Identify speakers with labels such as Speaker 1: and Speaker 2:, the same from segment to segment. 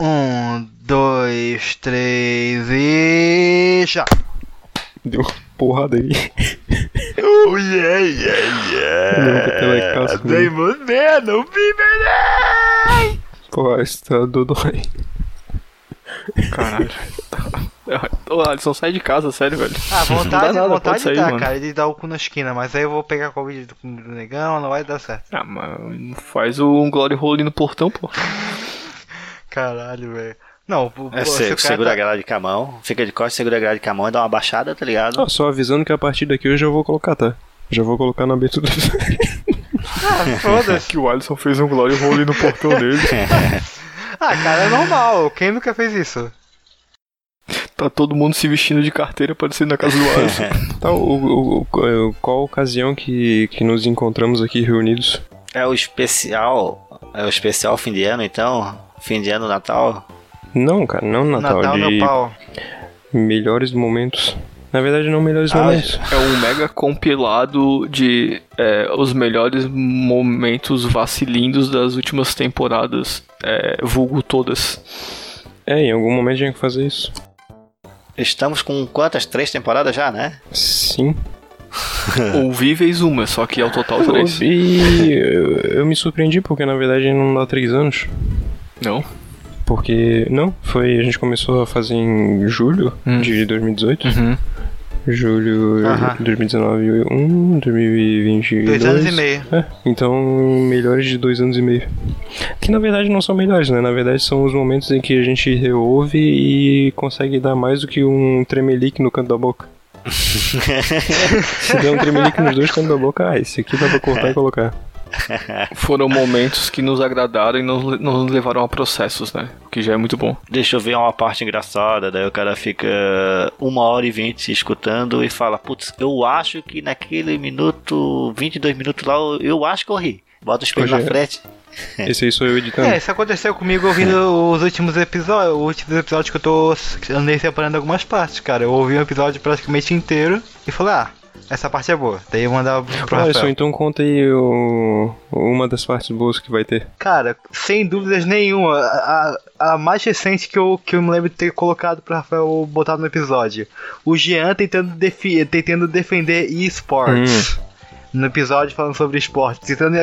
Speaker 1: Um, dois, três e. Já!
Speaker 2: Deu uma porrada aí.
Speaker 1: Oh yeah, yeah,
Speaker 2: Não, que a telecaça, né?
Speaker 1: Damon Man, não me
Speaker 2: Porra, isso tá do dói.
Speaker 3: Caralho. Ô, Alisson, sai de casa, sério, velho.
Speaker 1: Ah, vontade,
Speaker 3: Não dá nada,
Speaker 1: vontade
Speaker 3: pode sair,
Speaker 1: dá,
Speaker 3: mano.
Speaker 1: cara, de dar o cu na esquina, mas aí eu vou pegar a Covid do, do negão, não vai dar certo.
Speaker 3: Ah, mas faz o um glory hole ali no portão, pô.
Speaker 1: Caralho, velho. Não, o- o-
Speaker 4: É
Speaker 1: se
Speaker 4: seco,
Speaker 1: o cara
Speaker 4: segura a
Speaker 1: tá...
Speaker 4: grade com a mão, fica de costas, segura a grade com a mão e dá uma baixada, tá ligado?
Speaker 2: Ah, só avisando que a partir daqui eu já vou colocar, tá? Já vou colocar na abertura do.
Speaker 1: Ah, foda-se.
Speaker 3: Que o Alisson fez um glory hole no portão dele.
Speaker 1: Ah, cara, é normal. Quem nunca fez isso?
Speaker 3: Tá todo mundo se vestindo de carteira aparecendo na casa do Alisson.
Speaker 2: Tá, o, o- o- o- qual a ocasião que, que nos encontramos aqui reunidos?
Speaker 4: É o especial, é o especial fim de ano, então, fim de ano, Natal.
Speaker 2: Não, cara, não Natal,
Speaker 1: Natal
Speaker 2: de
Speaker 1: meu pau.
Speaker 2: melhores momentos. Na verdade, não melhores
Speaker 4: Ah,
Speaker 2: momentos.
Speaker 3: É um mega compilado de é, os melhores momentos vacilindos das últimas temporadas. É, vulgo todas.
Speaker 2: É, em algum momento tinha que fazer isso.
Speaker 4: Estamos com quantas? Três temporadas já, né?
Speaker 2: Sim.
Speaker 3: Ouvíveis uma, só que ao total três.
Speaker 2: E eu, eu me surpreendi porque na verdade não dá três anos.
Speaker 3: Não?
Speaker 2: Porque. Não, foi. A gente começou a fazer em julho
Speaker 3: Hum.
Speaker 2: de 2018.
Speaker 3: Uhum.
Speaker 2: Julho de
Speaker 1: Aham.
Speaker 2: 2019, 1, 2020.
Speaker 1: Dois anos e meio.
Speaker 2: É, então melhores de dois anos e meio. Que na verdade não são melhores, né? Na verdade são os momentos em que a gente reouve e consegue dar mais do que um tremelique no canto da boca. Se der um tremelique nos dois cantos da boca, ah, esse aqui dá pra cortar e colocar.
Speaker 3: Foram momentos que nos agradaram e não, não nos levaram a processos, né? O que já é muito bom.
Speaker 4: Deixa eu ver uma parte engraçada, daí o cara fica uma hora e vinte escutando e fala, putz, eu acho que naquele minuto, 22 minutos lá, eu- eu acho que eu ri. Bota o espelho
Speaker 2: Hoje
Speaker 4: na
Speaker 2: é.
Speaker 4: frente.
Speaker 2: Esse aí sou eu
Speaker 3: Hum.
Speaker 2: editando.
Speaker 1: É, isso aconteceu comigo ouvindo os últimos episódios. Os últimos episódios que eu tô. Andei separando algumas partes, cara. Eu ouvi um episódio praticamente inteiro e falei, ah, essa parte é boa. Daí eu mandava pro
Speaker 2: Ah, isso
Speaker 3: um
Speaker 1: Rafael.
Speaker 2: então conta aí o- uma das partes boas que vai ter.
Speaker 1: Cara, sem dúvidas nenhuma, a, a- a mais recente que eu, que eu me lembro de ter colocado pro Rafael botar no episódio. O Jean tentando, defi tentando defender esportes. No episódio falando sobre esportes. Tentando,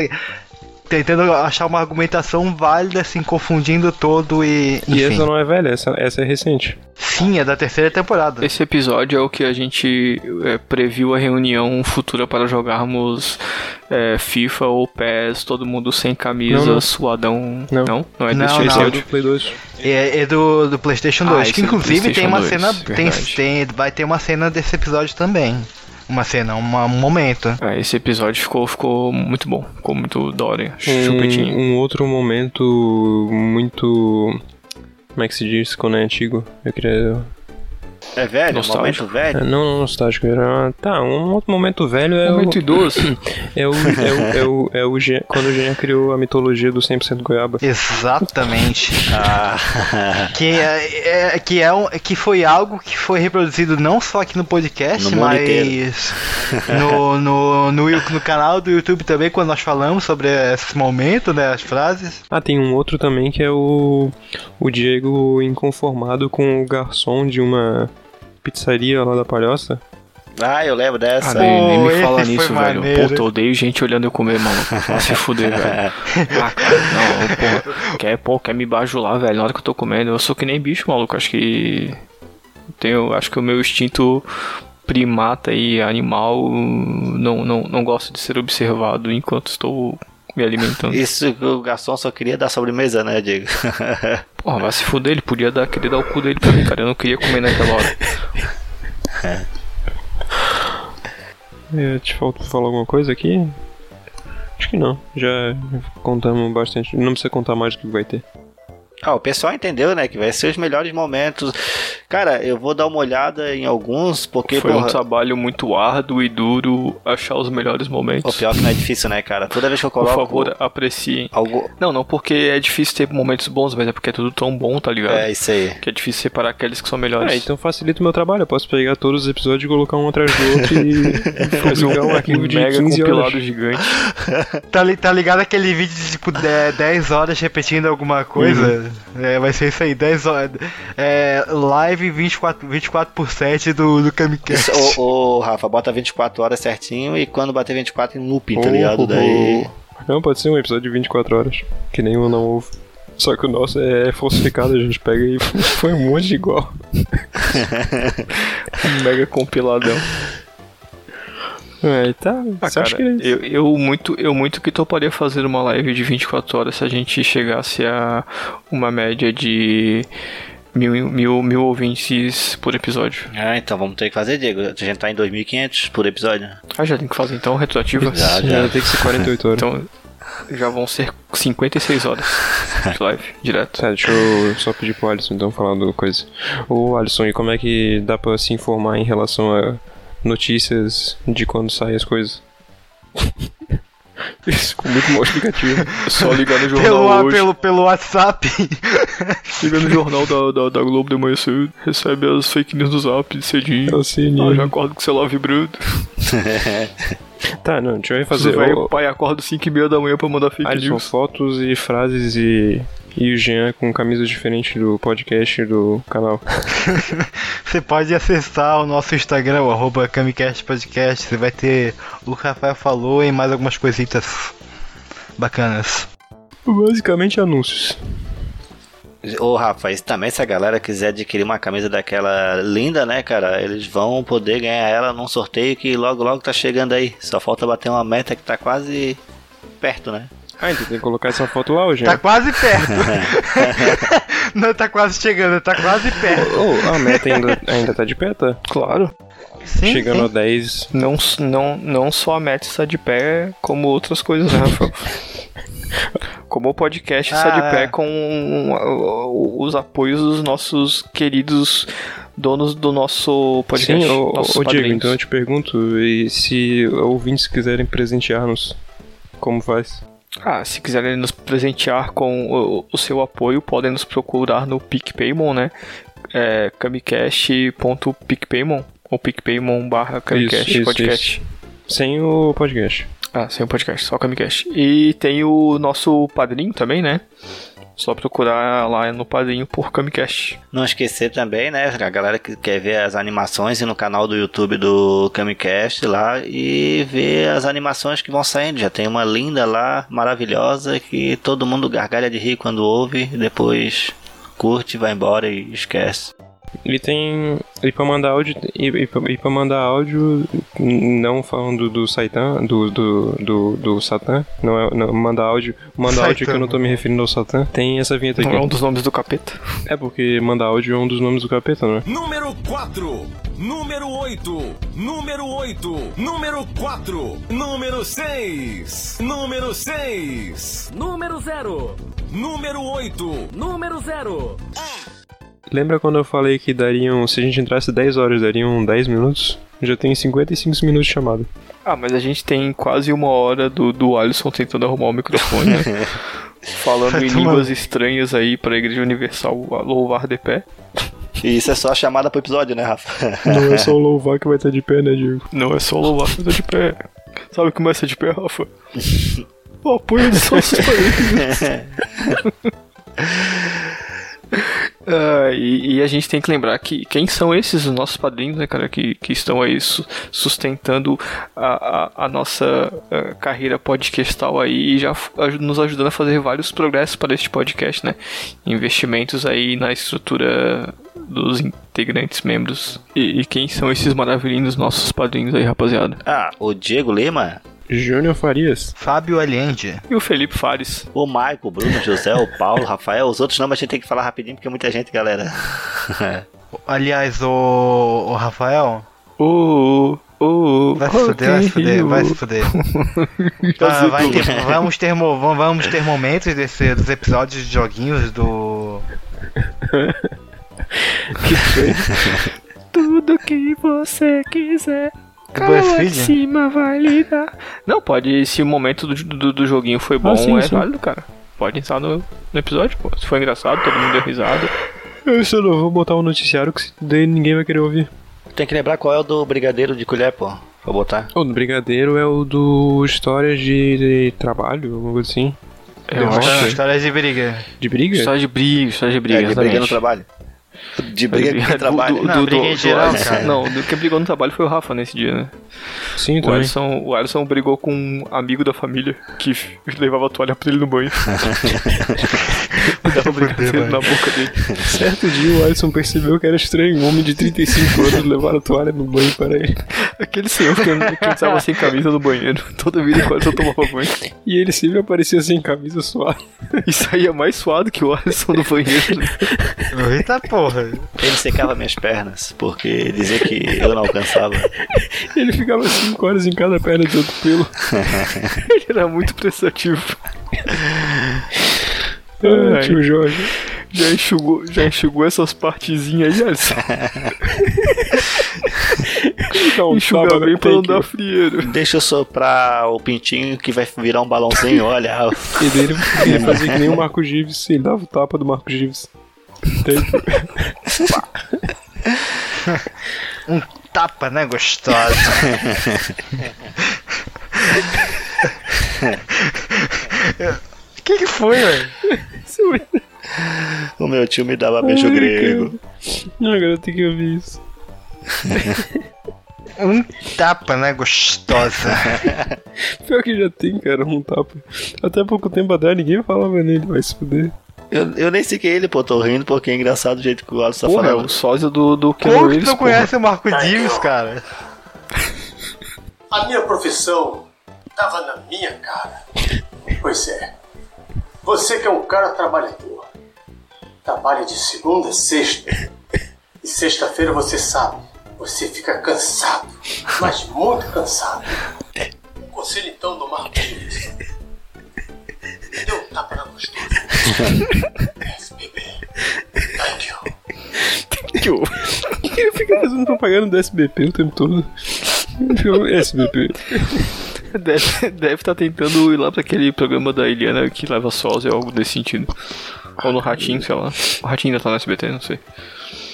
Speaker 1: tentando achar uma argumentação válida, assim, confundindo todo e.
Speaker 2: E
Speaker 1: enfim.
Speaker 2: essa não é velha, essa, essa é recente.
Speaker 1: Sim, é da terceira temporada.
Speaker 3: Esse episódio é o que a gente é, previu a reunião futura para jogarmos é, FIFA ou PES, todo mundo sem camisa,
Speaker 2: Não, não.
Speaker 3: suadão.
Speaker 2: Não.
Speaker 3: não, é
Speaker 1: Não,
Speaker 3: desse
Speaker 1: não.
Speaker 2: Esse é o do
Speaker 3: episódio.
Speaker 2: Play 2.
Speaker 1: É, é do, do PlayStation
Speaker 3: Ah,
Speaker 1: 2,
Speaker 3: esse
Speaker 1: que
Speaker 3: é do
Speaker 1: inclusive
Speaker 3: PlayStation
Speaker 1: tem uma
Speaker 3: 2,
Speaker 1: cena. Tem,
Speaker 3: verdade.
Speaker 1: tem- vai ter uma cena desse episódio também. Uma cena, uma- um momento.
Speaker 3: Ah, esse episódio ficou, ficou muito bom, ficou muito da hora, hein? chupetinho.
Speaker 2: Um, um outro momento muito. Como é que se diz quando é antigo? Eu queria.
Speaker 4: É velho, um
Speaker 3: Nostálgico.
Speaker 4: momento velho.
Speaker 2: é, Não, não nostálgico, era. Tá, um outro momento velho é
Speaker 3: Momento
Speaker 2: o.
Speaker 3: idoso.
Speaker 2: É o. É o. É o, é o Jean- quando o Jean criou a mitologia do 100% goiaba.
Speaker 1: Exatamente.
Speaker 4: Ah,
Speaker 1: que, é, é- que, é um, que foi algo que foi reproduzido não só aqui no podcast,
Speaker 4: No mundo
Speaker 1: mas no, no, no, Yu- no canal do YouTube também, quando nós falamos sobre esse momento, né? As frases.
Speaker 2: Ah, tem um outro também que é o. O Diego inconformado com o garçom de uma pizzaria lá da Palhoça.
Speaker 4: ah, eu lembro dessa. Oh,
Speaker 3: Cara, nem, nem
Speaker 1: Pô,
Speaker 3: me fala
Speaker 1: esse
Speaker 3: nisso,
Speaker 1: foi
Speaker 3: velho.
Speaker 1: maneiro.
Speaker 3: Puta, eu odeio gente olhando eu comer, mano. Vai se fuder, velho. Ah, cara, não, porra. Quer, pô, quer me bajular, velho, na hora que eu tô comendo. Eu sou que nem bicho, maluco. Acho que. Tenho, acho que o meu instinto primata e animal não, não, não gosto de ser observado enquanto estou me alimentando.
Speaker 4: Isso que o garçom só queria dar sobremesa, né, Diego?
Speaker 3: Porra, vai se fuder, ele podia dar, querer dar o cu dele pra mim, cara. Eu não queria comer naquela hora.
Speaker 2: É, te falta falar alguma coisa aqui? Acho que não. Já contamos bastante. Não precisa contar mais do que vai ter.
Speaker 4: Ah, o pessoal entendeu, né? Que vai ser os melhores momentos.
Speaker 5: Cara, eu vou dar uma olhada em alguns, porque.
Speaker 3: Foi um
Speaker 5: porra,
Speaker 3: trabalho muito árduo e duro achar os melhores
Speaker 5: o
Speaker 3: momentos.
Speaker 5: pior que não é difícil, né, cara? Toda vez que eu
Speaker 3: Por
Speaker 5: coloco.
Speaker 3: favor, apreciem.
Speaker 5: Algo...
Speaker 3: Não, não porque é difícil ter momentos bons, mas é porque é tudo tão bom, tá ligado?
Speaker 5: É isso aí.
Speaker 3: Que é difícil separar aqueles que são melhores.
Speaker 2: Ah, então facilita o meu trabalho. Eu posso pegar todos os episódios e colocar um atrás do outro e publicar um arquivo de
Speaker 3: mega
Speaker 2: 15
Speaker 3: compilado
Speaker 2: horas.
Speaker 3: gigante.
Speaker 1: Tá, li- tá ligado aquele vídeo de tipo de- 10 horas repetindo alguma coisa?
Speaker 3: Uhum.
Speaker 1: É, vai ser isso aí, 10 horas. É, live 24, 24 por 7 do, do Camicast.
Speaker 5: Isso, ô, ô, Rafa, bota 24 horas certinho e quando bater 24 em loop, tá
Speaker 2: Oh,
Speaker 5: ligado?
Speaker 2: oh,
Speaker 5: Daí.
Speaker 2: Não, pode ser um episódio de 24 horas. Que nem o não ovo. Só que o nosso é falsificado, a gente pega e foi um monte de igual.
Speaker 3: Um Mega compiladão.
Speaker 2: É, tá.
Speaker 3: Ah,
Speaker 2: Você acha
Speaker 3: cara,
Speaker 2: que é isso?
Speaker 3: eu, eu muito eu muito que toparia fazer uma live de 24 horas se a gente chegasse a uma média de mil, mil, mil ouvintes por episódio.
Speaker 5: Ah, então vamos ter que fazer, Diego. A gente tá em 2.500 por episódio.
Speaker 3: Ah, já tem que fazer então retroativa?
Speaker 5: Já,
Speaker 2: Já tem que ser 48 horas.
Speaker 3: Então já vão ser 56 horas de live, direto.
Speaker 2: Tá, deixa eu só pedir pro Alisson então falar uma coisa. Ô Alisson, e como é que dá pra se informar em relação a notícias de quando saem as coisas? Isso ficou muito mal explicativo.
Speaker 3: Só ligar no jornal
Speaker 1: Pelo,
Speaker 3: hoje,
Speaker 1: pelo, pelo WhatsApp.
Speaker 3: ligar no jornal da, da, da Globo de manhã cedo, recebe as fake news do zap
Speaker 2: É o
Speaker 3: cedinho. Ah,
Speaker 2: sininho.
Speaker 3: já acordo com o celular vibrando.
Speaker 2: Tá, não, deixa eu
Speaker 3: Fazer,
Speaker 2: fazer.
Speaker 3: velho,
Speaker 2: Ô,
Speaker 3: pai acorda 5 e meia da manhã pra mandar fake
Speaker 2: Alisson,
Speaker 3: news.
Speaker 2: fotos e frases e. E o Jean com camisa diferente do podcast e do canal.
Speaker 1: Você pode acessar o nosso Instagram, o arroba Camicast Podcast. Você vai ter o que o Rafael falou e mais algumas coisitas bacanas.
Speaker 2: Basicamente anúncios.
Speaker 5: Ô, Rafa, e também se a galera quiser adquirir uma camisa daquela linda, né, cara? Eles vão poder ganhar ela num sorteio que logo, logo tá chegando aí. Só falta bater uma meta que tá quase perto, né?
Speaker 2: Ah, então tem que colocar essa foto lá, ô Jean.
Speaker 1: Tá quase perto. Não, tá quase chegando, tá quase perto.
Speaker 2: Ô, a meta ainda, ainda tá de pé, tá?
Speaker 3: Claro.
Speaker 1: Sim,
Speaker 2: Chegando
Speaker 1: sim.
Speaker 2: a 10,
Speaker 3: Não, s- não, não só a meta está de pé, como outras coisas, né, Rafael? como o podcast está
Speaker 1: Ah,
Speaker 3: de
Speaker 1: é.
Speaker 3: pé com uh, os apoios dos nossos queridos donos do nosso podcast.
Speaker 2: Sim, ô,
Speaker 3: nossos
Speaker 2: ô, Diego,
Speaker 3: padrinhos.
Speaker 2: então eu te pergunto, e se ouvintes quiserem presentear-nos, como faz?
Speaker 3: Ah, se quiserem nos presentear com o, o seu apoio, podem nos procurar no PicPaymon, né? É, camicast.picpaymon ou picpaymon barra
Speaker 2: Isso,
Speaker 3: camicast
Speaker 2: isso,
Speaker 3: podcast.
Speaker 2: Sem o podcast.
Speaker 3: Ah, sem o podcast, só o Camicast. E tem o nosso padrinho também, né? Só procurar lá no padrinho por Camicast.
Speaker 5: Não esquecer também, né, a galera que quer ver as animações e no canal do YouTube do Camicast lá e ver as animações que vão saindo. Já tem uma linda lá, maravilhosa, que todo mundo gargalha de rir quando ouve, depois curte, vai embora e esquece.
Speaker 2: E tem. E pra mandar áudio. E, e, pra- e pra mandar áudio, n- não falando do Satan, do. do. do, do Satã, não é. Não, mandar áudio. Mandar áudio que eu não tô me referindo ao Satã. Tem essa vinheta
Speaker 3: Não é um
Speaker 2: aqui.
Speaker 3: dos nomes do capeta.
Speaker 2: É porque mandar áudio é um dos nomes do capeta, né?
Speaker 6: Número 4, número 8, número 8, número 4, número 6, número 6,
Speaker 7: Número zero,
Speaker 6: número 8.
Speaker 7: número zero.
Speaker 2: Lembra quando eu falei que dariam. Se a gente entrasse 10 horas, dariam 10 minutos? Já tem 55 minutos de chamada.
Speaker 3: Ah, mas a gente tem quase uma hora do, do Alisson tentando arrumar o microfone, né? Falando em línguas estranhas aí pra Igreja Universal louvar de pé.
Speaker 5: E isso é só a chamada pro episódio, né, Rafa?
Speaker 2: Não é só o louvar que vai estar de pé, né, Diego?
Speaker 3: Não é só louvar, mas é de pé. Sabe como é ser de pé, Rafa? O apoio dos nossos países. Ah, e, e a gente tem que lembrar que quem são esses os nossos padrinhos, né, cara, que, que estão aí su- sustentando a, a, a nossa ah, carreira podcastal aí e já f- aj- nos ajudando a fazer vários progressos para este podcast, né? Investimentos aí na estrutura dos integrantes, membros. E, e quem são esses maravilhinhos nossos padrinhos aí, rapaziada?
Speaker 5: Ah, o Diego Lima,
Speaker 2: Júnior Farias.
Speaker 1: Fábio Allende.
Speaker 3: E o Felipe Fares.
Speaker 5: o Maico, o Bruno, o José, o Paulo, o Rafael, os outros nomes a gente tem que falar rapidinho porque é muita gente, galera.
Speaker 1: Aliás, o, o Rafael.
Speaker 3: Oh, oh, oh,
Speaker 1: Vai se fuder, vai se fuder, vai se fuder.
Speaker 2: Tá
Speaker 1: Ah, vai ter- vamos, ter, mo- vamos ter momentos desse, dos episódios de joguinhos do.
Speaker 3: Tudo que você quiser. Cara lá de
Speaker 8: BuzzFeed?
Speaker 3: cima vai lidar. Não, pode. Se o momento do, do, do joguinho foi bom,
Speaker 9: Ah, sim,
Speaker 3: é
Speaker 9: sim.
Speaker 3: válido, cara. Pode entrar no, no episódio, pô. Se foi engraçado, todo mundo deu risada.
Speaker 9: Eu só não vou botar um noticiário que se- daí ninguém vai querer ouvir.
Speaker 5: Tem que lembrar qual é o do brigadeiro de colher, pô. Pra botar.
Speaker 9: O do Brigadeiro é o do Histórias de, de Trabalho, alguma coisa assim.
Speaker 3: É,
Speaker 1: É,
Speaker 3: Eu
Speaker 9: acho. é.
Speaker 8: Nossa, histórias de briga.
Speaker 9: De briga?
Speaker 3: História de briga, história de briga.
Speaker 5: É, de briga no
Speaker 3: exatamente.
Speaker 5: trabalho. De briga no trabalho.
Speaker 3: é Do, do,
Speaker 8: Não,
Speaker 3: do,
Speaker 8: briga em
Speaker 3: do-
Speaker 8: geral,
Speaker 3: do-
Speaker 8: cara.
Speaker 3: Não, do que brigou no trabalho foi o Rafa nesse dia, né?
Speaker 9: Sim,
Speaker 3: O
Speaker 9: também.
Speaker 3: Alisson, o Alisson brigou com um amigo da família que f- levava a toalha pra ele no banho. Dava brigadeiro na boca dele.
Speaker 9: Certo dia o Alisson percebeu que era estranho um homem de 35 anos levar a toalha no banho para ele.
Speaker 3: Aquele senhor que, que estava sem camisa no banheiro. Toda vida enquanto eu tomava banho.
Speaker 9: E ele sempre aparecia sem camisa suada.
Speaker 3: E saía mais suado que o Alisson no banheiro.
Speaker 8: Eita porra.
Speaker 5: Ele secava minhas pernas, porque dizia que eu não alcançava.
Speaker 9: Ele ficava 5 horas em cada perna de outro pelo.
Speaker 3: Ele era muito prestativo.
Speaker 9: Ah,
Speaker 3: Ai.
Speaker 9: tio Jorge.
Speaker 3: Já enxugou, já enxugou essas partezinhas aí, Alisson.
Speaker 9: Dá um
Speaker 3: Enxuga
Speaker 9: tapa
Speaker 3: bem
Speaker 9: no
Speaker 3: pra não
Speaker 9: take.
Speaker 3: dar frieiro.
Speaker 5: Deixa eu soprar o pintinho que vai virar um balãozinho, olha.
Speaker 9: E dele ele fazia que nem o Marco Gives, ele dava o tapa do Marco Gives. Take.
Speaker 8: Tapa, né, gostosa? que que foi, velho?
Speaker 5: O meu tio me dava beijo
Speaker 9: Ai,
Speaker 5: grego.
Speaker 9: Não, agora eu tenho que ouvir isso.
Speaker 8: Um tapa, né, gostosa?
Speaker 9: Pior que já tem, cara, um tapa. Até pouco tempo atrás ninguém falava nele, vai se fuder.
Speaker 5: Eu, eu nem sei quem é ele, pô, tô rindo porque é engraçado o jeito que o Alisson tá
Speaker 3: Porra, é
Speaker 5: falando.
Speaker 3: o sósia do, do Keanu
Speaker 8: Como que
Speaker 3: Reeves,
Speaker 8: tu
Speaker 3: porra.
Speaker 8: conhece o Marco Dives, cara?
Speaker 10: A minha profissão tava na minha cara. Pois é. Você que é um cara trabalhador. Trabalha de segunda a sexta. E sexta-feira você sabe. Você fica cansado. Mas muito cansado. O conselho então do Marco Dias. Dê um tapa na gostosa. Yes, baby. Thank you.
Speaker 9: Ele fica fazendo propaganda do SBP o tempo todo. Ele fica, SBP.
Speaker 3: Deve deve estar tentando ir lá pra aquele programa da Eliana que leva sósia ou algo desse sentido. Ou no Ratinho, sei lá. O Ratinho ainda tá no SBT, não sei.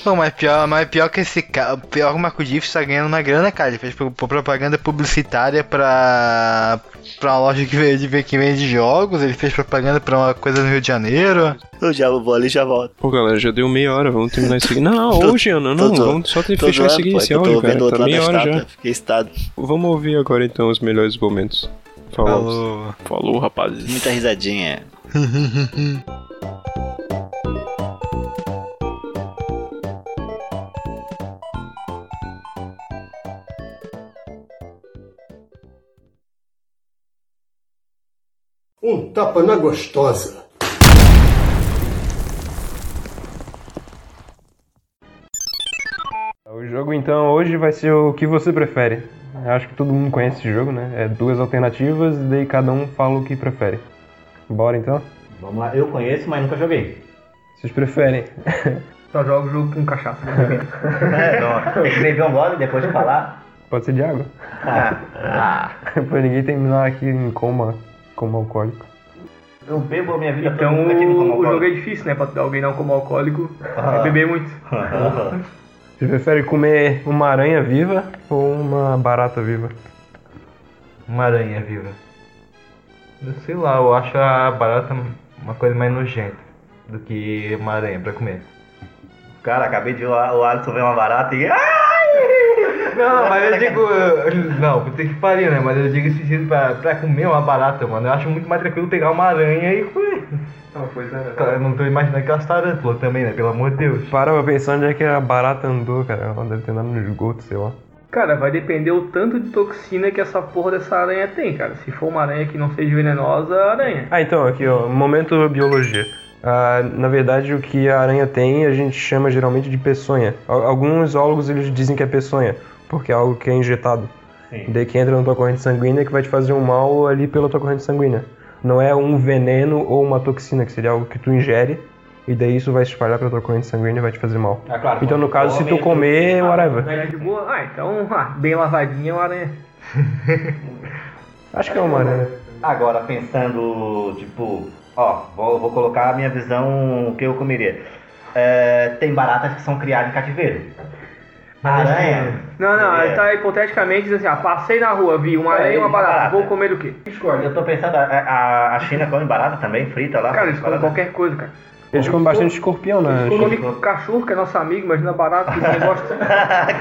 Speaker 8: Pô, mas pior, mas pior que esse cara. Pior que o Marco Dives tá ganhando uma grana, cara. Ele fez pro- pro- propaganda publicitária pra. pra uma loja que vende, de- que vende jogos. Ele fez propaganda pra uma coisa no Rio de Janeiro.
Speaker 5: Eu já vou ali e já volto.
Speaker 9: Pô, galera, já deu meia hora, vamos terminar isso aqui. Não,
Speaker 5: Tô-
Speaker 9: hoje, Ana,
Speaker 5: tô
Speaker 9: não,
Speaker 5: zoando.
Speaker 9: vamos só ter
Speaker 5: Tô
Speaker 9: que fechar isso
Speaker 5: zoando,
Speaker 9: aqui,
Speaker 5: pô, é
Speaker 9: esse
Speaker 5: que eu tô
Speaker 9: áudio,
Speaker 5: vendo
Speaker 9: cara.
Speaker 5: outro
Speaker 9: Tá
Speaker 5: lado da
Speaker 9: meia hora
Speaker 5: estátua.
Speaker 9: já.
Speaker 5: Fiquei estado.
Speaker 9: Vamos ouvir agora então os melhores momentos. Falou.
Speaker 8: Falou.
Speaker 3: Falou, rapazes.
Speaker 5: Muita risadinha.
Speaker 10: Um tapa na gostosa.
Speaker 2: O jogo então hoje vai ser o que você prefere. Acho que todo mundo conhece esse jogo, né? É duas alternativas e daí cada um fala o que prefere. Bora então?
Speaker 11: Vamos lá, eu conheço, mas nunca joguei.
Speaker 2: Vocês preferem?
Speaker 1: né?
Speaker 11: É, não. Tem que beber um gole e depois de falar.
Speaker 2: Pode ser de água?
Speaker 5: Ah.
Speaker 2: pra ninguém terminar aqui em coma, coma alcoólico.
Speaker 11: Eu bebo a minha vida então, toda, nunca tive como alcoólico. Ah.
Speaker 1: é difícil, né? Pra alguém não como alcoólico, é beber muito.
Speaker 2: Vocês preferem comer uma aranha viva ou uma barata viva?
Speaker 1: Uma aranha viva. Eu sei lá, eu acho a barata uma coisa mais nojenta do que uma aranha pra comer.
Speaker 11: Cara, acabei de ir lá, o Alisson ver uma barata e... Ah!
Speaker 1: Não, não, mas eu digo. eu- eu- Não, puta que pariu, né? Mas eu digo esse sentido pra, pra comer uma barata, mano. Eu acho muito mais tranquilo pegar uma aranha e comer.
Speaker 5: É
Speaker 1: Uma coisa.
Speaker 5: né?
Speaker 1: Eu não tô imaginando aquelas tarântulas também, né? Pelo amor de Deus.
Speaker 2: Para pra pensar onde é que a barata andou, cara. Ela deve ter andado no esgoto, sei lá.
Speaker 1: Cara, vai depender o tanto de toxina que essa porra dessa aranha tem, cara. Se for uma aranha que não seja venenosa, é aranha.
Speaker 2: Ah, então, aqui, ó, momento biologia. Ah, na verdade, o que a aranha tem, a gente chama geralmente de peçonha. Al- Alguns zoólogos, eles dizem que é peçonha, porque é algo que é injetado. Daí que entra na tua corrente sanguínea que vai te fazer um mal ali pela tua corrente sanguínea. Não é um veneno ou uma toxina, que seria algo que tu ingere E daí isso vai se espalhar pra tua corrente sanguínea e vai te fazer mal.
Speaker 11: É
Speaker 1: Ah, claro,
Speaker 2: então, no caso, se tu comer, whatever.
Speaker 1: de boa, ah, então, ah, bem lavadinha é uma aranha.
Speaker 2: Acho que é uma
Speaker 3: né?
Speaker 2: aranha.
Speaker 5: Agora, pensando, tipo, ó, vou, vou colocar a minha visão o que eu comeria. É, tem baratas que são criadas em cativeiro. Aranha?
Speaker 3: Não, não,
Speaker 5: É.
Speaker 3: ele tá hipoteticamente dizendo assim, ah, passei na rua, vi uma
Speaker 5: É,
Speaker 3: aranha e uma
Speaker 5: uma
Speaker 3: barata,
Speaker 5: barata.
Speaker 3: vou comer o quê?
Speaker 5: Eu tô pensando, a, a, a China come barata também, frita lá?
Speaker 3: Cara, eles comem
Speaker 5: Barata.
Speaker 3: qualquer coisa, cara.
Speaker 2: Eles comem bastante escorpião, né?
Speaker 3: Eles comem um cachorro, que é nosso amigo, mas não é barato, que ninguém gosta.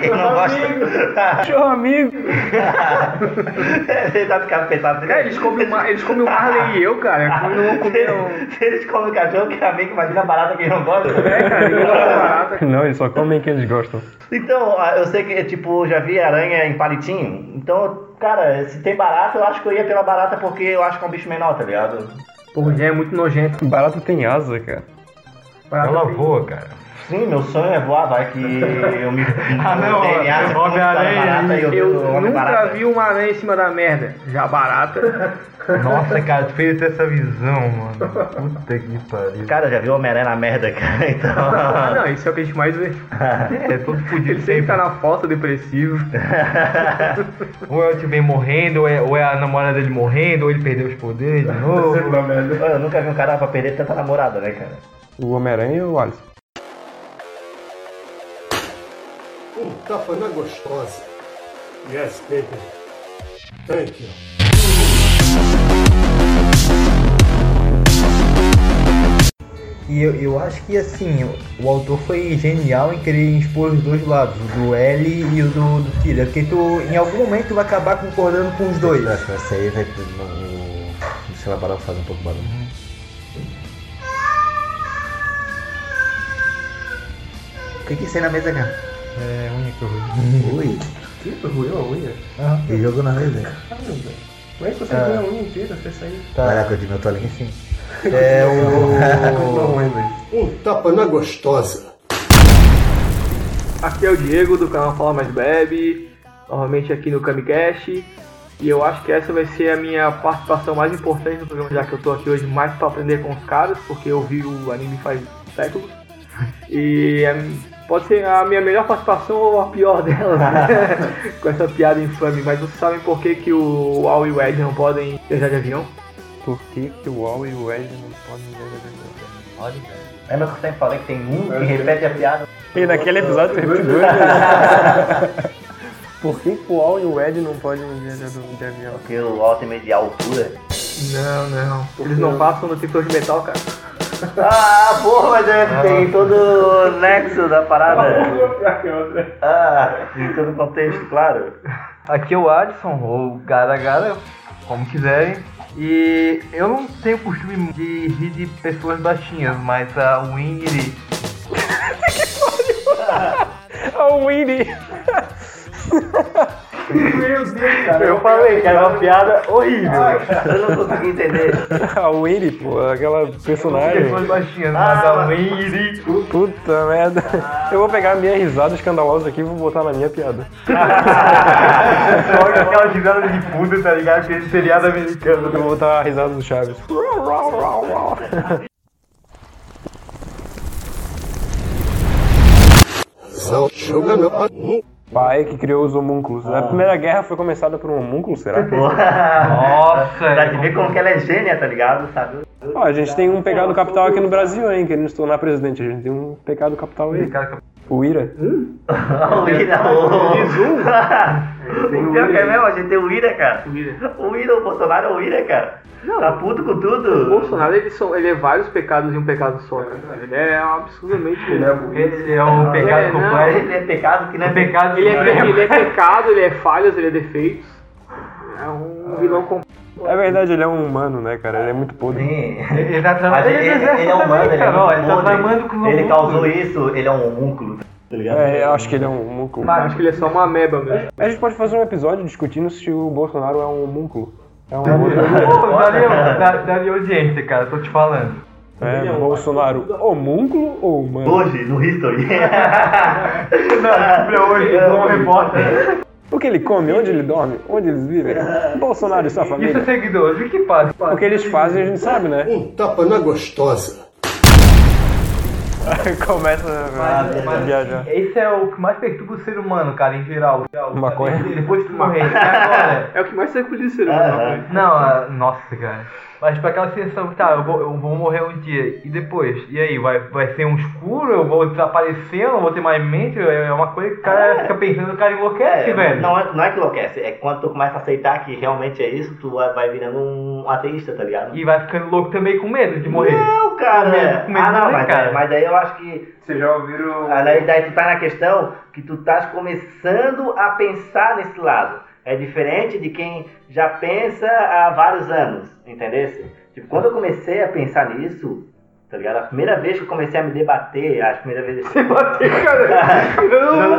Speaker 5: Quem não gosta?
Speaker 2: Cachorro amigo!
Speaker 5: Você tá ficando pensando assim,
Speaker 3: Cara, eles comem o, Mar- eles comem o Marley e eu, cara, como não vão comer um...
Speaker 5: Ah. Se eles comem cachorro, que é amigo, imagina barata quem não gosta.
Speaker 3: É, cara, ninguém gosta de
Speaker 1: né?
Speaker 3: barata.
Speaker 2: Não, eles só comem quem eles gostam.
Speaker 5: Então, ah, eu sei que, tipo, já vi aranha em palitinho. Então, cara, se tem barata, eu acho que eu ia pela barata porque eu acho que é um bicho menor, tá ligado?
Speaker 3: Porra, é muito nojento.
Speaker 2: Barata tem asa, cara.
Speaker 3: Barata
Speaker 1: Ela
Speaker 3: tem-
Speaker 1: voa, cara.
Speaker 5: Sim, meu sonho é voar, vai que eu me.
Speaker 1: Ah, não,
Speaker 5: me DNA,
Speaker 1: eu
Speaker 5: se
Speaker 1: vou ver
Speaker 5: eu
Speaker 1: aranha,
Speaker 5: barata, eu,
Speaker 3: Eu
Speaker 5: eu homem
Speaker 3: nunca
Speaker 5: barata.
Speaker 3: vi uma aranha em cima da merda. Já barata.
Speaker 1: Nossa, cara, tu fez essa visão, mano. Puta que pariu.
Speaker 5: Cara, já vi o Homem-Aranha né, na merda, cara,
Speaker 3: Ah,
Speaker 5: então.
Speaker 3: não, isso é o que a gente mais vê.
Speaker 1: É todo
Speaker 3: Ele
Speaker 1: fudido
Speaker 3: sempre
Speaker 1: sempre.
Speaker 3: tá na falta, depressivo.
Speaker 1: Ou é o tio Ben morrendo, ou é, ou é a namorada dele morrendo, ou ele perdeu os poderes de novo.
Speaker 5: Mano, eu nunca vi um cara pra perder tanta namorada, né, cara?
Speaker 2: O Homem-Aranha e o Alisson.
Speaker 12: Um tapa na gostosa. Yes, baby. Thank you.
Speaker 1: E eu, eu acho que assim, o- o autor foi genial em querer expor os dois lados, o do L e o do, do Killer, porque tu em algum momento tu vai acabar concordando com os dois.
Speaker 8: Essa aí vai. O. Deixa ela parar fazer um pouco de barulho.
Speaker 1: O que que isso aí na mesa, cara? É, unha que eu
Speaker 8: Ui,
Speaker 2: Ih, roeu a unha.
Speaker 8: Uhum. e jogou na mesa.
Speaker 10: é
Speaker 5: é
Speaker 2: Mas você
Speaker 5: Ah.
Speaker 2: roeu a unha inteira, você saiu.
Speaker 8: Caraca, eu tive a tua linha sim.
Speaker 1: É o.
Speaker 2: Não, hein, velho.
Speaker 12: Um tapa na gostosa.
Speaker 3: Aqui é o Diego do canal Fala Mais Bebe, novamente aqui no Camicast. E eu acho que essa vai ser a minha participação mais importante no programa, já que eu tô aqui hoje mais pra aprender com os caras, porque eu vi o anime faz séculos. E é, pode ser a minha melhor participação ou a pior delas, né? com essa piada infame. Mas vocês sabem por que, que o Al e o Ed não podem viajar de avião?
Speaker 2: Por que, que o Wall e o Ed não podem ver a verdade?
Speaker 5: Lembra que eu sempre falei que tem um que repete a piada?
Speaker 2: E naquele episódio teve dois.
Speaker 3: né?
Speaker 2: Por que, que o Wall e o Ed não podem viajar do- de avião?
Speaker 5: Porque o alto é meio de altura.
Speaker 3: Não, não. Eles não passam no detector de metal, cara. Ah.
Speaker 5: Ah, porra, mas eu tem todo o nexo da parada. Ah, em todo o contexto, claro.
Speaker 1: Aqui é o Alisson, ou Gara Gara, como quiserem. E eu não tenho costume de rir de pessoas baixinhas, mas a Winnie
Speaker 2: Oh, Winnie!
Speaker 5: Eu falei que era uma piada horrível. Ah, Eu não consegui entender.
Speaker 2: A Winnie, pô, aquela personagem.
Speaker 1: Pessoas baixinhas, mas
Speaker 5: Ah,
Speaker 1: a Winnie.
Speaker 2: Puta merda.
Speaker 1: ah.
Speaker 2: Eu vou pegar a minha risada escandalosa aqui e vou botar na minha piada.
Speaker 1: Olha aquela risada de puta, tá ligado? Aquele seriado americano.
Speaker 2: Eu vou botar a risada do Chaves.
Speaker 12: Sal joga meu pa-
Speaker 2: Pai que criou os homúnculos.
Speaker 1: Ah.
Speaker 2: A primeira guerra foi começada por um homúnculo, será?
Speaker 1: Nossa,
Speaker 5: Pra te ver como que ela é gênia, tá ligado? Sabe?
Speaker 2: Ó, a gente tem um pecado capital aqui no Brasil, hein? Querendo se tornar presidente. A gente tem um pecado capital aí. O Ira.
Speaker 5: Hum? O Ira,
Speaker 3: um
Speaker 5: o... Pior que é mesmo, a gente tem o Ira, cara.
Speaker 3: O Ira.
Speaker 5: O Ira, o Bolsonaro é o Ira, cara. Tá puto com
Speaker 3: O
Speaker 5: tudo.
Speaker 3: Bolsonaro ele, são, ele é vários pecados em um pecado só. Cara. Ele é absurdamente. Ele
Speaker 1: Ele é um
Speaker 3: pecado
Speaker 1: pecado
Speaker 3: completo.
Speaker 1: completo.
Speaker 5: Ele é pecado que não é
Speaker 1: pecado
Speaker 3: é, ele é pecado, ele é falhas, ele é defeitos. É
Speaker 5: Ah.
Speaker 3: um vilão completo.
Speaker 2: É verdade, ele é um humano, né, cara? Ele é muito podre.
Speaker 1: Ele tá
Speaker 5: Mas
Speaker 1: tramando.
Speaker 5: ele, ele, ele é humano, ele é
Speaker 1: cara. ó, Ele tá
Speaker 5: homúnculo.
Speaker 1: tramando com os
Speaker 5: Ele
Speaker 1: homúnculos.
Speaker 5: causou isso, ele é um homúnculo. Tá ligado?
Speaker 2: É, eu acho que ele é um homúnculo.
Speaker 3: Eu Acho que ele é só uma ameba mesmo.
Speaker 5: é
Speaker 2: A gente pode fazer um episódio discutindo se o Bolsonaro é um homúnculo. É um
Speaker 1: Pô, daria, da- daria audiência, cara, tô te falando.
Speaker 2: É, Bolsonaro homúnculo ou humano?
Speaker 5: Hoje, no History. não,
Speaker 1: Pra hoje, um repórter.
Speaker 2: O que ele come? Onde ele dorme? Onde eles vivem? Bolsonaro e sua
Speaker 1: Isso é
Speaker 2: família?
Speaker 1: seguidores, o que passa?
Speaker 2: O que eles fazem a gente sabe, né?
Speaker 12: Um tapa na gostosa.
Speaker 2: Começa a
Speaker 1: Mas- mas
Speaker 2: viajar.
Speaker 1: Esse é o que mais perturba o ser humano, cara, em geral.
Speaker 2: Maconha.
Speaker 1: Depois que morrer, até agora.
Speaker 3: É o que mais tranquiliza o ser humano. né?
Speaker 1: Não, ah, nossa, cara. Mas tipo aquela sensação, tá, eu vou, eu vou morrer um dia, e depois? E aí, vai, vai ser um escuro? Eu vou desaparecer? Eu não vou ter mais mente? É uma coisa que o cara fica pensando, o cara enlouquece,
Speaker 5: É,
Speaker 1: velho.
Speaker 5: Não é, não é que enlouquece, é quando tu começa a aceitar que realmente é isso, tu vai vai virando um ateísta, tá ligado?
Speaker 1: E vai ficando louco também com medo de morrer.
Speaker 5: Não,
Speaker 1: Com
Speaker 5: cara.
Speaker 1: medo, com medo
Speaker 5: ah, não,
Speaker 1: também,
Speaker 5: mas,
Speaker 1: cara.
Speaker 5: mas daí eu acho que.
Speaker 1: Vocês já ouviram.
Speaker 5: Ah, daí, daí tu tá na questão que tu estás começando a pensar nesse lado. É diferente de quem já pensa há vários anos, entendeu? Tipo, quando eu comecei a pensar nisso, tá ligado? A primeira vez que eu comecei a me debater, a primeira vez. Se bater, cara!
Speaker 1: Eu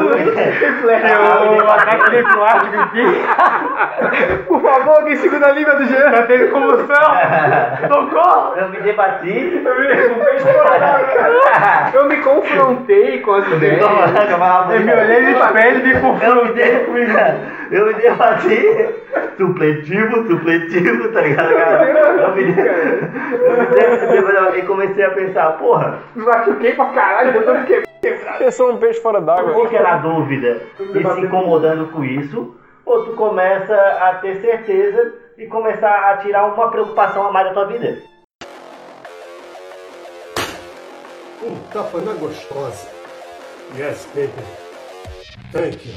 Speaker 1: vou matar aquele plástico aqui. Por favor, alguém segura a língua do Jean. Tá tendo comoção. Socorro.
Speaker 5: Eu me debati.
Speaker 3: Eu me confrontei com as ideias.
Speaker 5: Eu
Speaker 1: me olhei no espelho e me
Speaker 5: Eu me dei, eu me debati. Supletivo, supletivo, tá ligado, cara? Eu me dei- eu me dei- depois eu- eu comecei a pensar, porra,
Speaker 3: Machuquei pra caralho, botando que.
Speaker 2: Eu sou um peixe fora d'água.
Speaker 5: qual que era a dúvida? E se incomodando com isso, ou tu começa a ter certeza e começar a tirar uma preocupação a mais da tua vida?
Speaker 12: Um tapa na gostosa. Yes, baby. Thank you.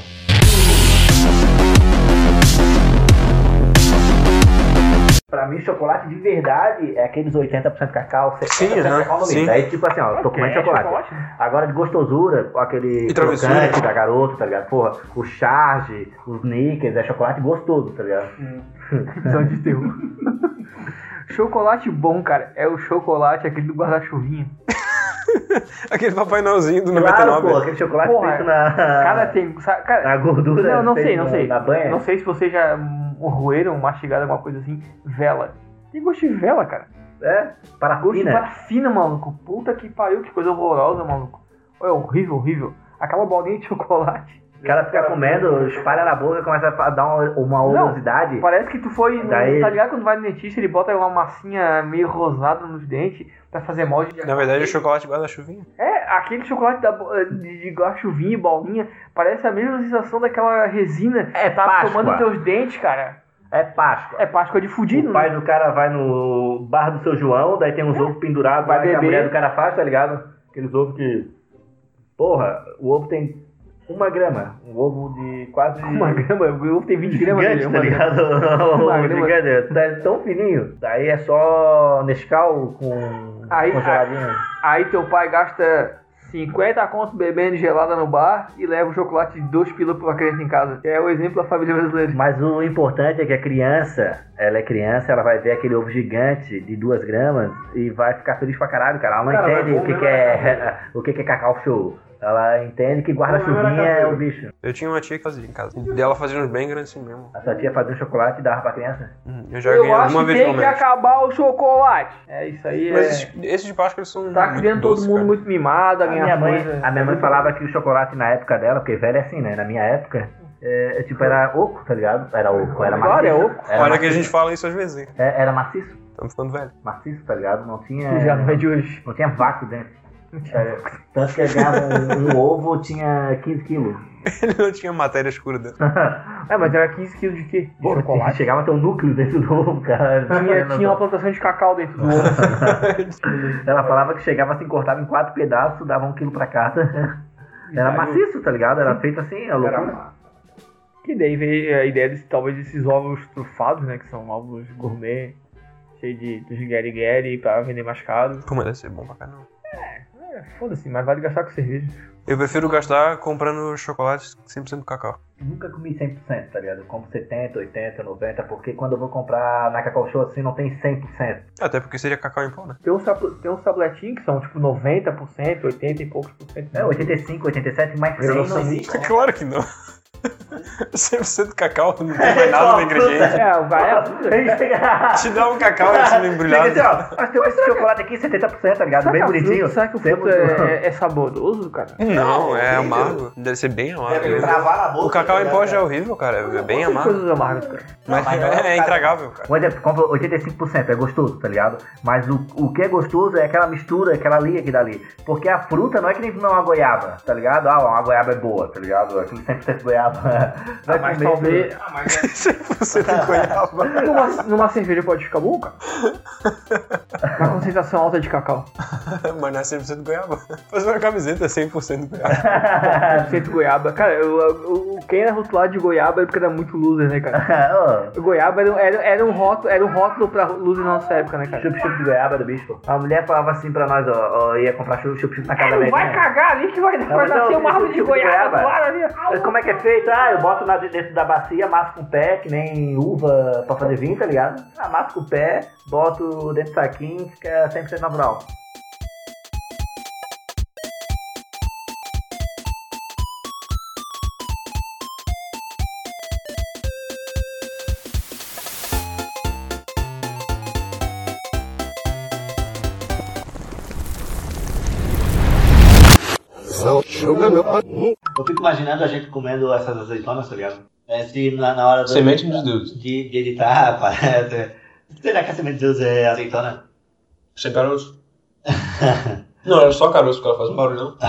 Speaker 5: Pra mim, chocolate de verdade é aqueles 80% cacau, 70%
Speaker 2: Sim, aham,
Speaker 5: cacau no
Speaker 2: sim.
Speaker 5: meio. Aí, tipo assim, ó, tô
Speaker 3: Ok,
Speaker 5: comendo chocolate.
Speaker 3: chocolate. né?
Speaker 5: Agora, de gostosura, aquele
Speaker 2: E travessura.
Speaker 5: crocante da garota, tá ligado? Porra, o charge, os Snickers, é chocolate gostoso, tá ligado?
Speaker 3: Visão de terror. Chocolate bom, cara, é o chocolate aquele do guarda-chuvinha.
Speaker 2: Aquele Papai Noelzinho do
Speaker 5: Claro,
Speaker 2: 99.
Speaker 5: pô, aquele chocolate
Speaker 3: Porra,
Speaker 5: feito na...
Speaker 3: Cara, tem. Sabe, cara,
Speaker 5: na gordura.
Speaker 3: não, não
Speaker 5: feito
Speaker 3: sei, não
Speaker 5: na-
Speaker 3: sei.
Speaker 5: Na banha.
Speaker 3: Não sei se vocês já hum, roeram, mastigaram alguma coisa assim. Vela. Tem gosto de vela, cara.
Speaker 5: É,
Speaker 3: Gosto de
Speaker 5: parafina.
Speaker 3: parafina, maluco. Puta que pariu, que coisa horrorosa, maluco. É horrível, horrível. Aquela bolinha de chocolate.
Speaker 5: O cara fica comendo, espalha na boca, começa a dar uma, uma
Speaker 3: Não,
Speaker 5: oleosidade.
Speaker 3: Parece que tu foi. no-
Speaker 5: Daí-
Speaker 3: Tá ligado quando vai no dentista, ele bota uma massinha meio rosada nos dentes pra fazer mal de.
Speaker 2: Na verdade, é chocolate guarda-chuvinha.
Speaker 3: É, aquele chocolate da, bo- eh, de, de guachuvinha e bolinha parece a mesma sensação daquela resina
Speaker 5: É
Speaker 3: que tá
Speaker 5: Páscoa.
Speaker 3: tomando teus dentes, cara.
Speaker 5: É Páscoa.
Speaker 3: É Páscoa de fudido,
Speaker 5: O pai
Speaker 3: né? É.
Speaker 5: do cara vai no bar do seu João, daí tem uns ovos pendurados
Speaker 3: Vai
Speaker 5: lá que a
Speaker 3: beber.
Speaker 5: mulher do cara faz, tá ligado? Aqueles ovos que. Porra, o ovo tem uma grama. Um ovo de quase.
Speaker 3: Uma grama, o ovo tem 20 gramas. né?
Speaker 5: Gigante,
Speaker 3: Uma
Speaker 5: tá ligado? Um
Speaker 3: Uma
Speaker 5: ovo
Speaker 3: grama.
Speaker 5: gigante. Tá tão fininho. Daí é só Nescau com.
Speaker 3: Aí-
Speaker 5: com geladinho.
Speaker 3: Aí teu pai gasta 50 conto bebendo gelada no bar e leva um chocolate de 2 pila pra criança em casa. É o exemplo da família brasileira.
Speaker 5: Mas o importante é que a criança, ela é criança, ela vai ver aquele ovo gigante de duas gramas e vai ficar feliz pra caralho, cara. Ela não
Speaker 3: Cara,
Speaker 5: entende
Speaker 3: mas
Speaker 5: o que,
Speaker 3: bom mesmo
Speaker 5: que
Speaker 3: era
Speaker 5: é o que, que é cacau show. Ela entende que
Speaker 3: Bom mesmo
Speaker 5: guarda-chuvinha
Speaker 3: era
Speaker 5: é o bicho.
Speaker 2: Eu tinha uma tia que fazia em casa. E dela fazia uns bem grandes assim mesmo.
Speaker 5: A sua tia fazia um chocolate e dava pra criança.
Speaker 2: Hum, Eu já ganhei
Speaker 3: Eu acho
Speaker 2: uma
Speaker 3: que
Speaker 2: vez
Speaker 3: tem
Speaker 2: pelo
Speaker 3: que
Speaker 2: menos.
Speaker 3: acabar o chocolate. É isso aí,
Speaker 2: Mas
Speaker 3: é...
Speaker 2: esses, esses de Páscoa eles são.
Speaker 3: Tá
Speaker 2: muito
Speaker 3: criando todo
Speaker 2: doces,
Speaker 3: mundo
Speaker 2: cara.
Speaker 3: muito mimado, a
Speaker 5: A minha, mãe,
Speaker 3: coisa.
Speaker 5: a minha mãe falava que o chocolate na época dela, porque velho é assim, né? Na minha época, é, tipo, era oco, tá ligado? Era oco, era maciço.
Speaker 3: Agora é oco.
Speaker 5: Era
Speaker 2: Olha
Speaker 5: maciço,
Speaker 2: que a gente fala isso às vezes, hein?
Speaker 5: é, era maciço,
Speaker 2: Estamos ficando velho.
Speaker 5: maciço, tá ligado? Não tinha...
Speaker 3: Já não é de hoje.
Speaker 5: Não tinha vácuo dentro. É, tanto que eu ganhava um, um ovo tinha 15 quilos.
Speaker 2: Ele não tinha matéria escura dentro.
Speaker 3: É, mas era 15 quilos de quê? De
Speaker 5: Pô,
Speaker 3: chocolate.
Speaker 5: chegava a ter um núcleo dentro do ovo, cara.
Speaker 3: Tinha, tinha uma plantação de cacau dentro do ovo.
Speaker 5: Ela falava que chegava assim, cortava em quatro pedaços, dava um quilo pra cada. Era maciço, tá ligado? Era feito assim, a loucura.
Speaker 3: Que daí veio a ideia desse, talvez desses ovos trufados, né? Que são ovos gourmet, cheio de dos gueri-gueri pra vender mais caro.
Speaker 2: Pô, mas deve ser bom pra caramba.
Speaker 3: É, foda-se, mas vale gastar com cerveja.
Speaker 2: Eu prefiro gastar comprando chocolate 100% cacau.
Speaker 5: Nunca comi 100%, tá ligado? Eu como 70, 80, 90, porque quando eu vou comprar na Cacau Show assim, não tem 100%.
Speaker 2: Até porque seria cacau em pó, né?
Speaker 3: Tem uns, tabl- tem uns tabletinhos que são tipo 90%, 80 e poucos por cento.
Speaker 5: É 85, 87, mas 100
Speaker 2: Claro que não. 100% cacau, não tem mais nada no ingrediente.
Speaker 5: É, vai, é.
Speaker 2: Te dá um cacau e
Speaker 3: assim,
Speaker 2: esse embrulhado.
Speaker 5: Tem que dizer, ó,
Speaker 3: "Ah,
Speaker 5: nós temos esse chocolate aqui, 70%, tá ligado?
Speaker 3: Será
Speaker 5: Bem
Speaker 3: que a
Speaker 5: bonitinho.
Speaker 3: fruta- Será que o fruto é, é saboroso, cara?
Speaker 2: Não, é amargo. Deve ser bem amargo.
Speaker 3: É, travar na boca,
Speaker 2: o cacau em
Speaker 3: né,
Speaker 2: pó já é horrível, cara. É bem
Speaker 3: Tem
Speaker 2: amargo.
Speaker 3: coisas amargas, cara.
Speaker 2: Mas é, é intragável, cara.
Speaker 5: O Ender Um compra 85%, é gostoso, tá ligado? Mas o, o que é gostoso é aquela mistura, aquela liga que dá ali. Porque a fruta não é que nem não uma goiaba, tá ligado? Ah, uma goiaba é boa, tá ligado? Aquele 100% goiaba. Vai
Speaker 3: Ah, mas
Speaker 5: comer,
Speaker 3: talvez-
Speaker 5: né?
Speaker 2: Você tem goiaba.
Speaker 3: Numa, numa cerveja pode ficar bom, cara? Na concentração alta de cacau.
Speaker 2: Mas não é 100% goiaba. Faz uma camiseta é 100% goiaba.
Speaker 3: Feito goiaba. Cara, eu, eu, o Ken era rotulado de goiaba porque era muito loser, né, cara? goiaba era, um- era, era um rótulo, era um rótulo pra loser na nossa época, né, cara?
Speaker 5: Chup-chup de goiaba do bicho. A mulher falava assim pra nós, ó, ó ia comprar chup-chup na casa da
Speaker 3: Não
Speaker 5: minha
Speaker 3: vai
Speaker 5: irmã.
Speaker 3: cagar ali que vai,
Speaker 5: né? Não,
Speaker 3: vai
Speaker 5: mas não,
Speaker 3: nascer uma árvore de
Speaker 5: chup-chup
Speaker 3: goiaba do lado ali.
Speaker 5: Mas Como é que é feito? Ah, eu boto na, dentro da bacia, amasso com o pé, que nem uva pra fazer vinho, tá ligado? Amasso com o pé, boto dentro do saquinho, fica 100% natural. Eu fico imaginando a gente comendo essas azeitonas, tá ligado? É, se na, na hora do-
Speaker 2: Semente dos deuses.
Speaker 5: de, de editar, parece. Será que a semente de Deus é azeitona?
Speaker 2: Sem é caroço. Não, era só caroço, porque ela faz um barulhão.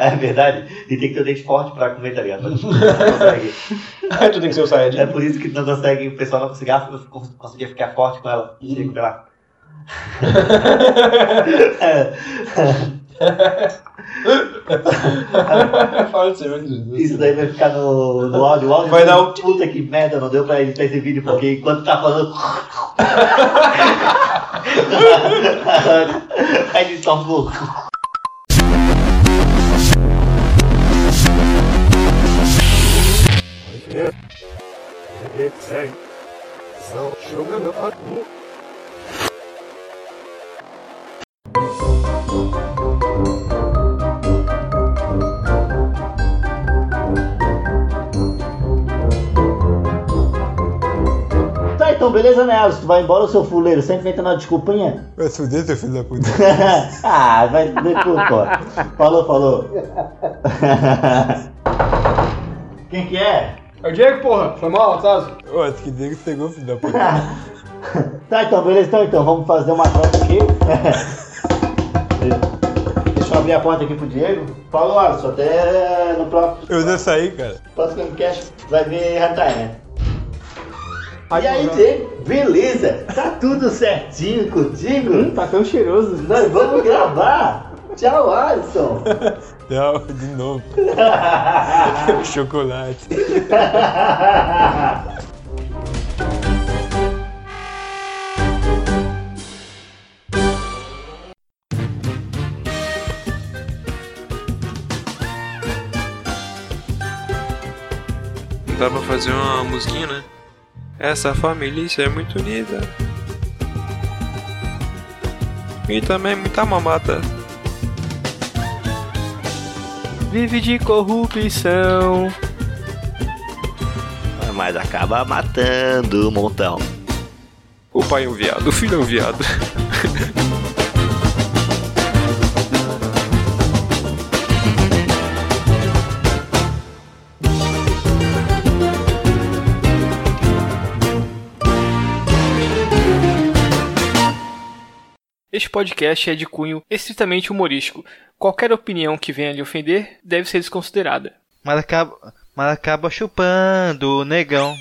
Speaker 5: é verdade. E tem que ter o dente forte pra comer, tá ligado?
Speaker 2: Aí tu tem que ser o Saiyajin.
Speaker 5: É por isso que não consegue, ah, o pessoal não conseguia, não conseguia ficar forte com ela. Chega lá.
Speaker 2: É. Fala de semente dos deuses.
Speaker 5: Isso daí vai ficar no, no áudio. O áudio
Speaker 2: Vai dar
Speaker 5: um puta que merda, não deu pra editar esse vídeo, porque enquanto tá falando. Aí ele só falou. Tá, então, beleza, né, Alisson? Tu vai embora, seu fuleiro, sempre inventando uma desculpinha.
Speaker 2: Vai se fuder, seu filho da puta.
Speaker 5: ah, vai se fuder, pô, pô. Falou, falou. Quem que é?
Speaker 2: É o Diego, porra. Foi mal, Tazo. Ué, que Diego pegou, filho da puta.
Speaker 5: Tá, então, beleza, então, então vamos fazer uma troca aqui. Deixa eu abrir a porta aqui pro Diego. Falou, Alisson, até no próximo,
Speaker 2: Eu devo sair, cara.
Speaker 5: próximo podcast vai ver Ratai, né? e aí,
Speaker 13: né?
Speaker 5: Diego? Beleza? Tá tudo certinho contigo? tá tão cheiroso. Nós vamos gravar. Tchau, Alisson.
Speaker 2: Tchau, de novo. Chocolate.
Speaker 14: Dá pra fazer uma musiquinha, né? Essa família isso é muito unida. E também muita mamata.
Speaker 15: Vive de corrupção.
Speaker 13: Ah, Mas acaba matando um montão.
Speaker 14: O pai é um viado, o filho é um viado.
Speaker 15: Este podcast é de cunho estritamente humorístico. Qualquer opinião que venha lhe ofender deve ser desconsiderada.
Speaker 1: Mas acaba, mas acaba chupando o negão.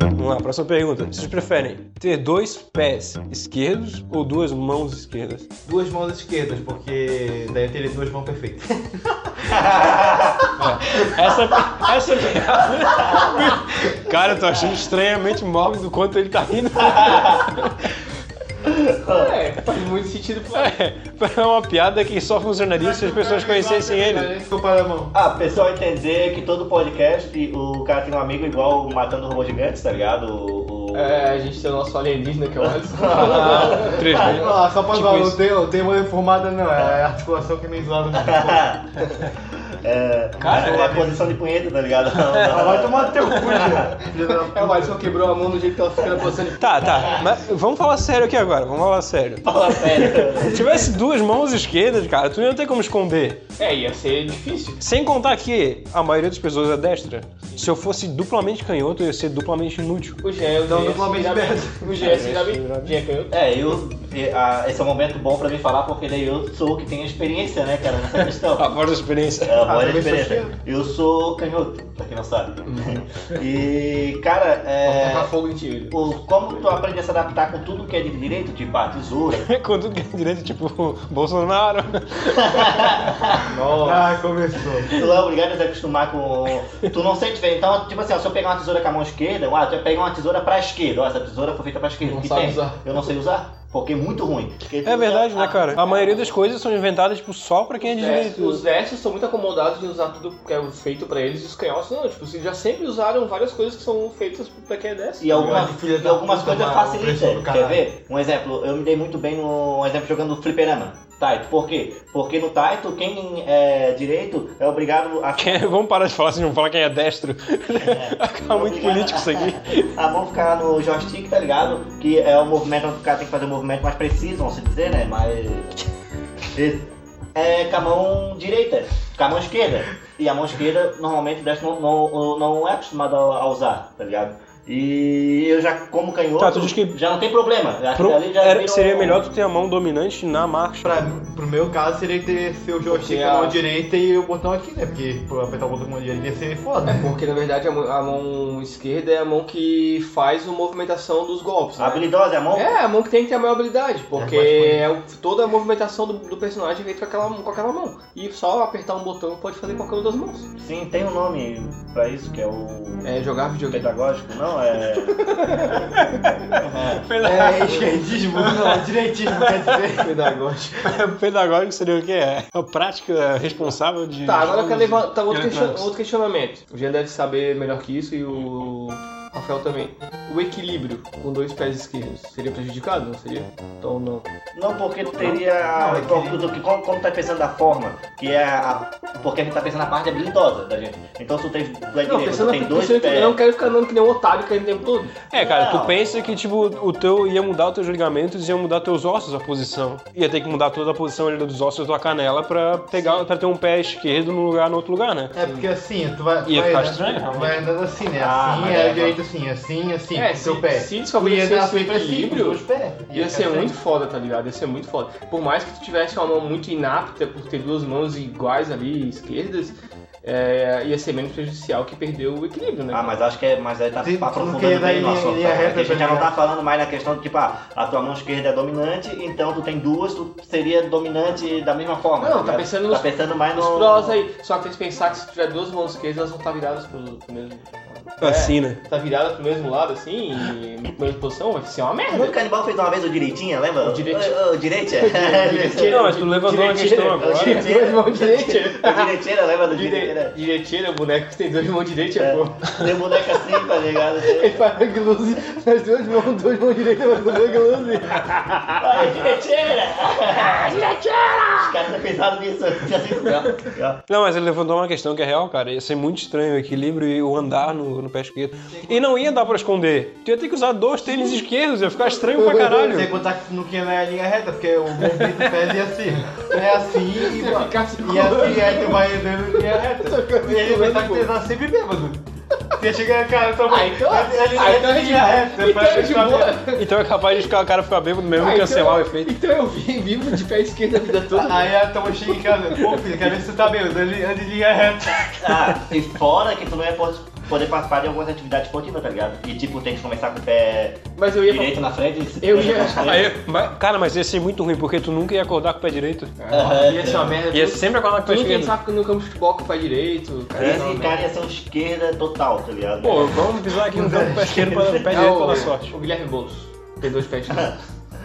Speaker 2: Vamos lá, próxima pergunta. Vocês preferem ter dois pés esquerdos ou duas mãos esquerdas?
Speaker 1: Duas mãos esquerdas, porque daí eu teria duas mãos perfeitas.
Speaker 2: Essa, essa piada. Cara, eu tô achando estranhamente mórbido do quanto ele tá rindo. É, faz muito sentido pra É, é uma piada que só funcionaria se as pessoas conhecessem ele.
Speaker 5: Ah, pessoal entender que todo podcast, o cara tem um amigo igual o Matando Robô Gigantes, tá ligado? O, o
Speaker 3: É, a gente tem o nosso alienígena, que é o Alisson.
Speaker 2: Três
Speaker 5: né?
Speaker 2: vezes.
Speaker 3: Ah, só pra
Speaker 2: Tipo
Speaker 3: zoar,
Speaker 2: isso.
Speaker 3: não tem, não tem mão deformada
Speaker 1: né?
Speaker 3: não, é articulação que nem né? zoada. não.
Speaker 5: É,
Speaker 3: Cara,
Speaker 5: uma
Speaker 3: é-
Speaker 5: posição de punheta, tá ligado?
Speaker 3: Ah, vai tomar no teu cu,
Speaker 5: É, o Alisson quebrou a mão do jeito que ela fica na posição de
Speaker 2: Tá, tá. Mas vamos falar sério aqui agora. Vamos falar sério.
Speaker 5: Fala sério.
Speaker 2: Se tivesse duas mãos esquerdas, cara, tu não ia ter como esconder.
Speaker 3: É, ia ser difícil.
Speaker 2: Sem contar que a maioria das pessoas é destra. Se eu fosse duplamente canhoto, eu ia ser duplamente inútil.
Speaker 3: O Gé, é o
Speaker 2: Não,
Speaker 3: Gé,
Speaker 2: duplamente
Speaker 3: se vira bem.
Speaker 2: aberto.
Speaker 3: O Gé, se vira bem. Gé, canhoto.
Speaker 5: É, eu, e, ah, esse é um momento bom pra mim falar, porque daí eu sou o que tem a experiência, né, cara, nessa questão.
Speaker 2: A voz da experiência.
Speaker 5: É, a voz
Speaker 2: Ah,
Speaker 5: da
Speaker 2: também sou
Speaker 5: experiência. Eu sou canhoto, pra quem não sabe. e, cara, é... o, como tu aprende a se adaptar com tudo que é de direito, tipo, ah, tesoura,
Speaker 2: Com tudo que é direito, tipo, Bolsonaro.
Speaker 5: Nossa.
Speaker 3: Ah, começou.
Speaker 5: Tu é obrigado a se acostumar com. Tu não sente bem. Então, tipo assim, ó, se eu pegar uma tesoura com a mão esquerda, ah, tu vai pegar uma tesoura pra esquerda. Ó, essa tesoura foi feita pra esquerda. Não
Speaker 3: sabe
Speaker 5: tem.
Speaker 3: usar.
Speaker 5: É, Eu não sei usar, porque é muito ruim. Porque
Speaker 2: É verdade, né, cara? A maioria das coisas são inventadas, tipo, só pra quem é de direito.
Speaker 3: Os destros são muito acomodados em usar tudo que é feito pra eles, e os canhotos não. Tipo, assim, já sempre usaram várias coisas que são feitas pra quem é destro.
Speaker 5: E algumas, e algumas coisas facilitam. Quer ver? Um exemplo, eu me dei muito bem no um exemplo jogando fliperama. Taito, por quê? Porque no Taito, quem é direito é obrigado a.
Speaker 2: Vamos parar de falar assim, vamos falar quem é destro.
Speaker 5: Tá muito político isso aqui. A mão fica lá Tá no joystick, tá ligado? Que é o movimento onde o cara tem que fazer um movimento mais preciso, vamos se dizer, né? Mais. E- É com a mão direita, com a mão esquerda. E a mão esquerda, normalmente, o destro não, não, não é acostumado a a usar, tá ligado? E eu já, como canhoto,
Speaker 2: Tá, tu diz
Speaker 5: já não tem problema. Aquilo
Speaker 2: Pro-
Speaker 5: ali já
Speaker 2: era-
Speaker 5: virou-
Speaker 2: seria É melhor tu ter a mão dominante na marcha.
Speaker 3: Pro meu caso seria ter seu joystick
Speaker 2: Porque
Speaker 3: com a mão
Speaker 2: a-
Speaker 3: direita e o botão aqui, né? Porque pô, apertar o botão com a mão direita ia ser foda.
Speaker 5: É,
Speaker 3: porque na verdade a mão, esquerda é a mão que faz a movimentação dos golpes. né?
Speaker 5: Habilidosa é a mão?
Speaker 3: É, a mão que tem que ter a maior habilidade, porque
Speaker 5: É,
Speaker 3: é o- toda a movimentação do, do personagem é feita com aquela, com aquela mão. E só apertar um botão pode fazer qualquer uma das mãos.
Speaker 5: Sim, tem um nome pra isso, que é o.
Speaker 3: É jogar videogame.
Speaker 5: Pedagógico? Não, é.
Speaker 3: É esquerdismo? Não, direitismo quer dizer. Pedagógico.
Speaker 2: É um Pedagógico seria o que? É a prática responsável de.
Speaker 3: Tá, agora eu quero
Speaker 2: jogos
Speaker 3: levantar outro, question-
Speaker 2: eletrônicos.
Speaker 3: outro questionamento. O Jean deve saber melhor que isso e o Rafael também. O equilíbrio com dois pés esquerdos seria prejudicado? Não seria? Então não.
Speaker 5: Não, porque tu teria. como, tu- que- como, como tu tá pensando da forma, que é a. Porque a gente tá pensando na parte habilidosa da gente. Então se tu tem, tu é
Speaker 3: Não,
Speaker 5: direito,
Speaker 3: pensando
Speaker 5: tu tem
Speaker 3: aqui,
Speaker 5: dois
Speaker 3: pensando que
Speaker 5: pés.
Speaker 3: eu não quero ficar andando que nem um otário caindo o tempo todo.
Speaker 2: É, cara,
Speaker 3: Não.
Speaker 2: tu pensa que, tipo, o teu ia mudar os teus ligamentos, ia mudar teus ossos a posição. Ia ter que mudar toda a posição ali dos ossos da tua canela pra, pegar, pra ter um pé esquerdo num lugar, no outro lugar, né?
Speaker 3: É porque assim, tu vai.
Speaker 2: tu Ia vai ficar andando- estranho, tu realmente.
Speaker 3: vai andando assim, né?
Speaker 2: Assim, mas é é, direito
Speaker 3: assim, assim, assim,
Speaker 2: com
Speaker 3: é,
Speaker 2: o teu
Speaker 3: se,
Speaker 2: pé.
Speaker 3: Se
Speaker 2: Tu ia
Speaker 3: desfavorecesse
Speaker 2: dar
Speaker 3: esse
Speaker 2: sempre assim, com
Speaker 3: equilíbrio,
Speaker 2: os pés.
Speaker 3: ia,
Speaker 2: Ia
Speaker 3: ser
Speaker 2: ficar
Speaker 3: muito foda, tá ligado? Ia ser muito foda. Por mais que tu tivesse uma mão muito inapta por ter duas mãos iguais ali, esquerdas, é, ia ser menos prejudicial que perder o equilíbrio, né?
Speaker 5: Ah, mas acho que é, mas aí tá
Speaker 3: Sim,
Speaker 5: aprofundando
Speaker 3: porque
Speaker 5: bem
Speaker 3: daí
Speaker 5: o assunto.
Speaker 3: linha
Speaker 5: tá?
Speaker 3: reta
Speaker 5: Porque a gente já
Speaker 3: também,
Speaker 5: não tá
Speaker 3: né?
Speaker 5: falando mais na questão de, tipo, ah, a tua mão esquerda é dominante, então tu tem duas, tu seria dominante da mesma forma.
Speaker 3: Não, tá
Speaker 5: ligado?
Speaker 3: pensando
Speaker 5: Tá
Speaker 3: nos,
Speaker 5: pensando mais
Speaker 3: nos
Speaker 5: no.
Speaker 3: prós aí. Só que tem que pensar que se tiver duas mãos esquerdas, elas vão estar viradas pro, pro mesmo.
Speaker 2: Assim, né?
Speaker 3: Tá virada pro mesmo lado, assim, e mesma posição, vai ser É uma merda.
Speaker 5: O canibal fez uma vez o direitinha, lembra?
Speaker 3: O direito. é.
Speaker 5: O, o direito? é.
Speaker 2: Não, mas tu levantou uma questão agora.
Speaker 3: Duas mãos direitas.
Speaker 5: Direiteira, lembra do
Speaker 3: direiteira? Direiteira, o boneco que tem duas mãos direitas, pô.
Speaker 5: Tem boneco assim, tá ligado?
Speaker 3: Ele faz glúteo nas duas mãos, duas mãos direitas, mas não é glúteo.
Speaker 5: Direiteira!
Speaker 3: é.
Speaker 5: Direiteira! Os caras não pensaram nisso.
Speaker 2: Não, mas ele levantou uma questão que é real, cara. Ia ser muito estranho o equilíbrio e o andar no, no pé esquerdo. E não ia dar pra esconder. Tu ia ter que usar dois tênis esquerdos, ia ficar estranho pra caralho.
Speaker 3: Sem contar que não que não é a linha reta, porque o movimento do pé é assim. É assim e, e assim, aí tu vai andando em linha reta. E ele vai estar pesando sempre bêbado. Você ia chegar, cara, toma. Ah, então,
Speaker 2: Ah, então é de boa.
Speaker 3: Então é de boa.
Speaker 2: Então é capaz de ficar, o cara ficar bêbado mesmo
Speaker 3: Ah,
Speaker 2: e
Speaker 3: então-
Speaker 2: cancelar o efeito.
Speaker 3: Então eu vi- vivo de pé esquerdo a vida toda. Aí a Toma chega em casa, pô, filho, quero ver se tu tá bêbado. Anda em linha reta.
Speaker 5: Ah, e fora que tu não ia po- poder participar de algumas atividades esportivas, tá ligado? E tipo, tem que começar com o pé
Speaker 3: Mas eu ia
Speaker 5: direito na frente. e-
Speaker 2: Aí, mas- cara, mas ia ser muito ruim, porque tu nunca ia acordar com o pé direito.
Speaker 5: É, ia ser uma merda.
Speaker 2: Ia sempre acordar com o pé esquerdo.
Speaker 3: que no campo de futebol com o pé direito. né?
Speaker 5: Esse cara ia ser um esquerda total, tá ligado?
Speaker 2: tá
Speaker 3: Ah,
Speaker 2: Pô, vamos pisar aqui no campo com o pé esquerdo pra pé direito pra dar sorte.
Speaker 3: O Guilherme Boulos. Tem dois pés.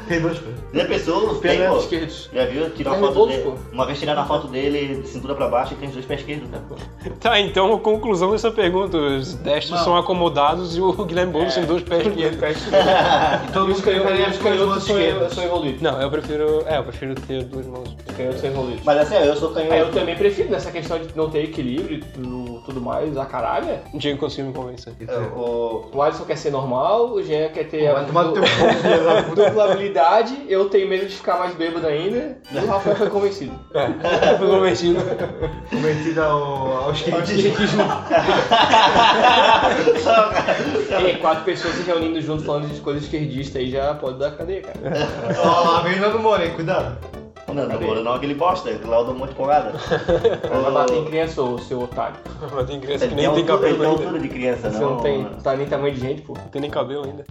Speaker 5: Tem duas cores. Já pensou? Os
Speaker 3: pés
Speaker 5: é
Speaker 3: né,
Speaker 5: tem, pô.
Speaker 3: esquerdos.
Speaker 5: Já viu? Tirar
Speaker 3: Tem
Speaker 5: uma foto
Speaker 3: todos,
Speaker 5: dele.
Speaker 3: pô.
Speaker 5: Uma vez tiraram a foto dele de cintura pra baixo e tem os dois pés esquerdos, né? pô?
Speaker 2: Tá, então a conclusão dessa pergunta: os destros
Speaker 5: Não.
Speaker 2: são acomodados e o Guilherme Boulos tem dois pés esquerdos.
Speaker 3: É. Então, os canhotos- os canhotos são- são
Speaker 2: evoluídos. Não, eu prefiro. É, eu prefiro ter duas mãos.
Speaker 3: Canhotos são evoluídos.
Speaker 2: Mas assim, eu sou canhoto.
Speaker 3: É, eu também prefiro nessa questão de não ter equilíbrio e tudo, tudo mais, a caralho.
Speaker 2: O Diego conseguiu me convencer.
Speaker 3: O, o Alisson quer ser normal, o Jean quer ter a
Speaker 2: tomar no teu
Speaker 3: du- dupla habilidade, eu tenho medo de ficar mais bêbado ainda, e o Rafael foi convencido.
Speaker 2: É, foi convencido.
Speaker 3: Convencido ao, ao E quatro pessoas se reunindo junto falando de coisa esquerdista aí já pode dar cadeia, cara.
Speaker 5: Ó, a mesma do Moro, hein? Cuidado. Não, é não, Moro não, aquele bosta, aquele lá eu dou um monte de porrada.
Speaker 3: Vai bater em criança, ô seu otário.
Speaker 2: Mas tem
Speaker 5: criança que nem Ele tem tem altura- cabelo ele tem ainda. altura É um de criança,
Speaker 3: Você
Speaker 5: não,
Speaker 3: não tem,
Speaker 5: mano.
Speaker 3: tá nem tamanho de gente, pô.
Speaker 2: Tem nem cabelo ainda.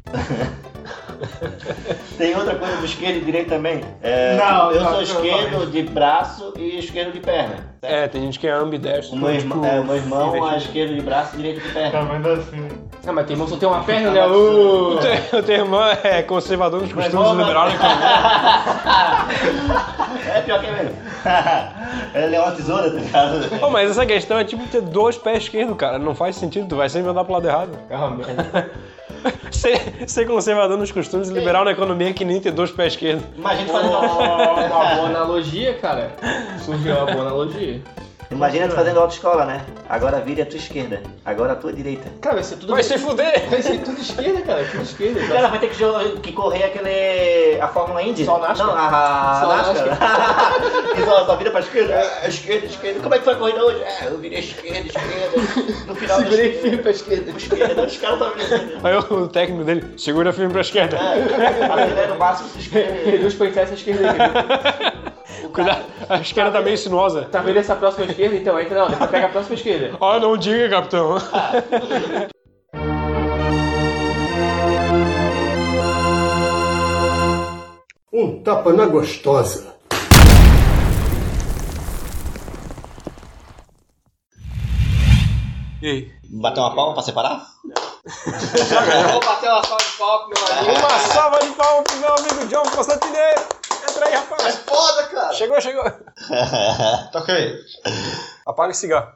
Speaker 5: Tem outra coisa do esquerdo e direito também. É,
Speaker 2: Não,
Speaker 5: eu
Speaker 2: não,
Speaker 5: sou
Speaker 2: não,
Speaker 5: esquerdo
Speaker 2: não.
Speaker 5: de braço e esquerdo de perna.
Speaker 2: É, tem gente que é tipo, ambidestro.
Speaker 5: O meu, irmão- é, o meu irmão é
Speaker 2: invertido.
Speaker 5: esquerdo de braço e direito de perna. Tá vendo assim.
Speaker 3: Ah, mas tem irmão só tem uma perna, né?
Speaker 2: O
Speaker 3: Ô!
Speaker 2: teu, o teu irmão é conservador nos costumes
Speaker 5: irmão-
Speaker 2: liberal então, né? na economia.
Speaker 5: É pior que é mesmo. Ele é uma tesoura, tá ligado?
Speaker 2: Pô, mas essa questão é tipo ter dois pés esquerdos, cara. Não faz sentido, tu vai sempre andar pro lado errado.
Speaker 3: É
Speaker 2: ser, ser conservador nos costumes e liberal na economia é que nem ter dois pés esquerdos.
Speaker 5: Imagina
Speaker 3: fazendo uma, uma boa analogia, cara. Surgiu uma boa né? analogia.
Speaker 5: Imagina tu fazendo autoescola, né? Agora vira a tua esquerda, agora a tua direita.
Speaker 3: Cara, vai ser tudo.
Speaker 5: Vai se fuder!
Speaker 3: Vai ser tudo esquerda, cara. Tudo esquerda.
Speaker 5: O cara vai ter que, jo- que correr aquele. a Fórmula Indy. Só Nascar? Não, a, a
Speaker 3: Só
Speaker 5: Nascar.
Speaker 3: Nascar.
Speaker 5: Que só, só vira pra esquerda. É, esquerda, esquerda. Como é que foi a corrida hoje? É, eu virei esquerda, esquerda. No final. Segurei
Speaker 3: firme pra esquerda.
Speaker 5: esquerda. Os caras estavam vindo.
Speaker 2: Aí o técnico dele segura firme pra esquerda.
Speaker 5: É, no máximo se esquerda.
Speaker 3: Reduz pra entrar essa esquerda né? aí.
Speaker 2: Cuidado, a esquerda tá meio sinuosa.
Speaker 3: Tá vendo essa próxima esquerda? Então entra não, depois pega a próxima esquerda.
Speaker 2: Olha, não diga, capitão.
Speaker 12: Um tapa na gostosa.
Speaker 2: E aí?
Speaker 5: Bateu uma palma pra separar?
Speaker 3: Vou bater uma salva de palmas meu amigo.
Speaker 2: Uma salva de palmas pro meu amigo John Constantine. Entra aí, rapaz. É
Speaker 5: foda, cara.
Speaker 2: Chegou, chegou.
Speaker 5: Toca aí.
Speaker 2: Apaga esse cigarro.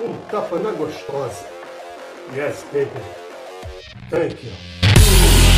Speaker 12: Um tapa na gostosa. Yes, baby. Thank you.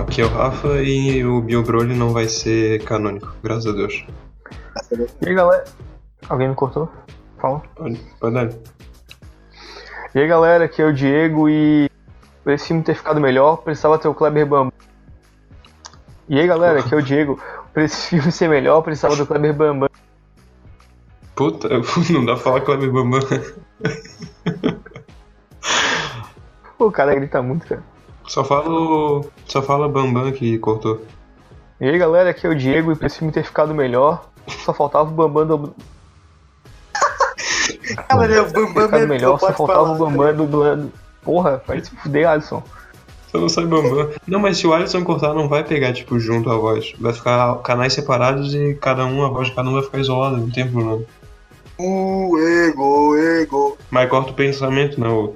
Speaker 16: Aqui é o Rafa e o Biobrolho não vai ser canônico, graças a Deus.
Speaker 9: E aí, galera? Alguém me cortou? Fala.
Speaker 16: Vai dar.
Speaker 9: E aí, galera, aqui é o Diego e pra esse filme ter ficado melhor, precisava ter o Kleber Bambu. E aí, galera, aqui é o Diego. Pra esse filme ser melhor, precisava do Kleber Bambam.
Speaker 16: Puta, não dá pra falar Kleber Bambam.
Speaker 9: O cara grita muito, cara.
Speaker 16: Só fala o. Só fala Bambam que cortou.
Speaker 9: E aí, galera, aqui é o Diego e pra esse filme ter ficado melhor, só faltava o Bambam do...
Speaker 17: Cara, o é
Speaker 9: Bambam ficado melhor, só faltava o
Speaker 17: né?
Speaker 9: Bambam dublando. Porra, vai se fuder, Alisson.
Speaker 16: Você não sabe Bambam. Não, mas se o Alisson cortar, não vai pegar, tipo, junto a voz. Vai ficar canais separados e cada um, a voz de cada um vai ficar isolada, não tem problema.
Speaker 9: O ego, ego.
Speaker 16: Mas corta o pensamento, né, não.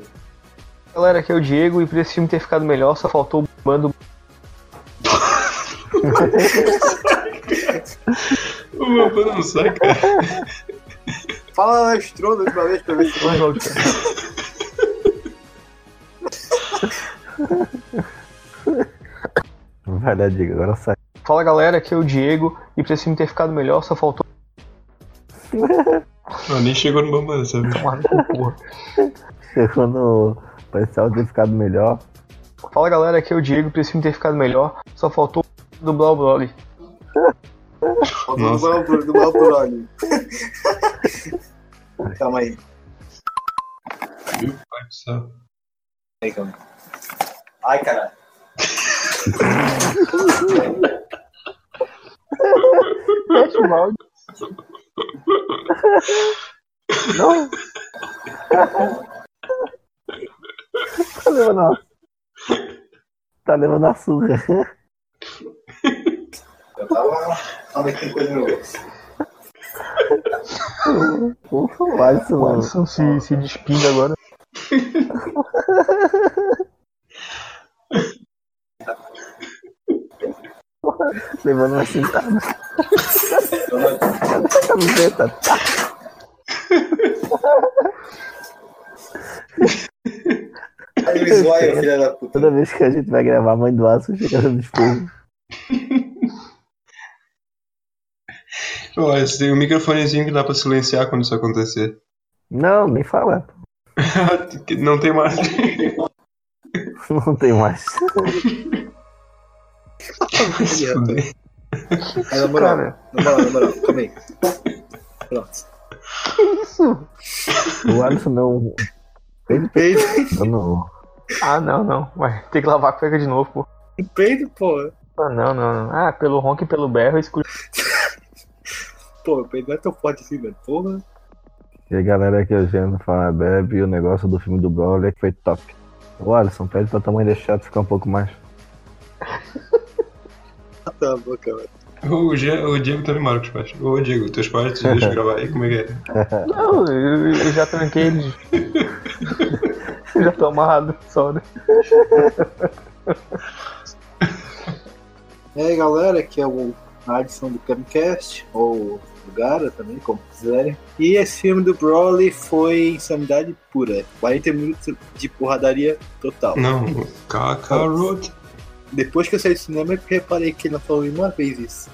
Speaker 9: Galera, aqui é o Diego e pra esse filme ter ficado melhor, só faltou o Bambam do...
Speaker 16: O Bambam não sai, cara.
Speaker 12: Fala na estrona de uma vez pra ver se vai.
Speaker 10: Vai dar, diga, agora sai.
Speaker 9: Fala galera, aqui é o Diego e pra esse filme ter ficado melhor só faltou.
Speaker 16: Não, nem chegou no Bambam, sabe?
Speaker 10: Chegou no. Pensava ter ficado melhor.
Speaker 9: Fala galera, aqui é o Diego e pra esse filme ter ficado melhor só faltou dublar o blog.
Speaker 1: Do mal pro, do mal pro óleo. calma aí.
Speaker 2: Meu pai do céu.
Speaker 1: Aí, calma Ai, caralho.
Speaker 10: Fecha o áudio. Não. Tá levando a... Tá levando a surra.
Speaker 1: Eu tava. Tava aqui coisa no
Speaker 10: O Alisson, o Alisson se, se despinga agora. Levando uma sentada. Camiseta. tá.
Speaker 1: Aí me zoia, filha da puta.
Speaker 10: Toda vez que a gente vai gravar, a mãe do Aço chega no povo.
Speaker 2: Ó, esse tem um microfonezinho que dá pra silenciar quando isso acontecer.
Speaker 10: Não, nem fala.
Speaker 2: Não tem mais.
Speaker 10: Não tem mais.
Speaker 1: Aí, na moral, na moral, na moral, calma aí. Pronto.
Speaker 10: Que isso? O Alisson não. Ele peida. Eu não.
Speaker 9: Ah, não, não. Ué, tem que lavar a cueca de novo, pô.
Speaker 1: Peido, pô.
Speaker 9: Ah, não, não, não. Ah, pelo ronco e pelo berro, eu escuto.
Speaker 1: Pô, peido não é tão forte assim, velho. Porra.
Speaker 10: E a galera é que eu vendo fala, "Ah, bebe, o negócio do filme do Brawler foi top. O Alisson, pede pra tua mãe deixar tu ficar um pouco mais.
Speaker 1: Tá a boca, velho.
Speaker 2: O, Gia- o Diego tá animado com os pais. Ô, Diego, teus pais te deixam gravar aí? Como é que é?
Speaker 9: Não, eu, eu já tranquei eles. Eu já tô amarrado só, né?
Speaker 1: E aí, galera, aqui é o Adson do Camcast, ou do Gara também, como quiserem. E esse filme do Broly foi insanidade pura. 40 minutos de porradaria total.
Speaker 2: Não, Kakarot.
Speaker 1: Depois que eu saí do cinema, é eu reparei que ele não falou nenhuma vez isso.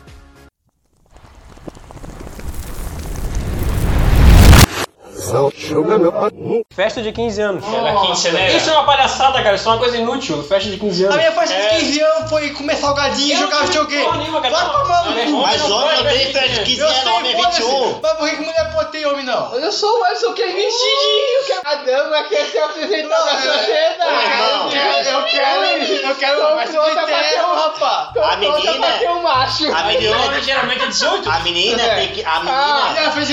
Speaker 2: Festa de 15 anos.
Speaker 3: Nossa, né?
Speaker 2: Isso é uma palhaçada, cara. Isso é uma coisa inútil. Festa de 15 anos.
Speaker 3: A minha festa de
Speaker 2: É.
Speaker 3: 15 anos foi comer salgadinho e
Speaker 2: Eu
Speaker 3: jogar
Speaker 2: não tenho
Speaker 3: videogame.
Speaker 2: porra nenhuma, cara.
Speaker 3: Vai pra mão,
Speaker 2: Mas homem não tem
Speaker 3: né?
Speaker 2: festa de 15 anos, homem é 21.
Speaker 3: Mas por que que mulher pode ter homem, não? Eu sou mais o que é mentidinho, cara. A dama quer né? se apresentar na sociedade. Eu quero, eu quero, eu quero uma festa de terra, rapaz.
Speaker 5: É. A menina-
Speaker 3: macho.
Speaker 5: A menina
Speaker 3: geralmente é 18.
Speaker 5: A menina tem que. A menina.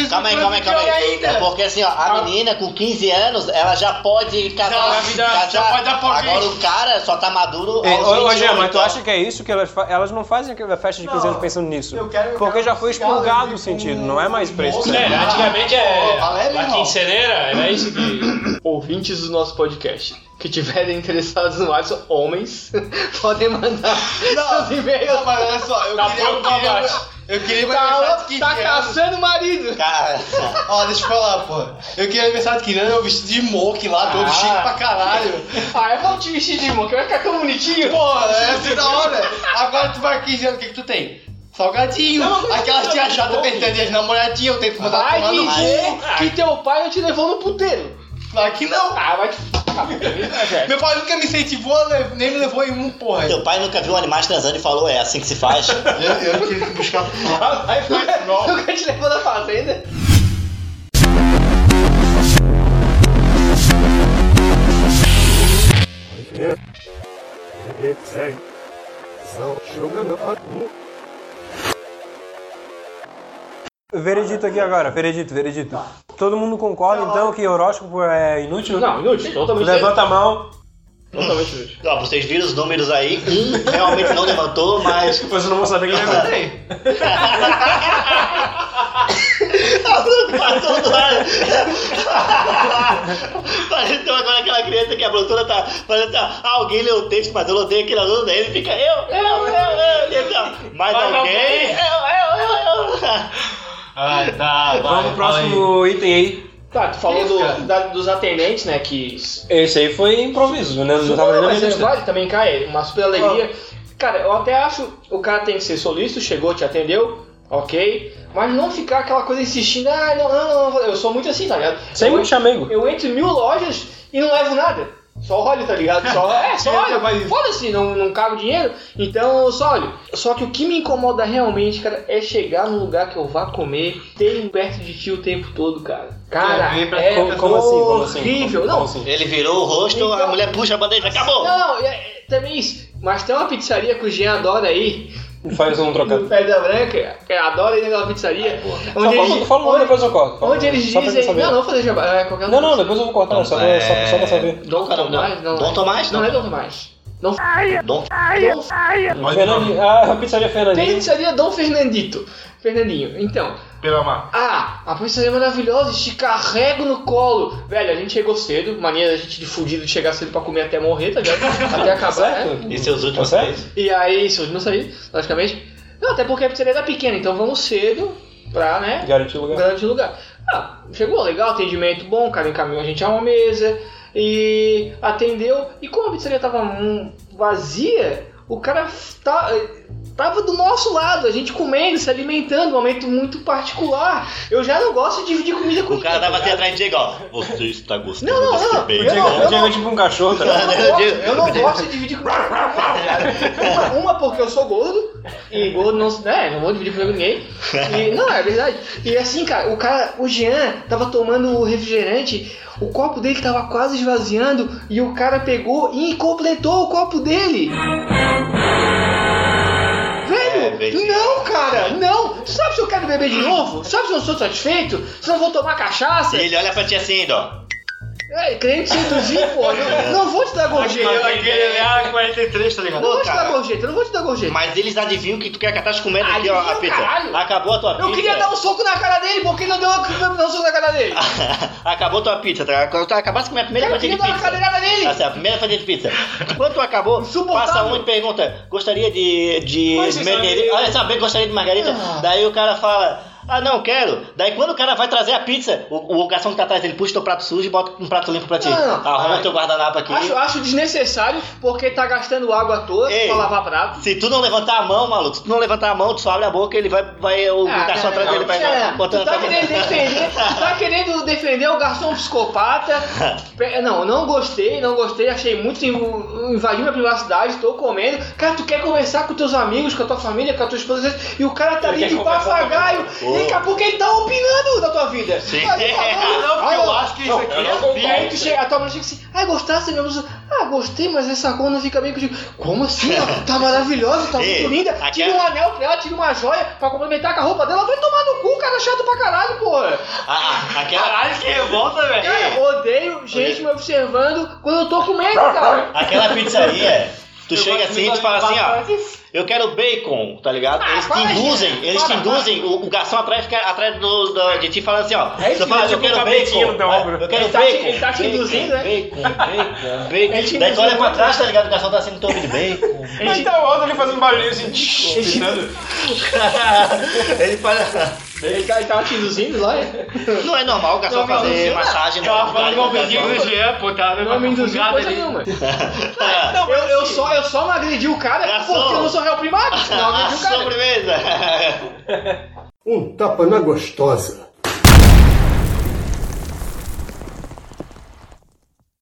Speaker 5: calma aí, calma aí, calma aí. É porque assim, ó, a menina com 15 anos, ela já pode casar.
Speaker 2: Já, a vida-
Speaker 5: casar.
Speaker 2: já pode dar palpite.
Speaker 5: Agora o cara só tá maduro.
Speaker 3: é
Speaker 2: Ei,
Speaker 5: aos
Speaker 2: É, ô, ô,
Speaker 5: 28,
Speaker 2: Jean, mas tu
Speaker 5: então.
Speaker 2: acha que é isso que elas fa- Elas não fazem aquela festa de 15 anos pensando nisso. Porque já foi expurgado o sentido, não é mais pra isso.
Speaker 3: É, antigamente é- a
Speaker 2: quinceneira, era isso que.
Speaker 3: Ouvintes do nosso podcast que tiverem interessados no Watson, homens, podem mandar não, seus e-mails. Não, mas é assim, olha só, eu queria. Eu queria, eu queria meu aniversário de 15 Tá caçando o marido! Cara, ó, deixa eu falar, pô. Eu queria aniversário de 15 anos, eu vestido de moque lá, todo
Speaker 18: Ah.
Speaker 3: chique pra caralho. Ah, eu vou te vestir de moque, vai ficar tão bonitinho. Porra, é assim da hora. Agora tu vai 15 anos, o que, que tu tem? Salgadinho, aquelas tia chata apertando as namoradinhas, eu tenho que mandar
Speaker 18: Vai
Speaker 3: tomar no
Speaker 18: dizer
Speaker 3: cu. que teu pai não te levou no puteiro. Aqui não. Ah, vai Meu pai nunca me incentivou, nem me levou em um, porra.
Speaker 5: Teu pai nunca viu um animais transando e falou, é assim que se faz.
Speaker 3: eu, tive que buscar. Aí foi Nunca te levou na fazenda.
Speaker 2: Veredito aqui agora, veredito, veredito. Todo mundo concorda então que horóscopo é inútil?
Speaker 5: Não, inútil, totalmente
Speaker 2: Levanta a mão.
Speaker 5: Totalmente inútil. Ó, vocês viram os números aí, um realmente não levantou, mas.
Speaker 2: Vocês não vão saber quem levantei.
Speaker 5: Passou do ar. Pareceu então agora aquela criança que a professora tá fazendo. Tá, alguém lê o texto, mas eu odeio aquele aluno dele e fica eu, eu, eu, eu. E ele tá, mais
Speaker 2: Mais
Speaker 5: alguém?
Speaker 2: alguém?
Speaker 5: Eu, eu, eu, eu.
Speaker 3: Ah, tá.
Speaker 2: Vamos pro próximo item aí.
Speaker 3: Tá, tu falou do, da- dos atendentes, né? Que.
Speaker 2: Esse aí foi improviso, né? Não
Speaker 3: Não,
Speaker 2: tava nem na
Speaker 3: mas
Speaker 2: minha
Speaker 3: é
Speaker 2: lista.
Speaker 3: válido também, cara. é Uma super alegria.
Speaker 5: Ah.
Speaker 3: Cara, eu até acho o cara tem que ser solícito, chegou, te atendeu, ok. Mas não ficar aquela coisa insistindo, ah, não, não, não, não, eu sou muito assim, tá ligado?
Speaker 2: Sem
Speaker 3: eu
Speaker 2: muito chamego.
Speaker 3: Eu entro em mil lojas e não levo nada. Só olho, tá ligado? Só, é, só olho, mas foda-se, não, não cago dinheiro, então eu só olho. Só que o que me incomoda realmente, cara, é chegar num lugar que eu vá comer, ter um perto de ti o tempo todo, cara. Cara, é,
Speaker 5: É, vem pra-
Speaker 3: horrível.
Speaker 5: como- como assim, como assim?
Speaker 3: não.
Speaker 5: Como assim? Ele virou o rosto, a mulher puxa a bandeja, acabou!
Speaker 3: Então- Não, não, é, é, também isso. Mas tem uma pizzaria que o Jean adora aí,
Speaker 2: Faz um trocado.
Speaker 3: no Pedra Branca, que é adora ir naquela pizzaria.
Speaker 2: Só
Speaker 3: onde
Speaker 2: fala, um
Speaker 5: um
Speaker 3: eles,
Speaker 2: fala o nome, depois eu corto. Fala
Speaker 3: onde
Speaker 2: o nome,
Speaker 3: eles
Speaker 2: só pra
Speaker 3: dizem.
Speaker 2: eu saber.
Speaker 3: Não, não vou fazer jabá. É qualquer é,
Speaker 2: Não, não, depois eu vou cortar, só, pra, só, só pra saber.
Speaker 3: Dom Tomás? Não,
Speaker 2: Dom
Speaker 3: é.
Speaker 2: Tomás, não.
Speaker 3: Não é Dom Tomás. Dom.
Speaker 5: Dom.
Speaker 3: Dom.
Speaker 2: Fernandinho, ah, a pizzaria Fernandinho.
Speaker 3: Tem pizzaria Dom Fernandito. Fernandinho, então.
Speaker 2: Pela mar.
Speaker 3: Ah, a pizzaria é maravilhosa, te carrego no colo. Velho, a gente chegou cedo, mania da gente de fudido de chegar cedo pra comer até morrer, tá ligado? até acabar, né?
Speaker 5: E seus últimos três?
Speaker 3: E aí, se eu não sair, logicamente. Não, até porque a pizzaria era pequena, então vamos cedo pra, né?
Speaker 2: Garantir lugar.
Speaker 3: Garantir lugar. Ah, chegou, legal, atendimento bom, o cara encaminhou a gente a uma mesa e atendeu. E como a pizzaria tava hum, vazia, o cara tá, tava do nosso lado, a gente comendo, se alimentando, um momento muito particular. Eu já não gosto de dividir comida com
Speaker 5: O cara tava assim atrás de Diego, ó. Você está gostando
Speaker 3: Não, não,
Speaker 5: desse
Speaker 3: não, não.
Speaker 5: bacon?
Speaker 3: O Diego- o Diego é
Speaker 2: tipo um cachorro,
Speaker 3: Eu não gosto, eu não gosto de dividir comida com ninguém. Uma, uma porque eu sou gordo, e gordo não, né, não vou dividir comida com ninguém. E, não, é verdade. E assim, cara, o cara, o Jean tava tomando o refrigerante, o copo dele tava quase esvaziando, e o cara pegou e completou o copo dele.
Speaker 5: É,
Speaker 2: É,
Speaker 3: Velho, não, cara, não. Tu sabe se eu quero beber de novo? Sabe se eu não sou satisfeito? Se eu não vou tomar cachaça?
Speaker 5: E ele olha pra ti assim ainda, ó.
Speaker 3: É, crente seduzir, pô. Não, não vou te dar gorjeta.
Speaker 5: é 43, tá ligado?
Speaker 3: Não vou te dar gorjeta, não vou te dar gorjeta.
Speaker 5: Mas eles adivinham que tu quer catar as comidas aqui, ó, a
Speaker 3: Adivinham,
Speaker 5: pizza.
Speaker 3: caralho.
Speaker 5: Acabou a tua pizza.
Speaker 3: Eu queria dar um soco na cara dele, porque não deu não deu um soco na cara dele.
Speaker 5: Acabou tua pizza, tá? Quando tu acabasse com a minha primeira
Speaker 3: Cara, eu
Speaker 5: fatia de
Speaker 3: queria dar
Speaker 5: pizza.
Speaker 3: uma cadeirada nele.
Speaker 5: Assim, a primeira fatia de pizza. Quando tu acabou, passa um e pergunta: gostaria de. de
Speaker 3: Mas você
Speaker 5: margarita?
Speaker 3: sabe-
Speaker 5: Olha, sabe, gostaria de margarita?
Speaker 3: Ah.
Speaker 5: Daí o cara fala. Ah, não, quero. Daí quando o cara vai trazer a pizza, o, o garçom que tá atrás, ele puxa teu prato sujo e bota um prato limpo pra ti.
Speaker 3: Não, não, não.
Speaker 5: Arruma
Speaker 3: Ai.
Speaker 5: teu guardanapo aqui.
Speaker 3: Acho, acho desnecessário, porque tá gastando água à toa
Speaker 5: Ei,
Speaker 3: pra lavar prato.
Speaker 5: Se tu não levantar a mão, maluco, se tu não levantar a mão, tu só abre a boca ele vai, vai o
Speaker 3: Ah,
Speaker 5: garçom
Speaker 3: não,
Speaker 5: atrás
Speaker 3: não,
Speaker 5: dele vai
Speaker 3: não, não.
Speaker 5: botando
Speaker 3: Tu tá
Speaker 5: pra-
Speaker 3: querendo defender, tu tá querendo defender o garçom psicopata. Pe- Não, não gostei, não gostei, achei muito inv- invadiu minha privacidade, tô comendo. Cara, tu quer conversar com teus amigos, com a tua família, com a tua esposa, e o cara tá
Speaker 5: Ele
Speaker 3: ali
Speaker 5: quer
Speaker 3: de
Speaker 5: conversar
Speaker 3: papagaio,
Speaker 5: com-
Speaker 3: e daqui a pouco ele tá opinando da tua vida.
Speaker 5: Sim.
Speaker 3: Mas, por favor,
Speaker 5: Não, porque
Speaker 3: olha,
Speaker 5: eu acho que isso
Speaker 3: não,
Speaker 5: aqui
Speaker 3: eu
Speaker 5: é
Speaker 3: não concordo. Aí tu
Speaker 5: vida.
Speaker 3: chega, a tua mulher chega assim, ah, gostasse minha blusa? Ah, gostei, mas essa cor não fica bem contigo. Como assim? Tá maravilhosa, tá
Speaker 5: Ei,
Speaker 3: muito linda.
Speaker 5: aqui
Speaker 3: Tira
Speaker 5: é-
Speaker 3: um anel pra ela, tira uma joia pra complementar com a roupa dela. Vai tomar no cu, cara chato pra caralho, porra.
Speaker 5: Ah,
Speaker 3: é-
Speaker 5: aquela... Caralho, que revolta, velho.
Speaker 3: Cara, eu odeio gente me observando quando eu tô comendo, cara.
Speaker 5: Aquela pizzaria, tu
Speaker 3: Eu
Speaker 5: chega
Speaker 3: gosto
Speaker 5: assim e
Speaker 3: muito
Speaker 5: tu fala
Speaker 3: da
Speaker 5: assim, ó.
Speaker 3: linguagem.
Speaker 5: Eu quero bacon, tá ligado? eles te
Speaker 3: para,
Speaker 5: induzem,
Speaker 3: gente.
Speaker 5: eles te
Speaker 3: Para,
Speaker 5: induzem, o, o garçom atrás fica atrás do, do- de ti falando assim, ó.
Speaker 3: É isso
Speaker 5: tu fala,
Speaker 3: mesmo,
Speaker 5: eu quero
Speaker 3: fica
Speaker 5: bacon. é,
Speaker 3: mentindo da obra.
Speaker 5: Eu quero
Speaker 3: Ele tá te-
Speaker 5: bacon.
Speaker 3: ele tá te
Speaker 5: bacon,
Speaker 3: induzindo, né?
Speaker 5: Bacon, bacon, bacon.
Speaker 3: Ele te
Speaker 5: Daí tu olha
Speaker 3: induziu.
Speaker 5: pra trás, tá ligado? O garçom tá assim no teu ouvido, bacon.
Speaker 2: Então, olha ele fazendo barulhinho assim, pitando.
Speaker 5: Ele fala.
Speaker 3: Ele tá, ele tava te induzindo lá, é?
Speaker 5: Não é normal o garçom
Speaker 3: Não, me
Speaker 5: fazer
Speaker 3: induziu, não.
Speaker 5: massagem né? no
Speaker 3: Tava
Speaker 5: lugar
Speaker 3: falando mal
Speaker 5: do
Speaker 3: pedido
Speaker 5: garçom.
Speaker 3: do Jean, pô, tava Não me induziu coisa nenhuma. Não, eu, eu
Speaker 5: assim,
Speaker 3: só, eu só não agredi o cara
Speaker 5: Garçom.
Speaker 3: porque eu não sou réu primário. Não, eu agredi o cara.
Speaker 5: Sobremesa.
Speaker 12: Um tapa na gostosa.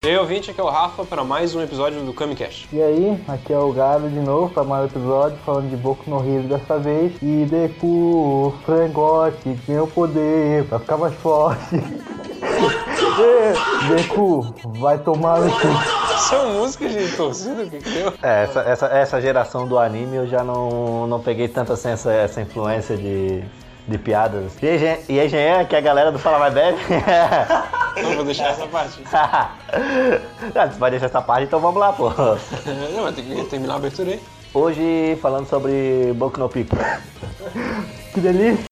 Speaker 2: E aí, ouvinte, aqui é o Rafa para mais um episódio do Camicast.
Speaker 1: E aí, aqui é o Galo de novo para mais um episódio falando de Boku no Rio dessa vez. E Deku, frangote, meu poder pra ficar mais forte. E, Deku, vai tomar no cu.
Speaker 2: São músicas de torcida, o que que deu?
Speaker 9: É, essa, essa, essa geração do anime eu já não, não peguei tanta assim, essa, essa influência de, de piadas. E aí, Gen- e aí, Jean, que é a galera do Fala Mais Bebe?
Speaker 2: Não vou deixar essa parte.
Speaker 9: ah, tu vai deixar essa parte, então vamos lá, pô.
Speaker 2: Não, mas tem que terminar a abertura aí.
Speaker 9: Hoje, falando sobre Boku no Pico.
Speaker 1: Que delícia.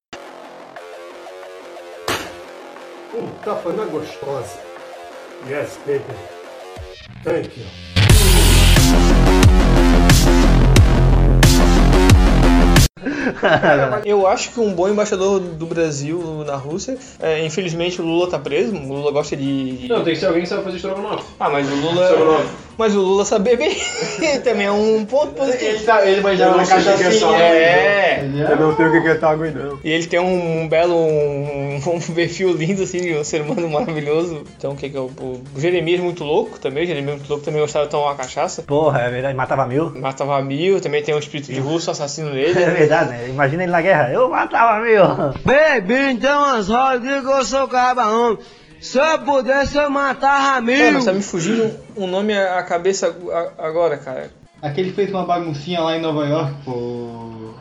Speaker 12: Um tapa na gostosa. Yes, baby. Thank you.
Speaker 3: Eu acho que um bom embaixador do Brasil na Rússia, é, infelizmente o Lula tá preso, o Lula gosta de.
Speaker 2: Não, tem que ser alguém que sabe fazer estrogonofe.
Speaker 3: Ah, mas o Lula.
Speaker 2: Estrogonofe.
Speaker 3: Mas o Lula saber beber também é um ponto positivo.
Speaker 1: Ele tá- ele manjava Eu não na sei o que cachaça, é
Speaker 9: assim,
Speaker 1: essa
Speaker 9: né?
Speaker 1: água,
Speaker 3: assim, É.
Speaker 1: não. Eu não sei o que é essa água, não.
Speaker 3: E ele tem um, belo, um, um perfil lindo, assim, de um ser humano maravilhoso. Então, o que que é o... o Jeremias muito louco também, o Jeremias muito louco também gostava de tomar uma cachaça.
Speaker 5: Porra, é verdade, matava mil.
Speaker 3: Matava mil, também tem um espírito de russo assassino nele.
Speaker 5: É verdade, né? Imagina ele na guerra. Eu matava mil. né?
Speaker 19: Bebi então as rodas que eu sou cabarão. Se eu pudesse, eu matava
Speaker 3: Cara,
Speaker 19: mil.
Speaker 3: mas tá me fugindo um nome à cabeça ag- agora, cara.
Speaker 1: Aquele que fez uma baguncinha lá em Nova York, pô.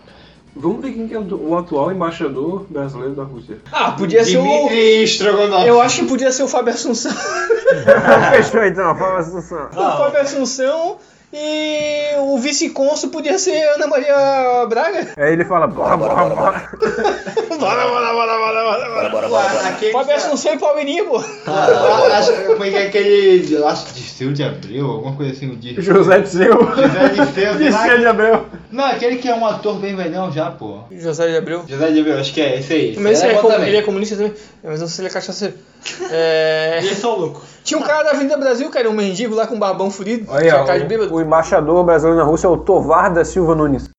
Speaker 2: Vamos ver quem que é o o atual embaixador brasileiro da Rússia.
Speaker 3: Ah, podia ser
Speaker 1: Dmitry
Speaker 3: o.
Speaker 1: Strogonoff.
Speaker 3: Eu acho que podia ser o Fábio Assunção.
Speaker 2: Fechou então, fala Assunção.
Speaker 3: O Fábio é Assunção e o vice-consul podia ser Ana Maria Braga.
Speaker 2: Aí ele fala, bora, bora, bora.
Speaker 3: Bora, bora, bora, bora, bora, bora.
Speaker 2: bora, bora, bora.
Speaker 3: Fábio é Assunção e Palmeirinha, pô.
Speaker 1: Ah, acho que foi aquele. eu Acho que Disseu de Abreu, alguma coisa assim, o dia.
Speaker 2: José Disseu.
Speaker 1: José Disseu, sei lá.
Speaker 2: Disseu de Abreu.
Speaker 1: Não, aquele que é um ator bem velhão já, pô.
Speaker 3: José de Abreu.
Speaker 1: José de Abreu, acho que é esse aí.
Speaker 3: Mas
Speaker 1: Esse
Speaker 3: ele,
Speaker 1: era
Speaker 3: é
Speaker 1: bom
Speaker 3: com-
Speaker 1: também.
Speaker 3: ele é comunista também. É, Mas não sei se ele é cachaceiro. É... Ele é só louco. Tinha um cara da Avenida Brasil, cara, um mendigo lá com um barbão furido.
Speaker 2: Olha,
Speaker 3: tinha cara de bêbado.
Speaker 2: o, o embaixador brasileiro na Rússia é o Tovar da Silva Nunes.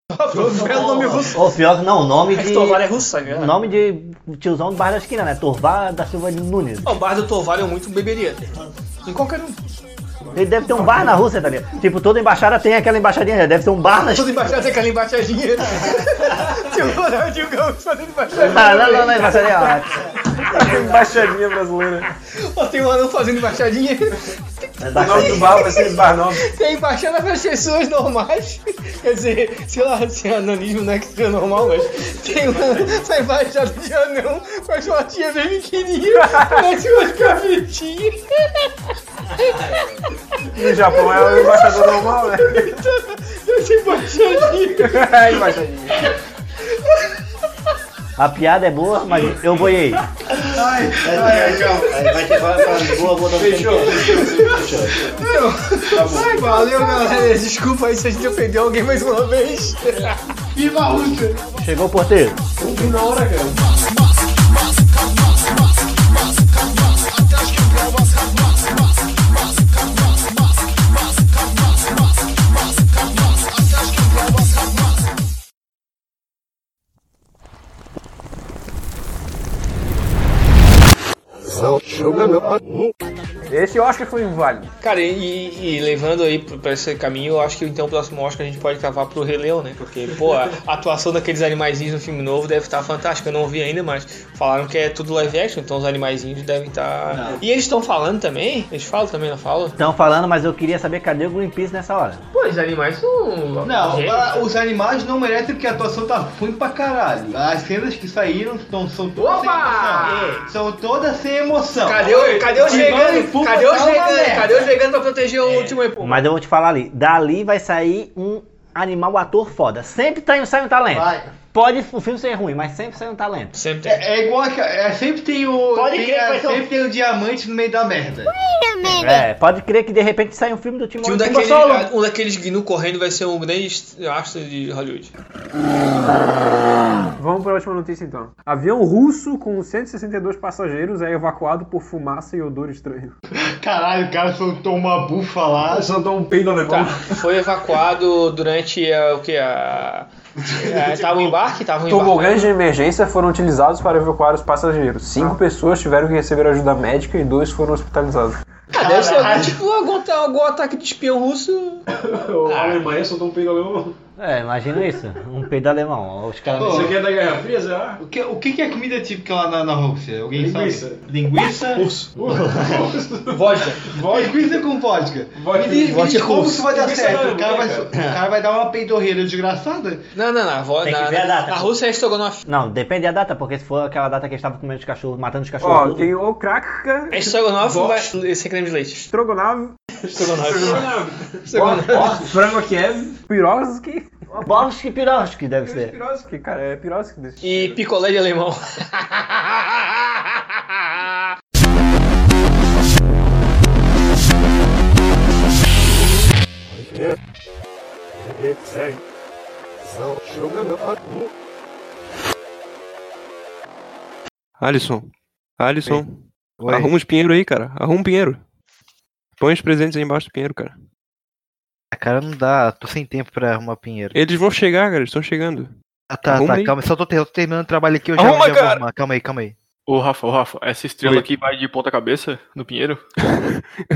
Speaker 3: Belo nome russo.
Speaker 5: Ô, pior que não, o nome de.
Speaker 3: Tovar é russo, sabe?
Speaker 5: O nome de tiozão do bar da esquina, né? Torvar da Silva de Nunes.
Speaker 3: O bar do Tovar é muito beberia. Em qualquer um.
Speaker 5: Ele deve ter um bar na Rússia, tá ligado? Tipo, toda embaixada tem aquela embaixadinha, né? deve ter um bar na
Speaker 3: Toda embaixada tem aquela embaixadinha. Tinha o Ronaldinho Gaúcho fazendo embaixadinha.
Speaker 5: Não, não, não, não,
Speaker 10: é
Speaker 5: embaixadinha,
Speaker 2: Embaixadinha brasileira.
Speaker 3: Ó, tem um anão fazendo embaixadinha.
Speaker 5: É
Speaker 2: O nome do bar vai ser Bar Nobre.
Speaker 3: Tem embaixada para as pessoas normais. Quer dizer, sei lá, se é anonismo não é que seja normal, mas tem uma, uma embaixada de anão com as fotinhas bem pequenininhas, parece umas cabritinhas.
Speaker 2: No Japão é o embaixador normal, né?
Speaker 3: Esse embaixadinho.
Speaker 2: É, embaixadinha.
Speaker 5: A piada é boa, mas eu boiei.
Speaker 10: Ai, ai, ai, vai ter que falar falar de boa, vou dar um
Speaker 3: Fechou,
Speaker 10: tempo.
Speaker 3: Ai, valeu, galera. Desculpa aí se a gente ofendeu alguém mais uma vez. Viva a Rússia!
Speaker 5: Chegou o porteiro.
Speaker 3: Na hora, cara.
Speaker 2: Esse eu acho que foi inválido.
Speaker 3: Cara, e, e levando aí pro- pra esse caminho, eu acho que então o próximo Oscar a gente pode cavar pro Rei Leão, né? Porque, pô, a a atuação daqueles animaizinhos no filme novo deve estar fantástica. Eu não vi ainda, mas falaram que é tudo live action, então os animaizinhos devem estar. E eles estão falando também? Eles falam também, não falam?
Speaker 5: Estão falando, mas eu queria saber cadê o Greenpeace nessa hora.
Speaker 3: Pô, os animais são.
Speaker 1: Não,
Speaker 3: Gente.
Speaker 1: ah, os animais não merecem porque a atuação tá ruim pra caralho. As cenas que saíram estão, são todas
Speaker 3: Opa!
Speaker 1: sem emoção. São todas sem emoção.
Speaker 3: Cadê o, cadê o
Speaker 1: Timão e
Speaker 3: Gigante?
Speaker 1: Pumba
Speaker 3: Cadê o
Speaker 1: tá uma
Speaker 3: Gigante?
Speaker 1: merda.
Speaker 3: Cadê o Gigante pra proteger o último aí, pô?
Speaker 5: Mas eu vou te falar ali, dali vai sair um animal ator foda. Sempre tem, sai um talento.
Speaker 1: Vai.
Speaker 5: Pode o filme ser ruim, mas sempre sai um talento.
Speaker 3: Sempre
Speaker 1: É, é igual a, é, sempre tem o.
Speaker 5: Pode
Speaker 1: tem,
Speaker 5: crer que
Speaker 1: a-
Speaker 5: vai ser um-
Speaker 1: sempre tem o diamante no meio da merda.
Speaker 5: É, pode crer que de repente sai um filme do Timão
Speaker 3: Que um,
Speaker 5: e Pumba
Speaker 3: daquele,
Speaker 5: solo.
Speaker 3: um daqueles Gnu correndo vai ser um grande astro de Hollywood.
Speaker 2: Vamos para a última notícia então. Avião russo com 162 passageiros é evacuado por fumaça e odor estranho.
Speaker 1: Caralho, o cara soltou uma bufa lá.
Speaker 2: Soltou um peido na
Speaker 3: Tá, foi evacuado durante eh, o que? A... eh, tava o embarque? Tava o embarque.
Speaker 2: Tobogãs de emergência foram utilizados para evacuar os passageiros.
Speaker 1: Ah.
Speaker 2: Cinco pessoas tiveram que receber ajuda médica e dois foram hospitalizados.
Speaker 3: Ah, deve ser algum, tipo algum, ta- algum ataque de espião russo.
Speaker 2: A Alemanha soltou um peido alemão.
Speaker 5: É, imagina isso. Um peido alemão. Os caras.
Speaker 1: Pô,
Speaker 2: é da Guerra Fria, será?
Speaker 1: O que, o que que é comida típica lá na, na Rússia? Alguém
Speaker 2: Linguiça.
Speaker 1: sabe? Linguiça.
Speaker 2: Urso.
Speaker 1: vodka. Linguiça com vodka.
Speaker 2: Vodka.
Speaker 1: Me diz, me
Speaker 3: Vodka
Speaker 1: diz
Speaker 3: com
Speaker 1: como
Speaker 3: urso.
Speaker 1: isso vai dar
Speaker 3: Linguiça
Speaker 1: certo?
Speaker 3: não,
Speaker 1: O cara vai,
Speaker 3: cara.
Speaker 1: o cara vai dar uma peidorreira desgraçada.
Speaker 3: Não, não, não. Vo,
Speaker 5: Tem que
Speaker 3: na,
Speaker 5: ver a
Speaker 3: na,
Speaker 5: data.
Speaker 3: na Rússia é estrogonofe.
Speaker 5: Não, depende da data, porque se for aquela data que eles estavam comendo os cachorros, matando os cachorros.
Speaker 2: Ó,
Speaker 5: tudo.
Speaker 20: um
Speaker 2: tem o Krakka.
Speaker 3: É estrogonofe ou vai esse é creme de leite?
Speaker 2: Estrogonofe.
Speaker 3: Estrogonofe.
Speaker 2: Ó, ó, Frango Kiev. Pirovski.
Speaker 5: Borovski Pirovski deve ser.
Speaker 2: Pirovski, cara, é Pirovski desse.
Speaker 3: E picolé de alemão.
Speaker 12: Alisson. Alisson.
Speaker 21: Oi.
Speaker 12: Arruma os pinheiros aí, cara. Arruma um pinheiro. Põe os presentes aí embaixo do pinheiro, cara.
Speaker 1: Cara, não dá. Tô sem tempo pra arrumar pinheiro.
Speaker 2: Eles vão chegar, cara, eles estão chegando.
Speaker 1: Ah, tá,
Speaker 2: Arruma
Speaker 1: tá,
Speaker 2: aí.
Speaker 1: calma. Só tô, ter- tô terminando o trabalho aqui, eu já,
Speaker 3: Arruma,
Speaker 1: já vou
Speaker 3: cara!
Speaker 1: arrumar. Calma aí, calma aí.
Speaker 3: Ô, Rafa, ô, Rafa, essa estrela
Speaker 2: Oi.
Speaker 3: aqui vai de ponta cabeça no Pinheiro?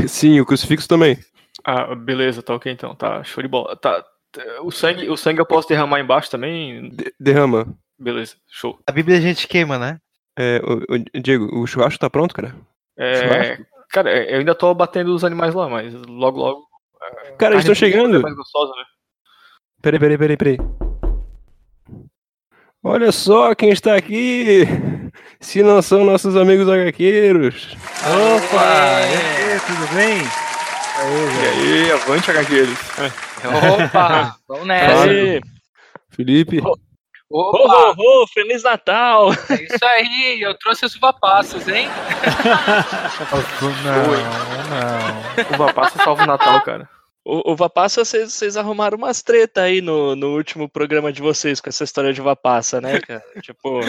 Speaker 2: Sim, o crucifixo também.
Speaker 3: Ah, beleza, tá ok então, tá show de bola. Tá, t- o sangue, o sangue eu posso derramar embaixo também?
Speaker 2: Derrama.
Speaker 3: Beleza, show.
Speaker 1: A Bíblia a gente queima, né?
Speaker 2: É, o, o- Diego, o churrasco tá pronto, cara?
Speaker 3: É,
Speaker 2: Churrasco?
Speaker 3: cara, eu ainda tô batendo os animais lá, mas logo, logo. é,
Speaker 2: Cara, eles
Speaker 3: carne
Speaker 2: estão chegando.
Speaker 3: é mais gostosa, né?
Speaker 2: Peraí, peraí, peraí, peraí. Olha só quem está aqui! Se não são nossos amigos HQeiros.
Speaker 1: Opa! E aí, tudo bem?
Speaker 3: É. E aí, avante, HQeiros.
Speaker 22: Opa, vamos
Speaker 3: Né?
Speaker 22: nessa.
Speaker 2: Fábio, Felipe.
Speaker 22: Opa! Feliz Natal! É isso aí, eu trouxe as vapassas, hein?
Speaker 1: Não,
Speaker 3: não. Uva passa salva o Natal, cara.
Speaker 22: O, o Vapassa, vocês vocês arrumaram umas treta aí no, no último programa de vocês com essa história de Vapassa, né, cara? tipo.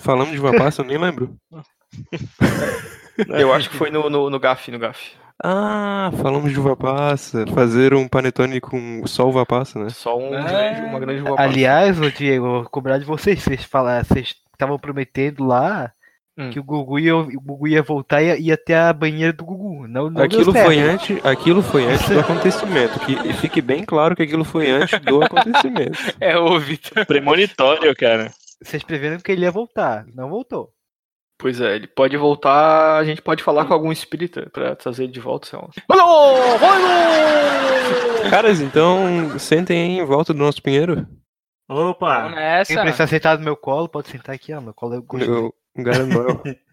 Speaker 2: Falamos de uma pasta, eu nem lembro.
Speaker 3: Eu acho que foi no, no, no GAF, no GAF.
Speaker 2: Ah, falamos de uva passa. Fazer um panetone com só uva passa, né?
Speaker 3: Só
Speaker 22: Ah.
Speaker 3: um grande, uma grande uva passa.
Speaker 1: Aliás, ô Diego, eu vou cobrar de vocês. Vocês falaram, vocês estavam prometendo lá
Speaker 3: Hum.
Speaker 1: que o Gugu ia, o Gugu ia voltar e ia, ia até a banheira do Gugu. Não, não
Speaker 2: Aquilo
Speaker 1: deu certo.
Speaker 2: foi, antes, aquilo foi antes do acontecimento. Que e fique bem claro que aquilo foi antes do acontecimento.
Speaker 22: É, o Vitor. Premonitório, cara.
Speaker 1: Vocês previram que ele ia voltar, não voltou.
Speaker 3: Pois é, ele pode voltar, a gente pode falar com algum espírita pra trazer ele de volta, sei lá.
Speaker 22: Valeu!
Speaker 2: Caras, então sentem aí em volta do nosso pinheiro.
Speaker 1: Opa!
Speaker 22: Nessa.
Speaker 1: Quem precisar sentar no meu colo, pode sentar aqui, ó. Meu colo é gostoso.
Speaker 2: Eu garanto.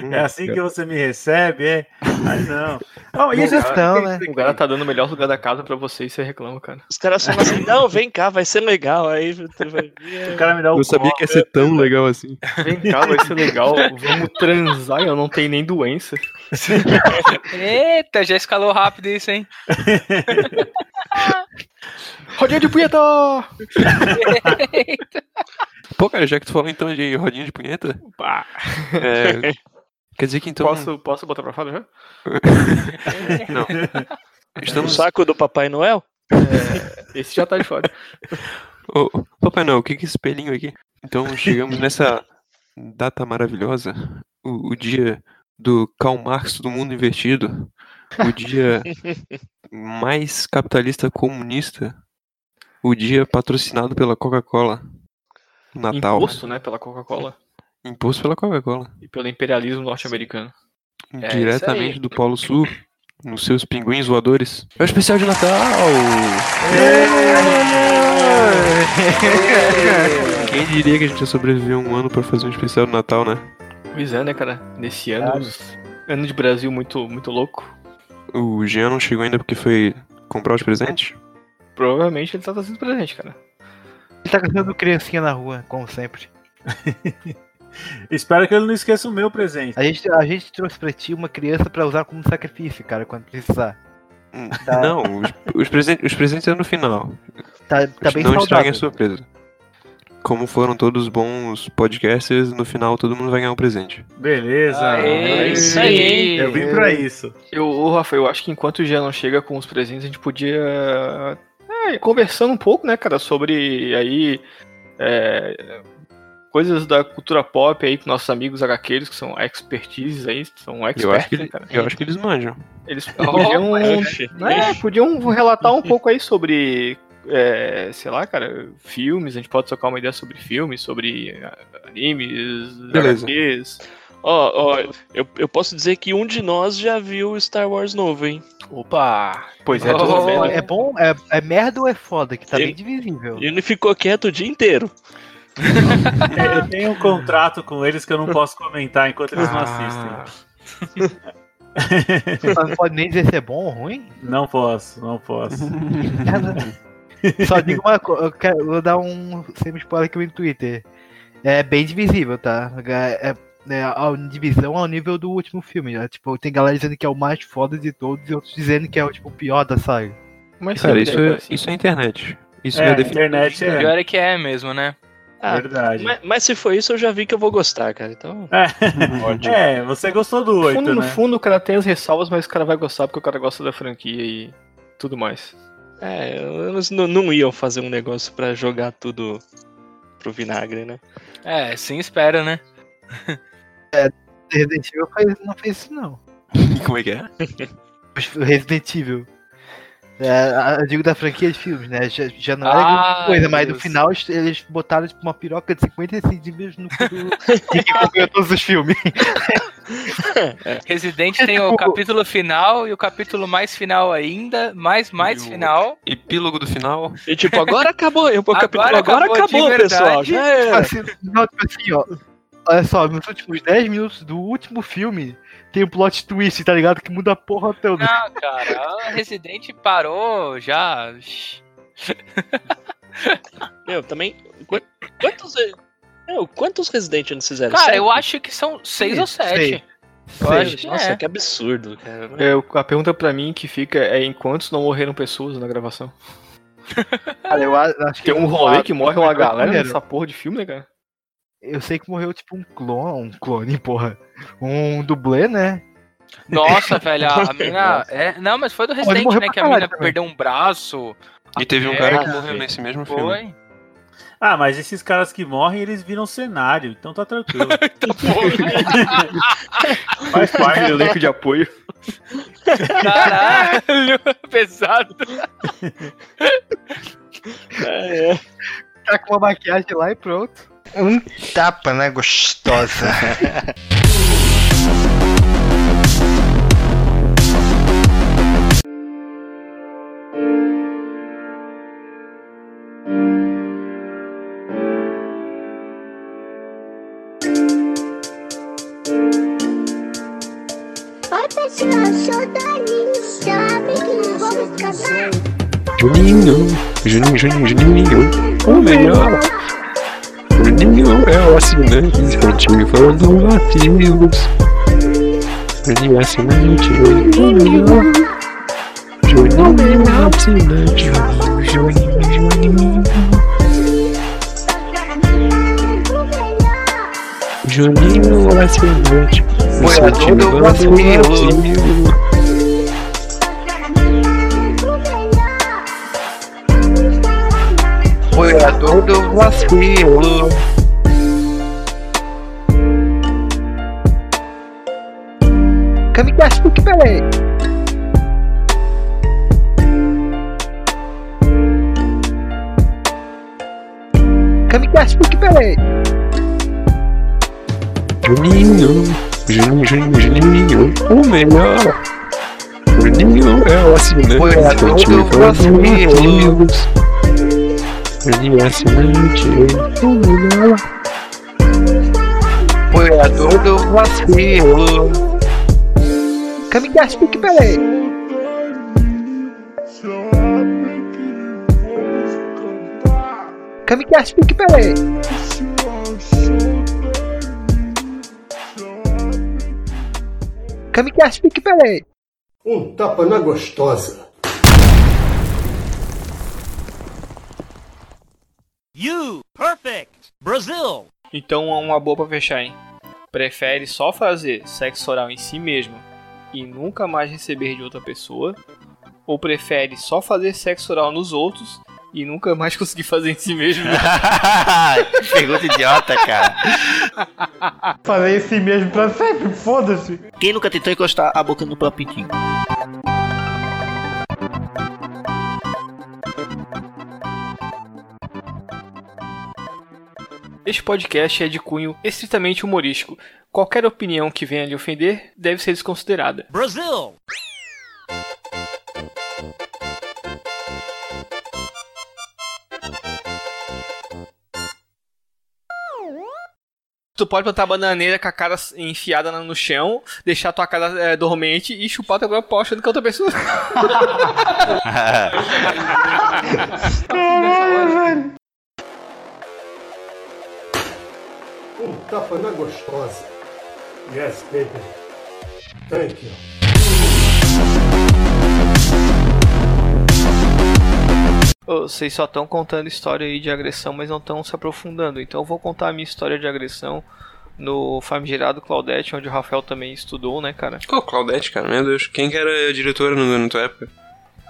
Speaker 2: Hum,
Speaker 20: É assim que você me recebe, é? Mas não.
Speaker 1: Bom,
Speaker 20: e né? esse-
Speaker 5: né?
Speaker 3: O cara tá dando o melhor lugar da casa pra você e você reclama, cara.
Speaker 22: Os caras falam assim, não, vem cá, vai ser legal. Aí tu vai ver.
Speaker 2: Eu sabia que ia ser tão legal assim.
Speaker 3: Vem cá, vai ser legal. Vamos transar, eu não tenho nem doença.
Speaker 22: Eita, já escalou rápido isso, hein?
Speaker 3: Rodinha de punheta!
Speaker 2: Pô, cara, já que tu falou então de rodinha de punheta.
Speaker 3: Pá.
Speaker 2: É, quer dizer que então.
Speaker 3: Posso, posso botar pra fora já?
Speaker 2: Não.
Speaker 22: Estamos... O saco do Papai Noel?
Speaker 3: Esse já tá de fora.
Speaker 2: Ô, ô, Papai Noel, o que que é esse pelinho aqui? Então chegamos nessa data maravilhosa, o, o dia do Karl Marx do mundo invertido, o dia mais capitalista comunista, o dia patrocinado pela Coca-Cola, o Natal,
Speaker 3: Imposto, né, pela Coca-Cola
Speaker 2: imposto pela Coca-Cola,
Speaker 3: e pelo imperialismo norte-americano. É,
Speaker 2: diretamente
Speaker 3: isso aí.
Speaker 2: do Polo Sul, nos seus pinguins voadores. É o especial de Natal!
Speaker 3: É,
Speaker 2: Quem diria que a gente ia sobreviver um ano pra fazer um especial de Natal, né?
Speaker 3: Pois é, né, cara? Nesse ano, os- ano de Brasil muito, muito louco.
Speaker 2: O Jean não chegou ainda porque foi comprar os presentes?
Speaker 3: Provavelmente ele tá trazendo presente, cara.
Speaker 1: Ele tá cantando criancinha na rua, como sempre.
Speaker 20: Espero que ele não esqueça o meu presente.
Speaker 1: A gente, a gente trouxe pra ti uma criança pra usar como sacrifício, cara, quando precisar.
Speaker 2: Hum. Não, os, os presentes, os presentes é no final.
Speaker 1: Tá, tá bem
Speaker 2: não
Speaker 1: saudável.
Speaker 2: estraguem a surpresa. Como foram todos bons podcasters, no final todo mundo vai ganhar um presente.
Speaker 20: Beleza.
Speaker 3: É
Speaker 20: Ah, isso aí. Eu vim pra isso.
Speaker 3: Eu, ô, Rafa, eu acho que enquanto o Jean não chega com os presentes, a gente podia. É, ir conversando um pouco, né, cara, sobre aí. é, coisas da cultura pop aí com nossos amigos HQs, que são expertises aí, são experts,
Speaker 2: Eu acho, que,
Speaker 3: né,
Speaker 2: ele-
Speaker 3: cara?
Speaker 2: eu acho que eles manjam.
Speaker 3: Eles
Speaker 2: Oh,
Speaker 1: um
Speaker 3: podiam,
Speaker 2: oxe,
Speaker 1: é
Speaker 3: né,
Speaker 2: oxe.
Speaker 3: podiam relatar um pouco aí sobre, é, sei lá, cara, filmes. A gente pode trocar uma ideia sobre filmes, sobre eh, animes,
Speaker 2: Beleza.
Speaker 3: HQs.
Speaker 22: Ó, ó, eu, eu posso dizer que um de nós já viu o Star Wars novo, hein?
Speaker 3: Opa! Pois
Speaker 23: tá
Speaker 1: Oh, é bom, é, é merda ou é foda, que tá bem divisível.
Speaker 22: Ele ficou quieto o dia inteiro.
Speaker 1: Ah.
Speaker 20: Eu tenho um contrato com eles que eu não posso comentar enquanto eles não
Speaker 24: Ah.
Speaker 20: assistem.
Speaker 1: Mas Não pode nem dizer se é bom ou ruim.
Speaker 20: Não posso, não posso.
Speaker 1: Só digo uma coisa, eu quero- vou dar um semi-spoiler aqui no Twitter. É bem divisível, tá? É, é- é a divisão ao nível do último filme. Né? Tipo, tem galera dizendo que é o mais foda de todos e outros dizendo que é o tipo, o pior da saga.
Speaker 3: Mas
Speaker 2: Cara, isso é, isso é internet. Isso é,
Speaker 1: É,
Speaker 2: definido.
Speaker 20: internet
Speaker 22: O pior é que é mesmo, né?
Speaker 20: Verdade.
Speaker 22: Mas, mas se for isso, eu já vi que eu vou gostar, cara. Então. Ódio.
Speaker 20: É, você gostou do
Speaker 3: fundo,
Speaker 20: 8,
Speaker 3: no
Speaker 20: né?
Speaker 3: fundo, o cara tem as ressalvas, mas o cara vai gostar porque o cara gosta da franquia e. tudo mais.
Speaker 22: É, eles n- não iam fazer um negócio pra jogar tudo pro vinagre, né?
Speaker 4: É, sim, espera, né?
Speaker 1: É, Resident Evil faz- não fez isso, não.
Speaker 4: Como é que é?
Speaker 1: Resident Evil. É, a- eu digo da franquia de filmes, né? Já, já não era
Speaker 4: Ah,
Speaker 1: grande coisa, mas no
Speaker 4: isso.
Speaker 1: final eles- eles botaram tipo, uma piroca de 50 centímetros no cu do... de quem acompanhou todos os filmes.
Speaker 22: É.
Speaker 4: Resident tem o capítulo final e o capítulo mais final ainda, mais, mais final.
Speaker 2: Epílogo do final.
Speaker 22: E tipo, agora acabou, eu vou
Speaker 4: Agora
Speaker 22: capitular, agora
Speaker 4: acabou de
Speaker 22: acabou,
Speaker 4: verdade.
Speaker 22: pessoal. Já
Speaker 1: Tipo
Speaker 22: era.
Speaker 1: assim, não, tipo assim, ó. Olha só, nos últimos 10 minutos do último filme tem um plot twist, tá ligado? Que muda a porra toda.
Speaker 4: Não, Ah, cara, o Resident parou já.
Speaker 22: Meu, também. qu- Quantos. Meu, quantos Resident eles fizeram?
Speaker 4: Cara,
Speaker 22: Sete?
Speaker 4: eu acho que são seis
Speaker 22: Sim,
Speaker 4: ou sete.
Speaker 22: sei.
Speaker 4: Eu
Speaker 22: Sei.
Speaker 4: acho que
Speaker 22: Nossa,
Speaker 4: é.
Speaker 22: que absurdo, cara.
Speaker 3: É, o- a pergunta pra mim que fica é em quantos não morreram pessoas na gravação?
Speaker 1: Cara, eu a- acho que
Speaker 3: Tem um rolê que morre uma galera
Speaker 1: Primeiro,
Speaker 3: nessa porra de filme, né, cara?
Speaker 1: Eu sei que morreu tipo um clone, um clone, porra. Um dublê, né?
Speaker 4: Nossa, velho, a, a mina. é- não, mas foi do
Speaker 1: Mas
Speaker 4: Resident,
Speaker 1: morreu
Speaker 4: né?
Speaker 1: pra
Speaker 4: Que a mina
Speaker 1: caralho também.
Speaker 4: perdeu um braço.
Speaker 2: E teve um
Speaker 4: É,
Speaker 2: cara que
Speaker 4: cara,
Speaker 2: morreu nesse mesmo
Speaker 4: foi.
Speaker 2: filme.
Speaker 20: Ah, mas esses caras que morrem, eles viram cenário, então tá tranquilo.
Speaker 4: né?
Speaker 3: Faz parte do elenco de apoio.
Speaker 4: Caralho, pesado.
Speaker 1: Tá com uma maquiagem lá e pronto.
Speaker 8: Um tapa na gostosa.
Speaker 10: Oi, pessoal, sou Daninho, sabe que vamos cantar?
Speaker 2: Juninho, Juninho, Juninho, Juninho, o melhor. Juninho é o assinante incentivando nativos. Ele é assinante, o melhor. Juninho é o assinante, Juninho, Juninho, Juninho. Juninho é o assinante incentivando nativos. Foi a dor do vacilo.
Speaker 1: Kamikaze Book Ballet. Kamikaze tipo, Book Ballet.
Speaker 2: Juninho, Juninho, Juninho, Juninho, o melhor. Juninho é o assinante.
Speaker 4: Foi a dor do
Speaker 2: incentivando
Speaker 4: vacilo.
Speaker 2: nativos. Juninho é assinante, o melhor.
Speaker 1: Foi a dor do vacilo. Kamikaze Book Ballet. Kamikaze Book Ballet. Kamikaze Book Ballet.
Speaker 12: Um tapa na gostosa.
Speaker 25: You perfect Brazil.
Speaker 3: Então é uma boa pra fechar, hein? Prefere só fazer sexo oral em si mesmo e nunca mais receber de outra pessoa? Ou prefere só fazer sexo oral nos outros e nunca mais conseguir fazer em si mesmo?
Speaker 4: Que pergunta idiota, cara.
Speaker 24: Falei assim mesmo pra sempre, foda-se.
Speaker 5: Quem nunca tentou encostar a boca no próprio pintinho?
Speaker 3: Este podcast é de cunho estritamente humorístico. Qualquer opinião que venha lhe ofender deve ser desconsiderada. Brasil! Tu pode plantar bananeira com a cara enfiada na- no chão, deixar tua cara eh, dormente e chupar teu próprio pau achando que é outra pessoa.
Speaker 12: Um tapa na gostosa. Yes, baby. Thank you.
Speaker 3: Ô, Vocês só estão contando história aí de agressão, mas não estão se aprofundando. Então eu vou contar a minha história de agressão no famigerado Claudete, onde o Rafael também estudou, né, cara?
Speaker 2: Ô, Claudete, cara, meu Deus. Quem que era a diretora no- na tua época?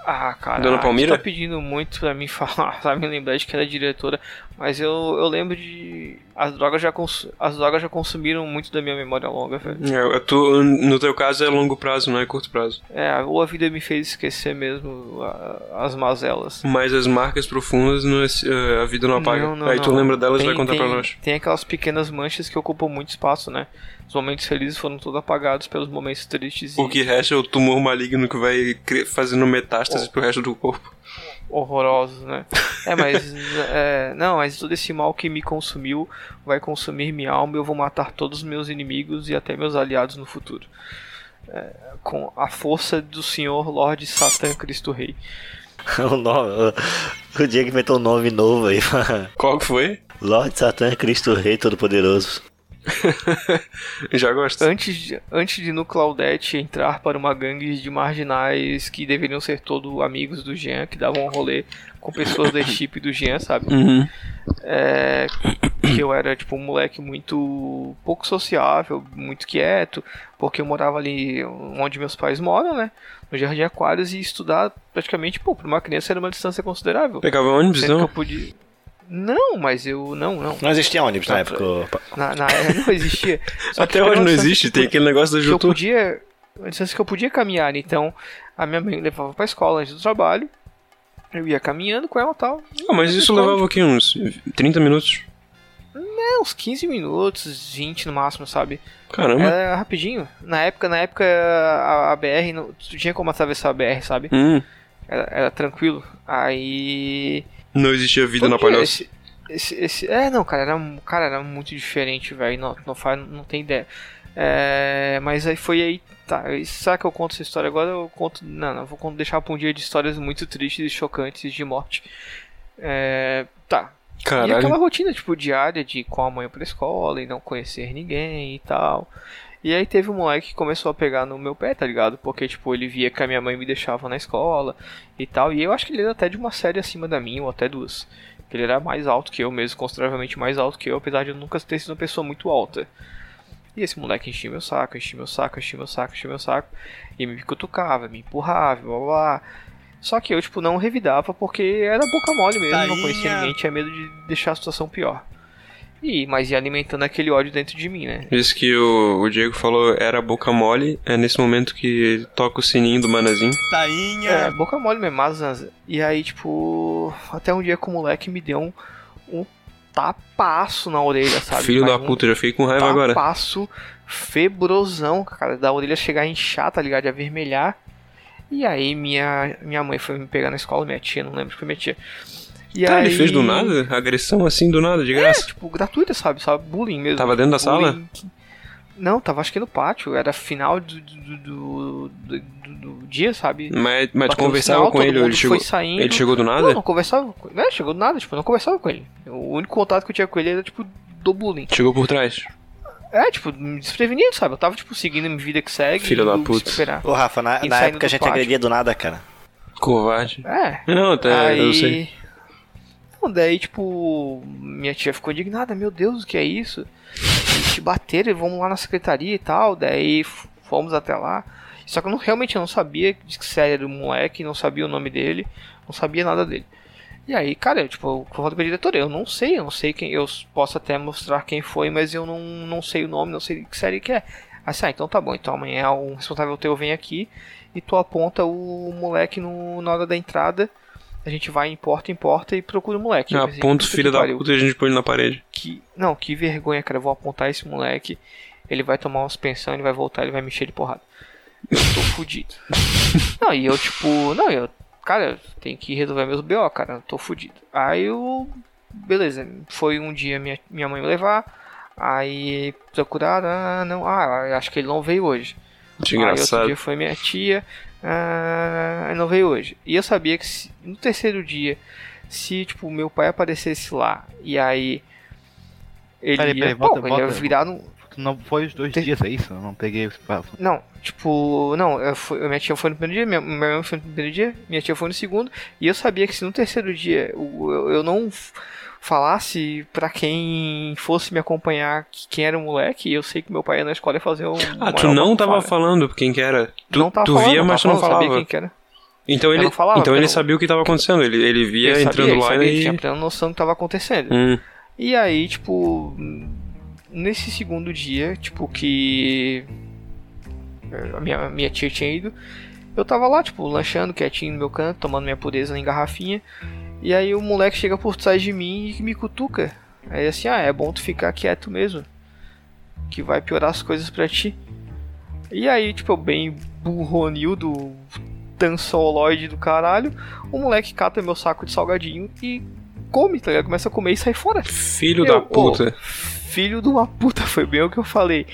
Speaker 3: Ah, cara.
Speaker 2: Dona Palmira?
Speaker 3: Tá pedindo muito pra mim falar, pra me lembrar de que ela é diretora, mas eu, eu lembro de. As drogas, já cons... As drogas já consumiram muito da minha memória longa, velho.
Speaker 2: É, tu- no teu caso é longo prazo, não é curto prazo.
Speaker 3: É, ou a vida me fez esquecer mesmo a- as mazelas.
Speaker 2: Mas as marcas profundas não é- eh, a vida não apaga.
Speaker 3: Não, não,
Speaker 2: Aí tu
Speaker 3: não.
Speaker 2: lembra delas e
Speaker 3: Tem-
Speaker 2: vai contar
Speaker 3: tem,
Speaker 2: pra nós.
Speaker 3: Tem aquelas pequenas manchas que ocupam muito espaço, né? Os momentos felizes foram todos apagados pelos momentos tristes e
Speaker 2: O que resta é o tumor maligno que vai cre- fazendo
Speaker 3: Oh.
Speaker 2: metástase pro resto do corpo.
Speaker 3: horrorosos, né? É, mas. é, não, mas todo esse mal que me consumiu vai consumir minha alma e eu vou matar todos os meus inimigos e até meus aliados no futuro. É, com a força do Senhor Lorde Satã Cristo Rei.
Speaker 26: o, nome, o Diego inventou um nome novo aí.
Speaker 2: Qual que foi?
Speaker 26: Lorde Satã, Cristo Rei Todo-Poderoso.
Speaker 2: Já gosto.
Speaker 3: Antes de, antes de no Claudete entrar para uma gangue de marginais que deveriam ser todo amigos do Jean, que davam um rolê com pessoas da equipe do Jean, sabe?
Speaker 2: Uhum.
Speaker 3: É, que eu era tipo um moleque muito pouco sociável, muito quieto, porque eu morava ali onde meus pais moram, né? No Jardim Aquários e estudar praticamente, pô, para uma criança era uma distância considerável.
Speaker 2: Pegava ônibus,
Speaker 3: Sendo que
Speaker 2: não?
Speaker 3: eu podia- Não, mas eu não, não.
Speaker 26: Não existia ônibus na
Speaker 3: Ah,
Speaker 26: época. opa.
Speaker 3: Na, na era não existia. Só que
Speaker 2: Até
Speaker 3: era
Speaker 2: hoje
Speaker 3: uma
Speaker 2: não
Speaker 3: distância
Speaker 2: existe,
Speaker 3: que
Speaker 2: tem
Speaker 3: eu-
Speaker 2: aquele negócio da
Speaker 3: que eu
Speaker 2: Jutu.
Speaker 3: podia, uma distância que eu podia caminhar, então a minha mãe levava pra escola antes do trabalho. Eu ia caminhando com ela e tal.
Speaker 2: Ah, mas isso levava aqui uns 30 minutos.
Speaker 3: Né, uns 15 minutos, 20 no máximo, sabe?
Speaker 2: Caramba.
Speaker 3: Era rapidinho. Na época, na época a, a BR, não, tu tinha como atravessar a BR, sabe?
Speaker 2: Hum.
Speaker 3: Era, era tranquilo. Aí.
Speaker 2: Não existia vida na
Speaker 3: Todo dia,
Speaker 2: palhoça.
Speaker 3: Esse, esse- é, não, cara, era, mu- cara, era muito diferente, velho. Não, não, faz, não tem ideia. É, mas aí foi aí. Tá, e será que eu conto essa história agora? Eu conto. Não, não, vou con- deixar pra um dia de histórias muito tristes e chocantes de morte. É, tá.
Speaker 2: Caralho.
Speaker 3: E aquela rotina, tipo, diária de ir com a mãe pra escola e não conhecer ninguém e tal. E aí teve um moleque que começou a pegar no meu pé, tá ligado? Porque, tipo, ele via que a minha mãe me deixava na escola e tal. E eu acho que ele era até de uma série acima da minha, ou até duas. Ele era mais alto que eu mesmo, consideravelmente mais alto que eu, apesar de eu nunca ter sido uma pessoa muito alta. E esse moleque enchia meu saco, enchia meu saco, enchia meu saco, enchia meu saco. E me cutucava, me empurrava, blá blá blá. Só que eu, tipo, não revidava porque era boca mole mesmo, não conhecia
Speaker 2: Tainha.
Speaker 3: ninguém, tinha medo de deixar a situação pior. E, mas ia alimentando aquele ódio dentro de mim, né?
Speaker 2: Isso que o, o Diego falou era boca mole, é nesse momento que toca o sininho do manazinho.
Speaker 3: Tainha! É, boca mole mesmo, mas... E aí, tipo, até um dia que o moleque me deu um, um tapaço na orelha, sabe?
Speaker 2: Filho
Speaker 3: Mas
Speaker 2: da
Speaker 3: um
Speaker 2: puta, já fiquei com raiva agora.
Speaker 3: Tapaço febrosão, cara, da orelha chegar a inchar, tá ligado? E avermelhar. E aí minha, minha mãe foi me pegar na escola, minha tia, não lembro se foi minha tia. E
Speaker 2: Tá,
Speaker 3: aí,
Speaker 2: ele fez do nada? Agressão assim do nada, de
Speaker 3: É,
Speaker 2: graça?
Speaker 3: tipo, gratuita, sabe? Sabe, bullying mesmo.
Speaker 2: Tava dentro da
Speaker 3: Bullying.
Speaker 2: sala?
Speaker 3: Não, tava acho que no pátio, era final do, do, do- do- do- do dia, sabe?
Speaker 2: Mas, mas tu
Speaker 3: Bateu no
Speaker 2: conversava
Speaker 3: sinal,
Speaker 2: com
Speaker 3: todo
Speaker 2: ele,
Speaker 3: mundo
Speaker 2: ele chegou,
Speaker 3: foi saindo.
Speaker 2: ele chegou do nada?
Speaker 3: Não, não conversava com ele. Não, chegou do nada, tipo, não conversava com ele. O único contato que eu tinha com ele era, tipo, do bullying.
Speaker 2: Chegou por trás.
Speaker 3: É, tipo, me desprevenido, sabe? Eu tava, tipo, seguindo a minha vida que segue.
Speaker 2: Filho
Speaker 3: e
Speaker 2: da
Speaker 3: eu
Speaker 2: puta.
Speaker 3: esperar.
Speaker 26: Ô, Rafa, na,
Speaker 3: E
Speaker 26: na
Speaker 3: saindo
Speaker 26: época a
Speaker 3: do
Speaker 26: gente
Speaker 3: pátio.
Speaker 26: agredia do nada, cara.
Speaker 2: Covarde.
Speaker 3: É.
Speaker 2: Não, tá, eu sei.
Speaker 3: Não, daí, tipo, minha tia ficou indignada, meu Deus, o que é isso? Eles te bateram, e vamos lá na secretaria e tal, daí f- fomos até lá. Só que eu não, realmente eu não sabia de que série era o moleque, não sabia o nome dele, não sabia nada dele. E aí, cara, eu, tipo, eu falei pra diretora, eu não sei, eu não sei quem, eu posso até mostrar quem foi, mas eu não, não sei o nome, não sei que série que é. Aí, assim, ah, então tá bom, então amanhã o responsável teu vem aqui e tu aponta o moleque no, na hora da entrada, a gente vai em porta em porta e procura o moleque. Eu
Speaker 2: Ah,
Speaker 3: pensei,
Speaker 2: ponto
Speaker 3: assim, puta
Speaker 2: filho
Speaker 3: que
Speaker 2: da
Speaker 3: pariu.
Speaker 2: puta e a gente põe ele na parede.
Speaker 3: Que... Não, que vergonha, cara, eu vou apontar esse moleque, ele vai tomar uma suspensão, ele vai voltar, ele vai me encher de porrada. Eu tô fudido. Não, e eu, tipo, não, eu, cara, eu tenho que resolver meus BO, cara, eu tô fudido. Aí eu, beleza, foi um dia minha, minha mãe me levar, aí procuraram, ah, não, ah, acho que ele não veio hoje. Aí outro
Speaker 2: Desgraçado.
Speaker 3: dia foi minha tia, ah, não veio hoje. E eu sabia que se- no terceiro dia, se, tipo, meu pai aparecesse lá, e aí ele
Speaker 1: Peraí,
Speaker 3: ia,
Speaker 1: peraí,
Speaker 3: pô,
Speaker 1: volta,
Speaker 3: ele ia
Speaker 1: volta.
Speaker 3: virar no...
Speaker 1: Tu não foi os dois dias, é isso? Eu não peguei esse papo.
Speaker 3: Não, tipo, não, eu fui, minha tia foi no primeiro dia, minha, minha mãe foi no primeiro dia, minha tia foi no segundo, e eu sabia que se no terceiro dia eu, eu, eu não f- falasse pra quem fosse me acompanhar que- quem era o moleque, eu sei que meu pai ia na escola ia fazer um.
Speaker 2: Ah, tu Ah, não tava falando quem que era? Tu,
Speaker 3: tava
Speaker 2: tu
Speaker 3: falando,
Speaker 2: via,
Speaker 3: não
Speaker 2: mas tu
Speaker 3: tava
Speaker 2: não
Speaker 3: falando, sabia
Speaker 2: falava.
Speaker 3: quem que era.
Speaker 2: Então
Speaker 3: Eu
Speaker 2: ele,
Speaker 3: não falava,
Speaker 2: então ele
Speaker 3: eu-
Speaker 2: sabia o que tava acontecendo. Ele, ele via
Speaker 3: Ele sabia,
Speaker 2: entrando
Speaker 3: ele
Speaker 2: lá
Speaker 3: sabia, ele
Speaker 2: e.
Speaker 3: tinha plena noção do que tava acontecendo.
Speaker 2: Hum.
Speaker 3: E aí, tipo, nesse segundo dia, tipo, que eh, a minha, minha tia tinha ido, eu tava lá, tipo, lanchando quietinho no meu canto, tomando minha pureza em garrafinha. E aí o moleque chega por trás de mim e me cutuca. Aí assim, ah, é bom tu ficar quieto mesmo. Que vai piorar as coisas pra ti. E aí, tipo, eu bem burronildo, tansoloide do caralho, o moleque cata meu saco de salgadinho e come, tá ligado? Começa a comer e sai fora.
Speaker 2: Filho
Speaker 3: Eu,
Speaker 2: da puta.
Speaker 3: pô, filho de uma puta, foi bem o que eu falei.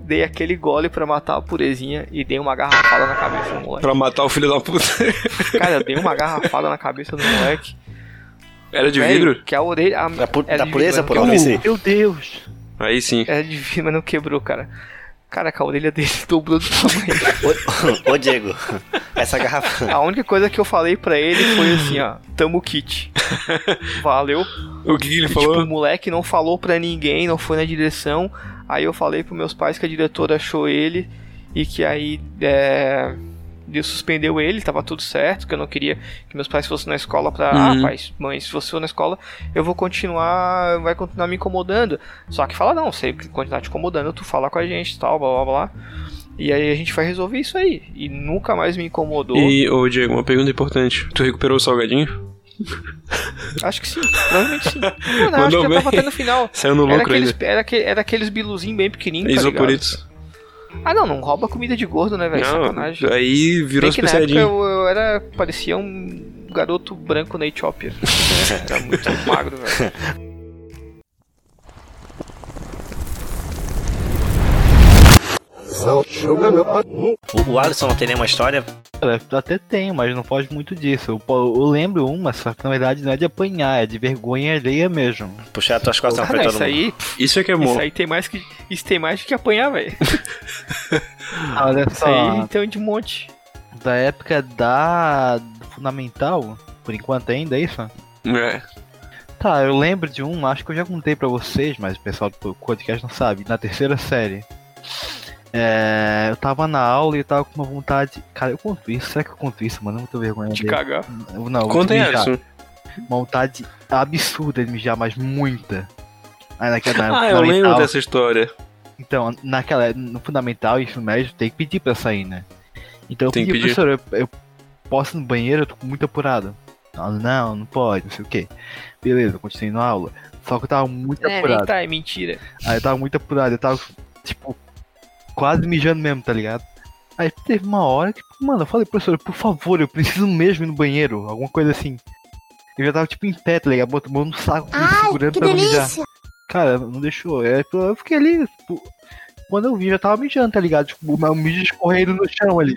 Speaker 3: Dei aquele gole pra matar a purezinha e dei uma garrafada na cabeça do moleque.
Speaker 2: Pra matar o filho da puta.
Speaker 3: Cara, dei uma garrafada na cabeça do moleque.
Speaker 2: Era de
Speaker 3: Velho,
Speaker 2: vidro?
Speaker 3: Que a orelha. A, era
Speaker 2: da
Speaker 3: de
Speaker 2: pureza,
Speaker 3: vidro, mas
Speaker 2: por
Speaker 3: não
Speaker 2: AVC?
Speaker 3: quebrou. Meu Deus!
Speaker 2: Aí sim.
Speaker 3: Era É de vidro, mas não quebrou, cara. Cara, que a orelha dele dobrou do tamanho.
Speaker 5: Ô, Diego, essa garrafa.
Speaker 3: A única coisa que eu falei pra ele foi assim, ó, tamo kit. Valeu.
Speaker 2: O que, ele
Speaker 3: falou? Tipo, o moleque não falou pra ninguém, não foi na direção. Aí eu falei pros meus pais que a diretora achou ele e que aí é, Deus suspendeu ele, tava tudo certo, que eu não queria que meus pais fossem na escola pra.
Speaker 2: Uhum.
Speaker 3: Ah, pais, mãe, se você for na escola, eu vou continuar. Vai continuar me incomodando. Só que fala, não, se ele continuar te incomodando, tu fala com a gente tal, blá blá blá. E aí a gente vai resolver isso aí. E nunca mais me incomodou.
Speaker 2: E, ô Diego, uma pergunta importante. Tu recuperou o salgadinho?
Speaker 3: Acho que sim, provavelmente sim. Mano, eu acho
Speaker 2: Mandou
Speaker 3: que já tava
Speaker 2: bem.
Speaker 3: até no final.
Speaker 2: Saiu no
Speaker 3: era
Speaker 2: lucro
Speaker 3: aqueles,
Speaker 2: ainda.
Speaker 3: Era, aque- era aqueles biluzinhos bem pequenininhos, tá ligado?
Speaker 2: Isoporitos.
Speaker 3: Ah, não, não rouba comida de gordo, né, velho?
Speaker 2: Não,
Speaker 3: Sacanagem.
Speaker 2: aí virou
Speaker 3: Bem que na época
Speaker 2: especiadinho.
Speaker 3: eu, eu era, parecia um garoto branco na Etiópia. era muito magro, velho.
Speaker 5: O, o Alisson não tem nenhuma história?
Speaker 1: Cara, até tem, mas não foge muito disso. Eu, po- eu lembro uma, só que na verdade não é de apanhar, é de vergonha alheia mesmo.
Speaker 5: Puxar tuas costas
Speaker 3: Cara, né, isso aí.
Speaker 2: Isso é que
Speaker 3: Isso aí tem mais que. Isso tem mais do que apanhar, velho.
Speaker 1: Olha
Speaker 3: Isso aí
Speaker 1: só,
Speaker 3: tem um de monte.
Speaker 1: da época da do Fundamental, por enquanto ainda é isso?
Speaker 2: É.
Speaker 1: Tá, eu lembro de um, acho que eu já contei pra vocês, mas o pessoal do podcast não sabe, na terceira série. É, eu tava na aula e eu tava com uma vontade. Cara, eu conto isso? Será que eu conto isso, mano? Eu não tô vergonha
Speaker 3: De
Speaker 1: dele.
Speaker 3: cagar.
Speaker 1: Eu- Não, eu vou
Speaker 2: Conta aí,
Speaker 1: mijar.
Speaker 2: Alisson.
Speaker 1: Uma vontade absurda de mijar, mas muita. Aí naquela na-
Speaker 2: Ah, eu lembro
Speaker 1: fundamental-
Speaker 2: dessa história.
Speaker 1: Então, naquela, no fundamental, ensino médio, tem que pedir pra sair, né? Então eu
Speaker 2: Tem que
Speaker 1: pedi,
Speaker 2: pedir.
Speaker 1: professor, eu, eu posso ir no banheiro, eu tô muito apurado. Ela, não, não pode, não sei o quê. Beleza, eu continuei na aula. Só que eu tava muito
Speaker 3: É, nem
Speaker 1: apurado.
Speaker 3: tá, é mentira.
Speaker 1: Aí eu tava muito apurado, eu tava, tipo, quase mijando mesmo, tá ligado? Aí teve uma hora que, tipo, mano, eu falei, professor, por favor, eu preciso mesmo ir no banheiro, alguma coisa assim. Eu já tava, tipo, em pé, tá ligado? Botando mão no saco, me segurando
Speaker 10: que
Speaker 1: pra não mijar.
Speaker 10: delícia!
Speaker 1: Cara, não deixou. Eu, eu fiquei ali, tipo, quando eu vi, já tava mijando, tá ligado? Tipo, o mijo escorrendo no chão ali.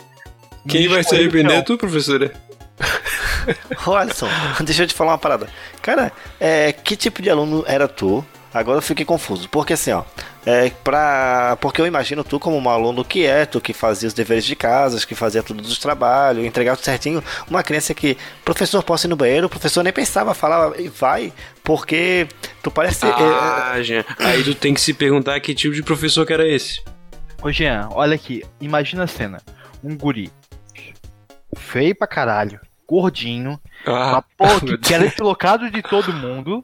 Speaker 2: Quem vai se arrepender é tu, professora.
Speaker 5: Ô, Alisson, deixa eu te falar uma parada. Cara, é, que tipo de aluno era tu? Agora eu fiquei confuso. Porque assim, ó. É, pra, porque eu imagino tu como um aluno que é, tu que fazia os deveres de casa, que fazia todos os trabalhos, entregava tudo certinho. Uma criança que, professor, posso ir no banheiro? O professor nem pensava, falava, "E vai, porque tu parece. é,
Speaker 2: Ah, Jean. Aí tu tem que se perguntar que tipo de professor que era esse.
Speaker 1: Ô Jean, olha aqui, imagina a cena. Um guri. Feio pra caralho, gordinho,
Speaker 2: Ah,
Speaker 1: uma porra
Speaker 2: meu
Speaker 1: que,
Speaker 2: Deus.
Speaker 1: que era deslocado de todo mundo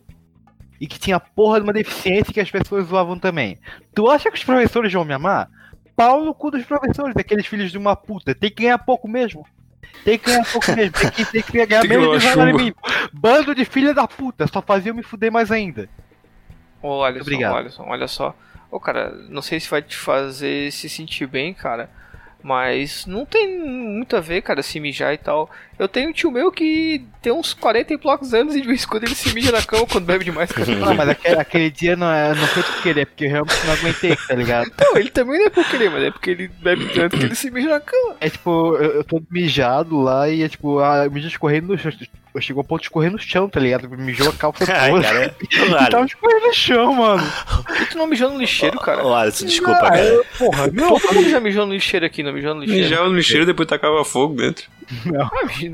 Speaker 1: e que tinha porra de uma deficiência que as pessoas zoavam também. Tu acha que os professores vão me amar? Pau no cu dos professores, aqueles filhos de uma puta. Tem que ganhar pouco mesmo. Tem que ganhar pouco mesmo. Tem que, tem que ganhar
Speaker 2: Tem que
Speaker 1: menos
Speaker 2: ganhar
Speaker 1: de salário
Speaker 2: chumbo.
Speaker 1: mínimo. Bando de filha da puta, só fazia eu me fuder mais ainda.
Speaker 3: Ô, Alisson,
Speaker 1: Obrigado.
Speaker 3: Alisson, olha só. Ô, cara, não sei se vai te fazer se sentir bem, cara. Mas não tem muito a ver, cara, se mijar e tal. Eu tenho um tio meu que tem uns 40 e poucos anos e de vez em quando ele se mija na cama quando bebe demais. Cara.
Speaker 5: Ah,
Speaker 1: Não, Ah, mas aquele, aquele dia não, é- não foi por querer, porque eu realmente não aguentei, tá ligado?
Speaker 3: Não, ele também não é por querer, mas é porque ele bebe tanto que ele se mija na cama.
Speaker 1: É tipo, eu, eu tô mijado lá e é tipo, a mija escorrendo no chão. Eu chegou ao ponto de escorrer no chão, tá ligado? Mijou a calça
Speaker 5: Ai,
Speaker 1: toda.
Speaker 5: cara, é
Speaker 1: e tava escorrendo no chão, mano.
Speaker 3: E tu não mijou no lixeiro, cara?
Speaker 5: Ô, Alisson, desculpa,
Speaker 3: Ah,
Speaker 5: cara. é,
Speaker 3: eu- Porra, meu, todo mundo já mijou no lixeiro aqui, não mijou no lixeiro.
Speaker 2: Mijava no lixeiro e depois tacava fogo dentro. Não.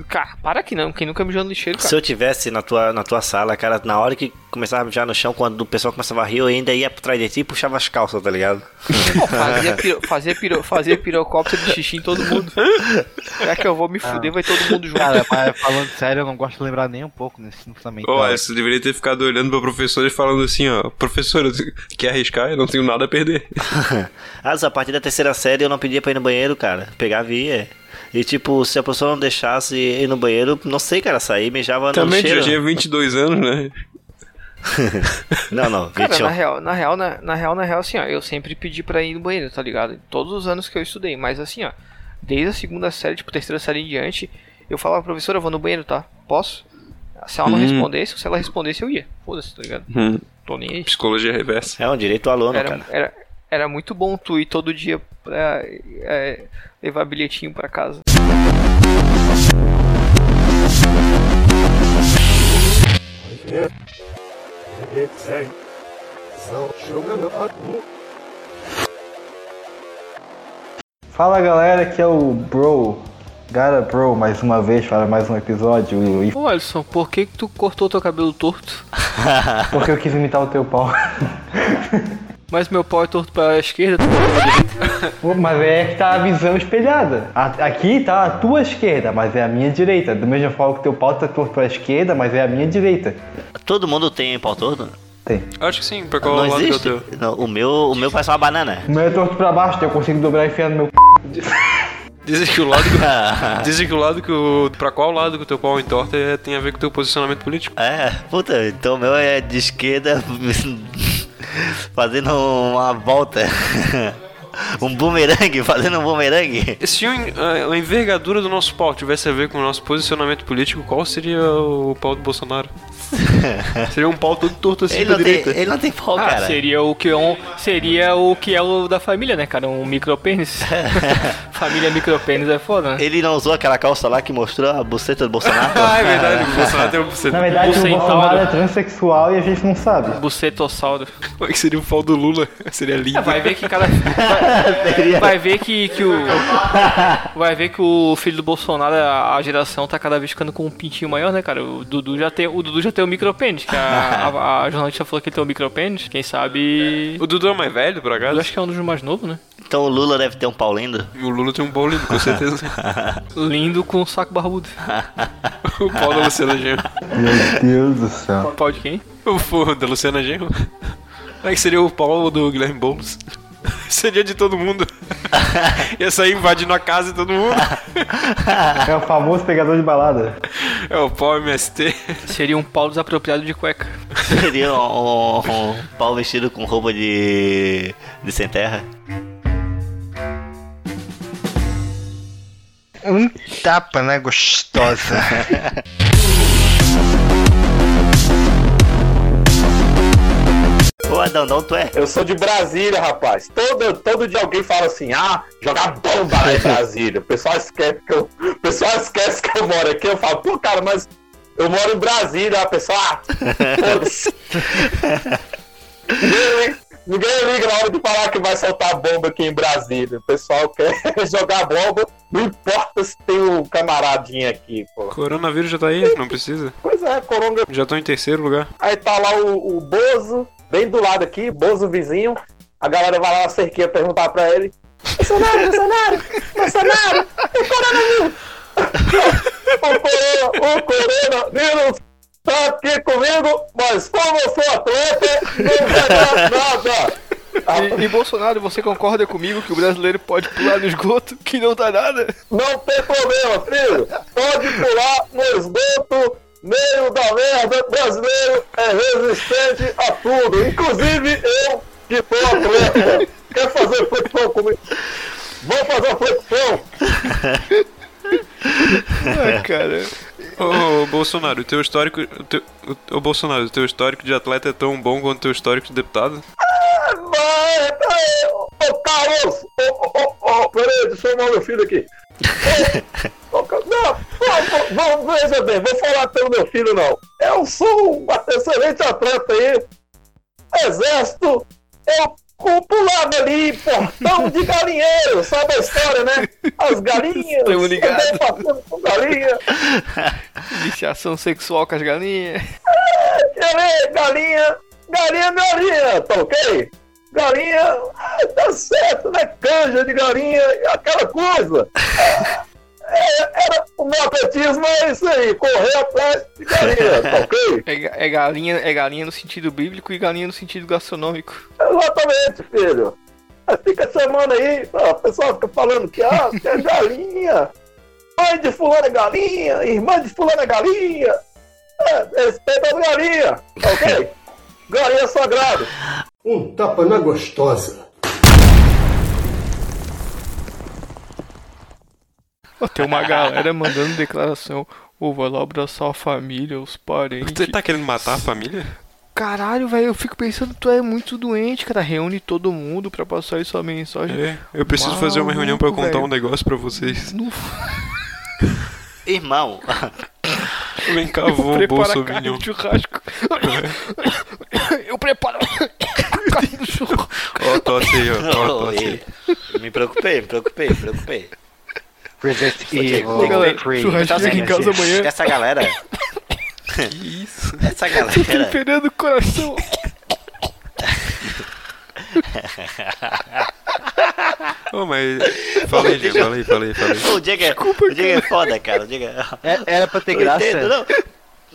Speaker 3: Cara, para que não. Quem nunca mijou no lixeiro, cara?
Speaker 5: Se eu tivesse na tua, na tua sala, cara, na hora que começava a mijar no chão, quando o pessoal começava a rir, eu ainda ia por trás de ti e puxava as calças, tá ligado?
Speaker 3: Pô, fazia, piro, fazia, piro, fazia pirocóptero de xixi em todo mundo. Será que eu vou me
Speaker 2: Ah.
Speaker 1: Ah.
Speaker 3: fuder? Vai todo mundo junto.
Speaker 8: Cara, mas falando sério, eu não gosto de lembrar nem um pouco nesse
Speaker 5: Então.
Speaker 8: também.
Speaker 2: Ó, você deveria ter ficado olhando pra professora e falando assim, ó, professora, quer arriscar? Eu não tenho nada a perder.
Speaker 5: ah, a partir da terceira série eu não pedia pra ir no banheiro, cara. Pegava e ia. E tipo, se a pessoa não deixasse ir no banheiro, não sei, cara, sair mijava
Speaker 2: Também
Speaker 5: no
Speaker 2: já
Speaker 5: cheiro.
Speaker 2: Tá tinha 22 anos, né?
Speaker 5: não, não,
Speaker 3: Cara,
Speaker 5: 21.
Speaker 3: na real, na real, na, na real, na real, assim, ó, eu sempre pedi pra ir no banheiro, tá ligado? Todos os anos que eu estudei, mas assim, ó, desde a segunda série, tipo, terceira série em diante, eu falava, professora, eu vou no banheiro, tá? Posso? Se ela não
Speaker 2: Hum.
Speaker 3: respondesse, se ela respondesse, eu ia. Foda-se, tá ligado?
Speaker 2: Hum.
Speaker 3: Tô nem aí.
Speaker 2: Psicologia reversa.
Speaker 5: É um direito ao aluno,
Speaker 3: Era, era, era muito bom tu ir todo dia pra é, levar bilhetinho pra casa.
Speaker 12: Sem. São jogando a rua.
Speaker 1: Fala galera, aqui é o Bro. Gara Bro, mais uma vez para mais um episódio. E-
Speaker 3: Ô, Alisson, por que, que tu cortou teu cabelo torto?
Speaker 1: Porque eu quis imitar o teu pau.
Speaker 3: Mas meu pau é torto pra esquerda, tu cortou pra direita.
Speaker 1: Pô, Mas é que tá a visão espelhada. A- aqui tá a tua esquerda, mas é a minha direita. Do mesmo forma que teu pau tá torto à esquerda, mas é a minha direita.
Speaker 5: Todo mundo tem pau torto?
Speaker 2: Acho que sim, pra qual
Speaker 5: Não
Speaker 2: lado que eu
Speaker 5: existe?
Speaker 2: tenho?
Speaker 5: Não, o meu, o meu parece uma banana.
Speaker 1: O meu é torto pra baixo, então eu consigo dobrar e enfiar no meu c.
Speaker 2: Dizem que o lado que, dizem que o lado que o pra qual lado que o teu pau entorta é- tem a ver com o teu posicionamento político.
Speaker 5: É, puta, então o meu é de esquerda fazendo uma volta. Um bumerangue, fazendo um bumerangue.
Speaker 2: Se o en- a a envergadura do nosso pau tivesse a ver com o nosso posicionamento político, qual seria o pau do Bolsonaro? seria um pau todo torto assim
Speaker 5: Ele
Speaker 2: pra
Speaker 5: não tem-
Speaker 2: direita.
Speaker 5: ele não tem pau,
Speaker 3: Ah, seria o que é um, seria o que é o da família, né, cara? Um micropênis. família micropênis é foda, né?
Speaker 5: Ele não usou aquela calça lá que mostrou a buceta do Bolsonaro?
Speaker 3: Ah, é verdade,
Speaker 2: o Bolsonaro tem uma
Speaker 1: Na verdade, o Bolsonaro é transexual e a gente não sabe.
Speaker 3: Bucetossauro.
Speaker 2: Como é que seria o pau do Lula? Seria lindo.
Speaker 3: vai ver que cada. Vai, vai ver que, que o. Vai ver que o filho do Bolsonaro, a a geração tá cada vez ficando com um pintinho maior, né, cara? O Dudu já tem o, Dudu já tem o micropênis, que a, a- a jornalista falou que ele tem o micropênis. Quem sabe.
Speaker 2: O Dudu é o mais velho, por acaso?
Speaker 3: Eu acho que é um dos mais novos, né?
Speaker 5: Então o Lula deve ter um pau lindo.
Speaker 2: O Lula tem um pau lindo, com certeza.
Speaker 3: Lindo com um saco barbudo.
Speaker 2: o pau da Luciana Genro.
Speaker 1: Meu Deus do céu.
Speaker 3: Pau de quem?
Speaker 2: O pau da Luciana Genro. Como é que seria o pau do Guilherme Boulos? Seria de todo mundo. Ia sair invadindo a casa de todo mundo.
Speaker 1: É o famoso pegador de balada.
Speaker 2: É o pau MST.
Speaker 3: Seria um pau desapropriado de cueca.
Speaker 5: Seria um, um- um pau vestido com roupa de. de sem terra.
Speaker 1: É
Speaker 8: Um tapa, né, gostosa.
Speaker 5: Ô Adão, não tu é?
Speaker 10: Eu sou de Brasília, rapaz. Todo, todo dia alguém fala assim, ah, jogar bomba lá em Brasília. O pessoal esquece que eu. O pessoal esquece que eu moro aqui. Eu falo, pô, cara, mas eu moro em Brasília, a pessoa. Ah, foda-se." ninguém, li- ninguém liga na hora de falar que vai soltar bomba aqui em Brasília. O pessoal quer jogar bomba, não importa se tem um camaradinho aqui, pô.
Speaker 2: Coronavírus já tá aí, não precisa.
Speaker 10: Pois é, coronga
Speaker 2: Já tô em terceiro lugar.
Speaker 10: Aí tá lá o, o Bozo, bem do lado aqui, Bozo vizinho. A galera vai lá na cerquinha perguntar pra ele. Bolsonaro, Bolsonaro, Bolsonaro, o coronavírus. o corona, o coronavírus tá aqui comigo, mas como eu sou atleta, não vai dar nada.
Speaker 3: Ah, E, e, Bolsonaro, você concorda comigo que o brasileiro pode pular no esgoto que não dá nada?
Speaker 10: Não tem problema, filho. Pode pular no esgoto, meio da merda. Brasileiro é resistente a tudo. Inclusive eu, que sou atleta. Quer fazer flexão comigo? Vou fazer flexão.
Speaker 2: É,
Speaker 3: Ah, cara.
Speaker 2: Ô, ô, Bolsonaro, o teu histórico. O teu, ô, Bolsonaro, o teu histórico de atleta é tão bom quanto o teu histórico de deputado?
Speaker 10: Vai, vai, ô, ô Carlos! Ô, ô, ô, ô, peraí, deixa eu chamar meu filho aqui. Ô, ô, Ca- não, não, não, veja bem, vou falar pelo meu filho, não. Eu sou um excelente atleta aí, exército, eu
Speaker 27: Cupulado ali, portão de galinheiro, sabe a história, né? As galinhas,
Speaker 3: Tamo ligado.
Speaker 27: andei passando com galinha,
Speaker 3: Lixação sexual com as galinhas.
Speaker 27: Querer, galinha, galinha, galinha, tá ok? Galinha, ah, tá certo, né? Canja de galinha, aquela coisa. É, era, o meu atletismo é isso aí, correr atrás de galinha, tá ok?
Speaker 3: É, ga- é galinha, é galinha no sentido bíblico e galinha no sentido gastronômico.
Speaker 27: Exatamente, filho. Aí Fica semana aí, ó, o pessoal fica falando que, ah, que é galinha, mãe de fulano é galinha, irmã de fulano é galinha. É, respeita as galinhas, tá ok? galinha é sagrado.
Speaker 12: Um tapa na gostosa.
Speaker 3: Tem uma galera mandando declaração. Ou vai lá abraçar a família, os parentes.
Speaker 2: Você tá querendo matar a família?
Speaker 3: Caralho, velho, eu fico pensando, tu é muito doente, cara. Reúne todo mundo pra passar aí sua mensagem.
Speaker 2: É, eu preciso fazer uma reunião pra eu contar um negócio pra vocês.
Speaker 5: Irmão.
Speaker 2: Vem cá, vou,
Speaker 3: Prepara a carne
Speaker 2: Bolsominion.
Speaker 3: de churrasco. Eu preparo a carne do churrasco.
Speaker 2: Ó, tosse aí, ó. ó
Speaker 5: Oh,
Speaker 2: tosse aí.
Speaker 5: ei, me preocupei, me preocupei, me preocupei.
Speaker 1: Resist
Speaker 3: evil. tipo Churrasquinho aqui em casa amanhã.
Speaker 5: tá Essa galera.
Speaker 3: Que isso?
Speaker 5: Essa
Speaker 3: Tô
Speaker 5: galera.
Speaker 3: temperando o coração.
Speaker 2: Ô, mas. Fala aí, Diego, fala aí, fala aí, fala aí.
Speaker 5: O Diego é, o Diego é foda, cara. O Diego é...
Speaker 1: Era pra ter
Speaker 5: Eu
Speaker 1: graça.
Speaker 5: entendo, não.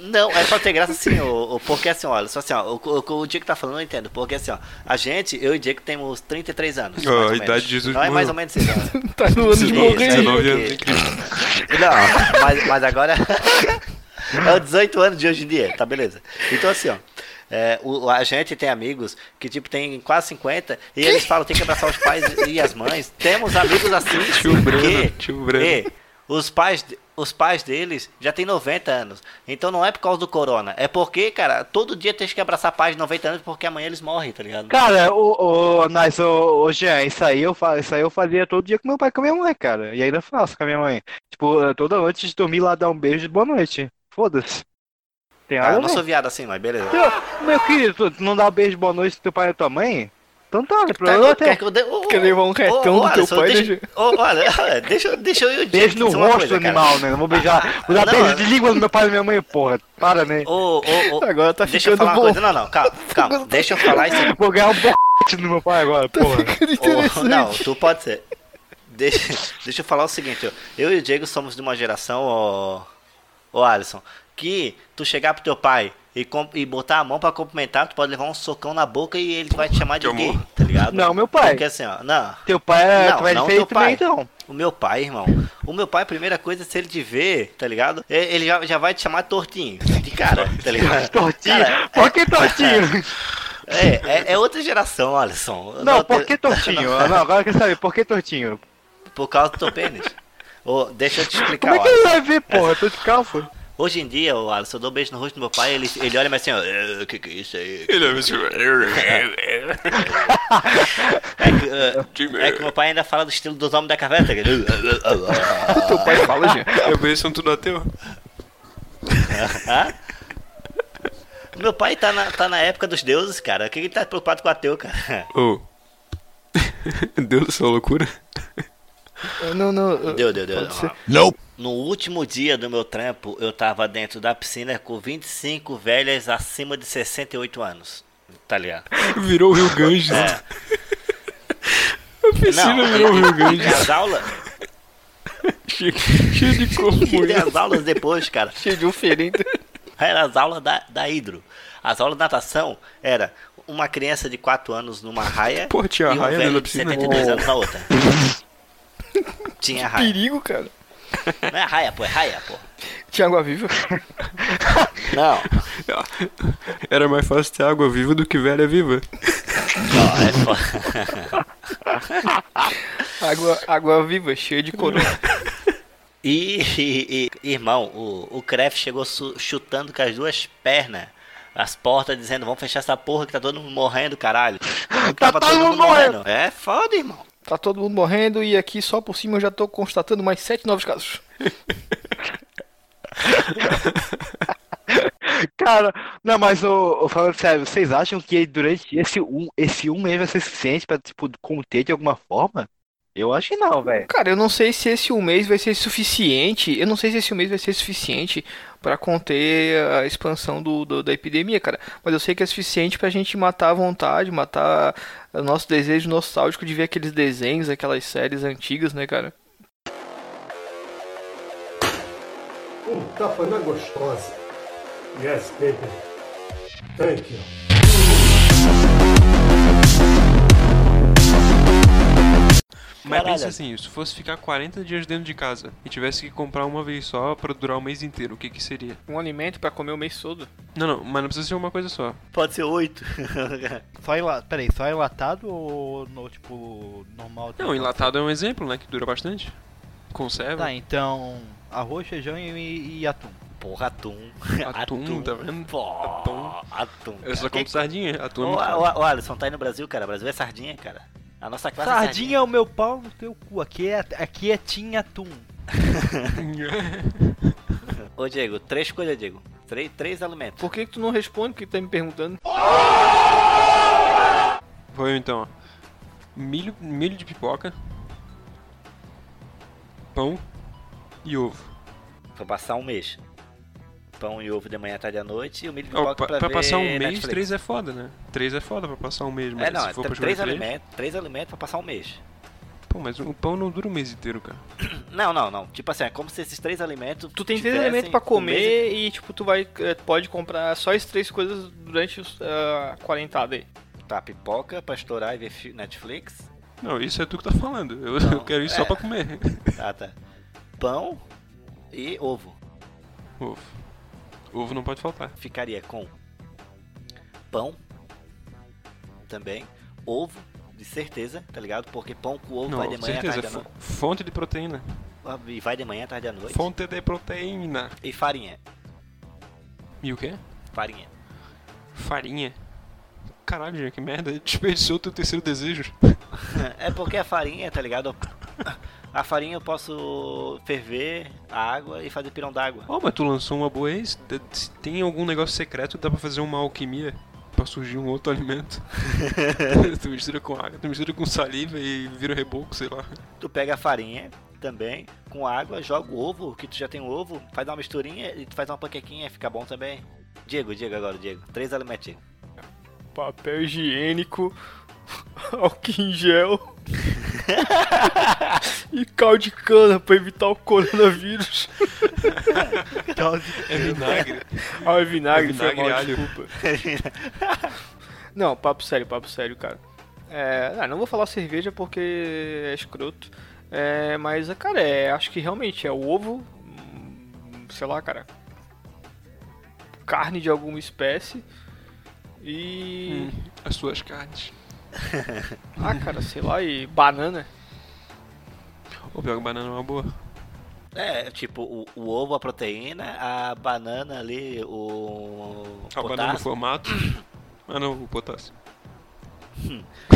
Speaker 5: Não, é pra ter graça sim, o, o- porque assim, olha, só assim, ó, o, o, o Diego tá falando, eu entendo, porque assim, ó, a gente, eu e o Diego temos 33 anos. mais
Speaker 2: Ó,
Speaker 5: ou
Speaker 2: a
Speaker 5: menos.
Speaker 2: idade de Jesus
Speaker 5: Não é mais
Speaker 2: morreu.
Speaker 5: ou menos isso, ó.
Speaker 3: Tá no ano de
Speaker 5: Isso,
Speaker 3: morrer.
Speaker 5: isso,
Speaker 2: 19 anos em
Speaker 5: Não, mas, mas agora. é os 18 anos de hoje em dia, tá beleza. Então assim, ó. é, o, a gente tem amigos que, tipo, tem quase 50 e eles falam tem que abraçar os pais e as mães. Temos amigos assim
Speaker 2: Tio Breno,
Speaker 5: que,
Speaker 2: tio Breno.
Speaker 5: que os pais. de- Os pais deles já têm 90 anos. Então não é por causa do corona. É porque, cara, todo dia tem que abraçar pais de 90 anos porque amanhã eles morrem, tá ligado?
Speaker 1: Cara, o, o, mas o, o Jean, isso aí, eu, fa- isso aí eu fazia todo dia com meu pai e com a minha mãe, cara. E ainda faço com a minha mãe. Tipo, toda noite de dormir lá, dar um beijo e boa noite. Foda-se. Tem
Speaker 5: Ah,
Speaker 1: nada
Speaker 5: eu
Speaker 1: não.
Speaker 5: não sou viado assim, mas beleza.
Speaker 1: Meu- Meu querido, tu não dá um beijo boa noite pro teu pai e tua mãe? Então tá, não
Speaker 5: Tá,
Speaker 1: problema
Speaker 5: quer
Speaker 1: até.
Speaker 5: que eu dê- ô, ô,
Speaker 3: Quer levar um retão
Speaker 5: ô,
Speaker 3: do teu
Speaker 5: Alisson,
Speaker 3: pai, né,
Speaker 5: deixa,
Speaker 3: Gê?
Speaker 5: ô, olha, deixa, deixa eu e o Diego
Speaker 1: Beijo no
Speaker 5: um dizer uma
Speaker 1: rosto,
Speaker 5: coisa, cara.
Speaker 1: animal, né? Não vou beijar. Vou dar
Speaker 5: Não,
Speaker 1: beijo
Speaker 5: é-
Speaker 1: de língua no meu pai e minha mãe, porra. Para, né?
Speaker 5: Ô, ô, ô,
Speaker 3: Agora tá
Speaker 5: deixa eu
Speaker 1: ficando
Speaker 5: falar
Speaker 1: bom.
Speaker 5: uma coisa. Não, não, calma, calma. deixa eu falar isso aqui.
Speaker 1: Vou ganhar um bote no meu pai agora, porra.
Speaker 5: Ô, não, tu pode ser. Deixa, deixa eu falar o seguinte, ó. eu e o Diego somos de uma geração, ô, ô Alisson, que tu chegar pro teu pai e, com- e botar a mão pra cumprimentar, tu pode levar um socão na boca e ele vai te chamar de gay, tá ligado?
Speaker 1: Não, meu pai.
Speaker 5: Porque assim, ó, não.
Speaker 1: Teu pai é. tu vai
Speaker 5: não
Speaker 1: ser
Speaker 5: teu
Speaker 1: isso também,
Speaker 5: pai.
Speaker 1: então.
Speaker 5: O meu pai, irmão. O meu pai, a primeira coisa, se ele te ver, tá ligado? E- Ele já, já vai te chamar tortinho. De cara, tá ligado?
Speaker 1: Tortinho?
Speaker 5: Cara,
Speaker 1: Por que tortinho?
Speaker 5: é, é, é outra geração, Alisson.
Speaker 1: Não,
Speaker 5: te-
Speaker 1: por que tortinho? Ah,
Speaker 5: Não.
Speaker 1: Não, agora eu quero saber, por que tortinho?
Speaker 5: Por causa do teu pênis. Ô, deixa eu te explicar,
Speaker 1: Como é que ele
Speaker 5: Alisson.
Speaker 1: vai ver, porra? Eu tô de calça.
Speaker 5: Hoje em dia, o Alisson, eu dou um beijo no rosto do meu pai, ele, ele olha mas assim, ó, "Eh, que que é isso aí?
Speaker 2: Ele é assim,
Speaker 5: É que, eh, é que meu pai ainda fala do estilo dos homens da caverna, tá ligado?
Speaker 2: Teu pai fala, gente. Eu beijo são tudo ateu.
Speaker 5: Hã? Meu pai tá na, tá na época dos deuses, cara. O que que ele tá preocupado com o ateu, cara?
Speaker 2: Ô. Deus da sua loucura.
Speaker 3: Não, não. eu-
Speaker 5: Deu, deu, deu.
Speaker 3: pode ser.
Speaker 5: Não. No último dia do meu trampo, eu tava dentro da piscina com 25 velhas acima de 68 anos. Tá ligado?
Speaker 2: Virou o Rio Ganges.
Speaker 5: É.
Speaker 2: A piscina virou o Rio
Speaker 5: e, e
Speaker 2: Ganges.
Speaker 5: as aulas,
Speaker 2: Cheio cheio de corpo
Speaker 5: e
Speaker 2: moído.
Speaker 5: as aulas depois, cara.
Speaker 3: Cheio de um ferendo.
Speaker 5: Era as aulas da, da hidro. As aulas de natação era uma criança de 4 anos numa raia
Speaker 2: Porra, tinha
Speaker 5: e um
Speaker 2: raia
Speaker 5: velho
Speaker 2: na
Speaker 5: de
Speaker 2: piscina?
Speaker 5: 72
Speaker 2: Oh.
Speaker 5: anos na outra. Tinha raia.
Speaker 3: Perigo, cara.
Speaker 5: Não é raia, pô, é raia, pô.
Speaker 3: Tinha água viva.
Speaker 5: Não.
Speaker 2: Era mais fácil ter água viva do que velha viva.
Speaker 5: Não, é foda.
Speaker 3: Água, água viva, cheia de corona.
Speaker 5: E, e- e- irmão, o, o Kraft chegou su- chutando com as duas pernas as portas, dizendo: Vamos fechar essa porra que tá todo mundo morrendo, caralho. Tá
Speaker 3: todo mundo morrendo.
Speaker 5: É foda, irmão.
Speaker 3: Tá todo mundo morrendo e aqui só por cima eu já tô constatando mais sete novos casos.
Speaker 1: Cara, não, mas o, falando sério, vocês acham que durante esse um, esse um mês vai ser suficiente pra, tipo, conter de alguma forma? Eu acho que não, velho.
Speaker 3: Cara, eu não sei se esse um mês vai ser suficiente. Eu não sei se esse um mês vai ser suficiente pra conter a expansão do, do- da epidemia, cara. Mas eu sei que é suficiente pra gente matar a vontade, matar o nosso desejo nostálgico de ver aqueles desenhos, aquelas séries antigas, né, cara?
Speaker 12: Um tapa na gostosa. Yes, baby. Thank you.
Speaker 2: Mas
Speaker 12: Caralho.
Speaker 2: pensa assim, se fosse ficar 40 dias dentro de casa e tivesse que comprar uma vez só pra durar o mês inteiro, o que que seria?
Speaker 3: Um alimento pra comer o mês todo.
Speaker 2: Não, não, mas não precisa ser uma coisa só.
Speaker 5: Pode ser oito.
Speaker 1: Só enla... Peraí, só enlatado ou no, tipo, normal?
Speaker 2: Não, enlatado é um exemplo, né, que dura bastante. Conserva.
Speaker 1: Tá, então. Arroz, feijão e, e atum.
Speaker 5: Porra, atum.
Speaker 2: Atum, tá vendo?
Speaker 5: atum. Atum.
Speaker 2: Eu só como sardinha, atum é
Speaker 5: Ô,
Speaker 2: muito caro.
Speaker 5: ô, ô, Alisson, tá aí no Brasil, cara. O Brasil é sardinha, cara. A nossa classe é sardinha.
Speaker 1: Sardinha é o meu pau no teu cu. Aqui é, aqui é tinha atum.
Speaker 5: Ô, Diego, três coisas, Diego. Três, três alimentos.
Speaker 3: Por que, que tu não responde o que tu tá me perguntando?
Speaker 2: Vou eu então, ó. Milho, milho de pipoca, pão e ovo.
Speaker 5: Pra passar um mês. Pão e ovo de manhã, tarde à noite e o milho de
Speaker 2: Ó,
Speaker 5: pipoca
Speaker 2: pra,
Speaker 5: pra,
Speaker 2: pra
Speaker 5: ver
Speaker 2: passar um mês,
Speaker 5: Netflix.
Speaker 2: três é foda, né? Três é foda pra passar um mês, mas
Speaker 5: É, não,
Speaker 2: se for
Speaker 5: é
Speaker 2: pra
Speaker 5: três,
Speaker 2: escolher três...
Speaker 5: alimentos, três alimentos pra passar um mês.
Speaker 2: Pô, mas o pão não dura um mês inteiro, cara.
Speaker 5: Não, não, não. Tipo assim, é como se esses três alimentos.
Speaker 3: Tu tem três alimentos Um
Speaker 5: um
Speaker 3: pra comer e, tipo, tu vai, eh, pode comprar só as três coisas durante os, ah, a quarentada aí.
Speaker 5: Tá, pipoca pra estourar e ver fi- Netflix.
Speaker 2: Não, isso é tu que tá falando. Eu, eu quero isso
Speaker 5: é.
Speaker 2: só pra comer.
Speaker 5: Ah, tá. Pão e ovo.
Speaker 2: Ovo. Ovo não pode faltar.
Speaker 5: Ficaria com pão também, ovo, de certeza, tá ligado? Porque pão com ovo
Speaker 2: Não,
Speaker 5: vai né? de manhã,
Speaker 2: certeza.
Speaker 5: tarde à
Speaker 2: fo-
Speaker 5: noite.
Speaker 2: Fonte de proteína.
Speaker 5: E vai de manhã, tarde à noite.
Speaker 2: Fonte de proteína.
Speaker 5: E farinha.
Speaker 2: E o quê?
Speaker 5: Farinha.
Speaker 2: Farinha. Caralho, gente, que merda. Desperdiçou teu terceiro desejo.
Speaker 5: É porque a farinha, tá ligado? A farinha eu posso ferver a água e fazer pirão d'água.
Speaker 2: Ó, mas tu lançou uma boa aí. se te- Se tem algum negócio secreto, dá pra fazer uma alquimia pra surgir um outro alimento. tu mistura com água, tu mistura com saliva e vira reboco, sei lá.
Speaker 5: Tu pega a farinha também, com água, joga o ovo, que tu já tem o ovo, faz uma misturinha e tu faz uma panquequinha, fica bom também. Diego, Diego agora, Diego. Três alimentos, Diego.
Speaker 3: Papel higiênico, álcool em gel e caldo de cana pra evitar o coronavírus.
Speaker 2: É vinagre.
Speaker 3: Ah, é vinagre,
Speaker 2: É
Speaker 3: foi
Speaker 2: vinagre
Speaker 3: mal,
Speaker 2: e alho.
Speaker 3: desculpa. não, papo sério, papo sério, cara. É, ah, não vou falar cerveja porque é escroto. É, mas, cara, é, acho que realmente é o ovo, hum, sei lá, cara, carne de alguma espécie e...
Speaker 2: Hum, as suas carnes.
Speaker 3: Ah, cara, sei lá, e banana.
Speaker 2: Ô, pior que banana é uma boa.
Speaker 5: É, tipo, o, o ovo, a proteína, a banana ali, o.
Speaker 2: A banana no
Speaker 5: potássio
Speaker 2: formato. Ah não, o potássio.
Speaker 5: Hum.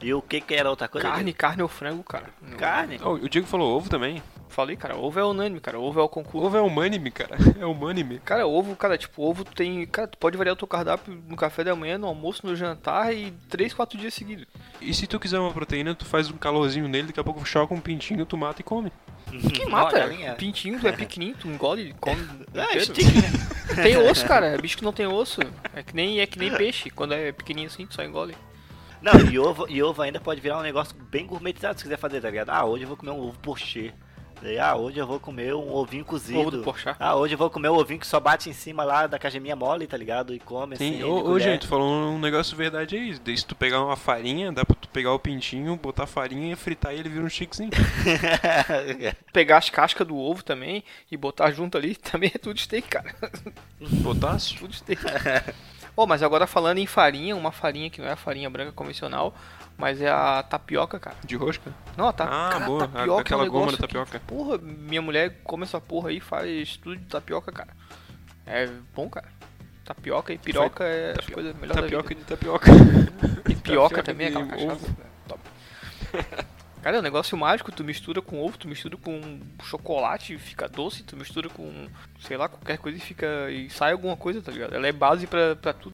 Speaker 5: E o que que era outra coisa?
Speaker 3: Carne,
Speaker 5: Diego?
Speaker 3: carne ou frango, cara.
Speaker 5: Carne?
Speaker 2: Ó, o Diego falou ovo também.
Speaker 3: Falei, cara, ovo é unânime, cara. Ovo é o concurso.
Speaker 2: Ovo é unânime, cara. É unânime.
Speaker 3: Cara, ovo, cara, tipo, ovo tem. Cara, tu pode variar o teu cardápio no café da manhã, no almoço, no jantar e 3, 4 dias seguidos.
Speaker 2: E se tu quiser uma proteína, tu faz um calorzinho nele, daqui a pouco choca um pintinho, tu mata e come.
Speaker 5: Uhum.
Speaker 3: Quem mata?
Speaker 2: Olha, linha.
Speaker 3: Pintinho, tu é pequenininho, tu engole, e come.
Speaker 5: Ah,
Speaker 3: inteiro.
Speaker 5: estica, né?
Speaker 3: É, Tem osso, cara. É bicho que não tem osso. É que nem, é que nem peixe. Quando é pequenininho assim, tu só engole.
Speaker 5: Não, e ovo, e ovo ainda pode virar um negócio bem gourmetizado se quiser fazer, tá ligado? Ah, hoje eu vou comer um ovo pochê. Daí, Ah, hoje eu vou comer um ovinho cozido.
Speaker 3: Ovo do Porchat.
Speaker 5: Ah, hoje eu vou comer um ovinho que só bate em cima lá da cageminha mole, tá ligado? E come assim.
Speaker 2: Tem,
Speaker 5: de
Speaker 2: ô, ô,
Speaker 5: colher.
Speaker 2: gente, tu falou um negócio verdade aí. Daí se tu pegar uma farinha, dá pra tu pegar o pintinho, botar farinha, fritar e ele vira um chiquezinho.
Speaker 3: Pegar as cascas do ovo também e botar junto ali também é tudo steak, cara.
Speaker 2: Potássio?
Speaker 3: Tudo steak. Bom, mas agora falando em farinha, uma farinha que não é a farinha branca convencional, mas é a tapioca, cara.
Speaker 2: De rosca?
Speaker 3: Não, a ta-
Speaker 2: Ah,
Speaker 3: cara, a
Speaker 2: boa.
Speaker 3: tapioca é
Speaker 2: Aquela
Speaker 3: um
Speaker 2: goma da
Speaker 3: negócio que,
Speaker 2: tapioca.
Speaker 3: porra, minha mulher come essa porra aí e faz tudo de tapioca, cara. É bom, cara. Tapioca e piroca é as coisas melhores
Speaker 2: tapioca
Speaker 3: da vida.
Speaker 2: de tapioca.
Speaker 3: E pioca
Speaker 2: Tapioca
Speaker 3: também,
Speaker 2: de
Speaker 3: aquela cachaça.
Speaker 2: ovo.
Speaker 3: Top. Cara, é um negócio mágico, tu mistura com ovo, tu mistura com chocolate e fica doce, tu mistura com, sei lá, qualquer coisa e fica. e sai alguma coisa, tá ligado? Ela é base pra, pra tudo.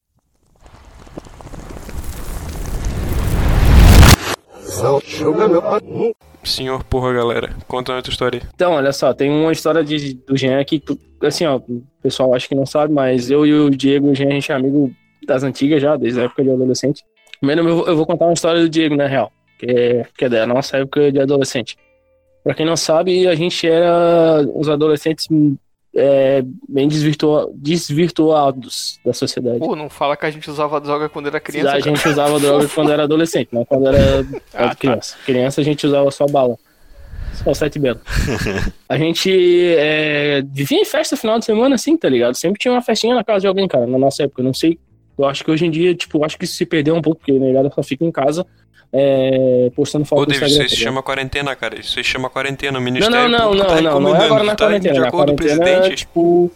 Speaker 2: Senhor, porra, galera. Conta outra história. aí.
Speaker 23: Então, olha só, tem uma história de, do Jean que, tu- assim, ó, o pessoal acho que não sabe, mas eu e o Diego, o Jean, a gente é amigo das antigas já, desde a época de adolescente. Primeiro eu vou, eu vou contar uma história do Diego, na real, que é, que é da nossa época de adolescente. Pra quem não sabe, a gente era uns adolescentes é, bem desvirtua- desvirtuados da sociedade.
Speaker 3: Pô, não fala que a gente usava droga quando era criança.
Speaker 23: a
Speaker 3: cara.
Speaker 23: gente usava droga quando era adolescente, não quando era criança. Criança a gente usava só bala. Só sete belo. A gente é, vivia em festa final de semana, assim, tá ligado? Sempre tinha uma festinha na casa de alguém, cara, na nossa época. Eu não sei. Eu acho que hoje em dia, tipo, eu acho que isso se perdeu um pouco, porque a negada só fica em casa é, postando foto
Speaker 2: Ô,
Speaker 23: no
Speaker 2: David,
Speaker 23: Instagram.
Speaker 2: isso se
Speaker 23: tá ligado?
Speaker 2: chama quarentena, cara. Isso se chama quarentena. O
Speaker 23: Não,
Speaker 2: Ministério
Speaker 23: não, não,
Speaker 2: Público tá
Speaker 23: não, não, não é
Speaker 2: recomendando,
Speaker 23: agora na
Speaker 2: tá?
Speaker 23: quarentena.
Speaker 2: De
Speaker 23: Na
Speaker 2: acordo com o
Speaker 23: quarentena,
Speaker 2: presidente.
Speaker 23: tipo.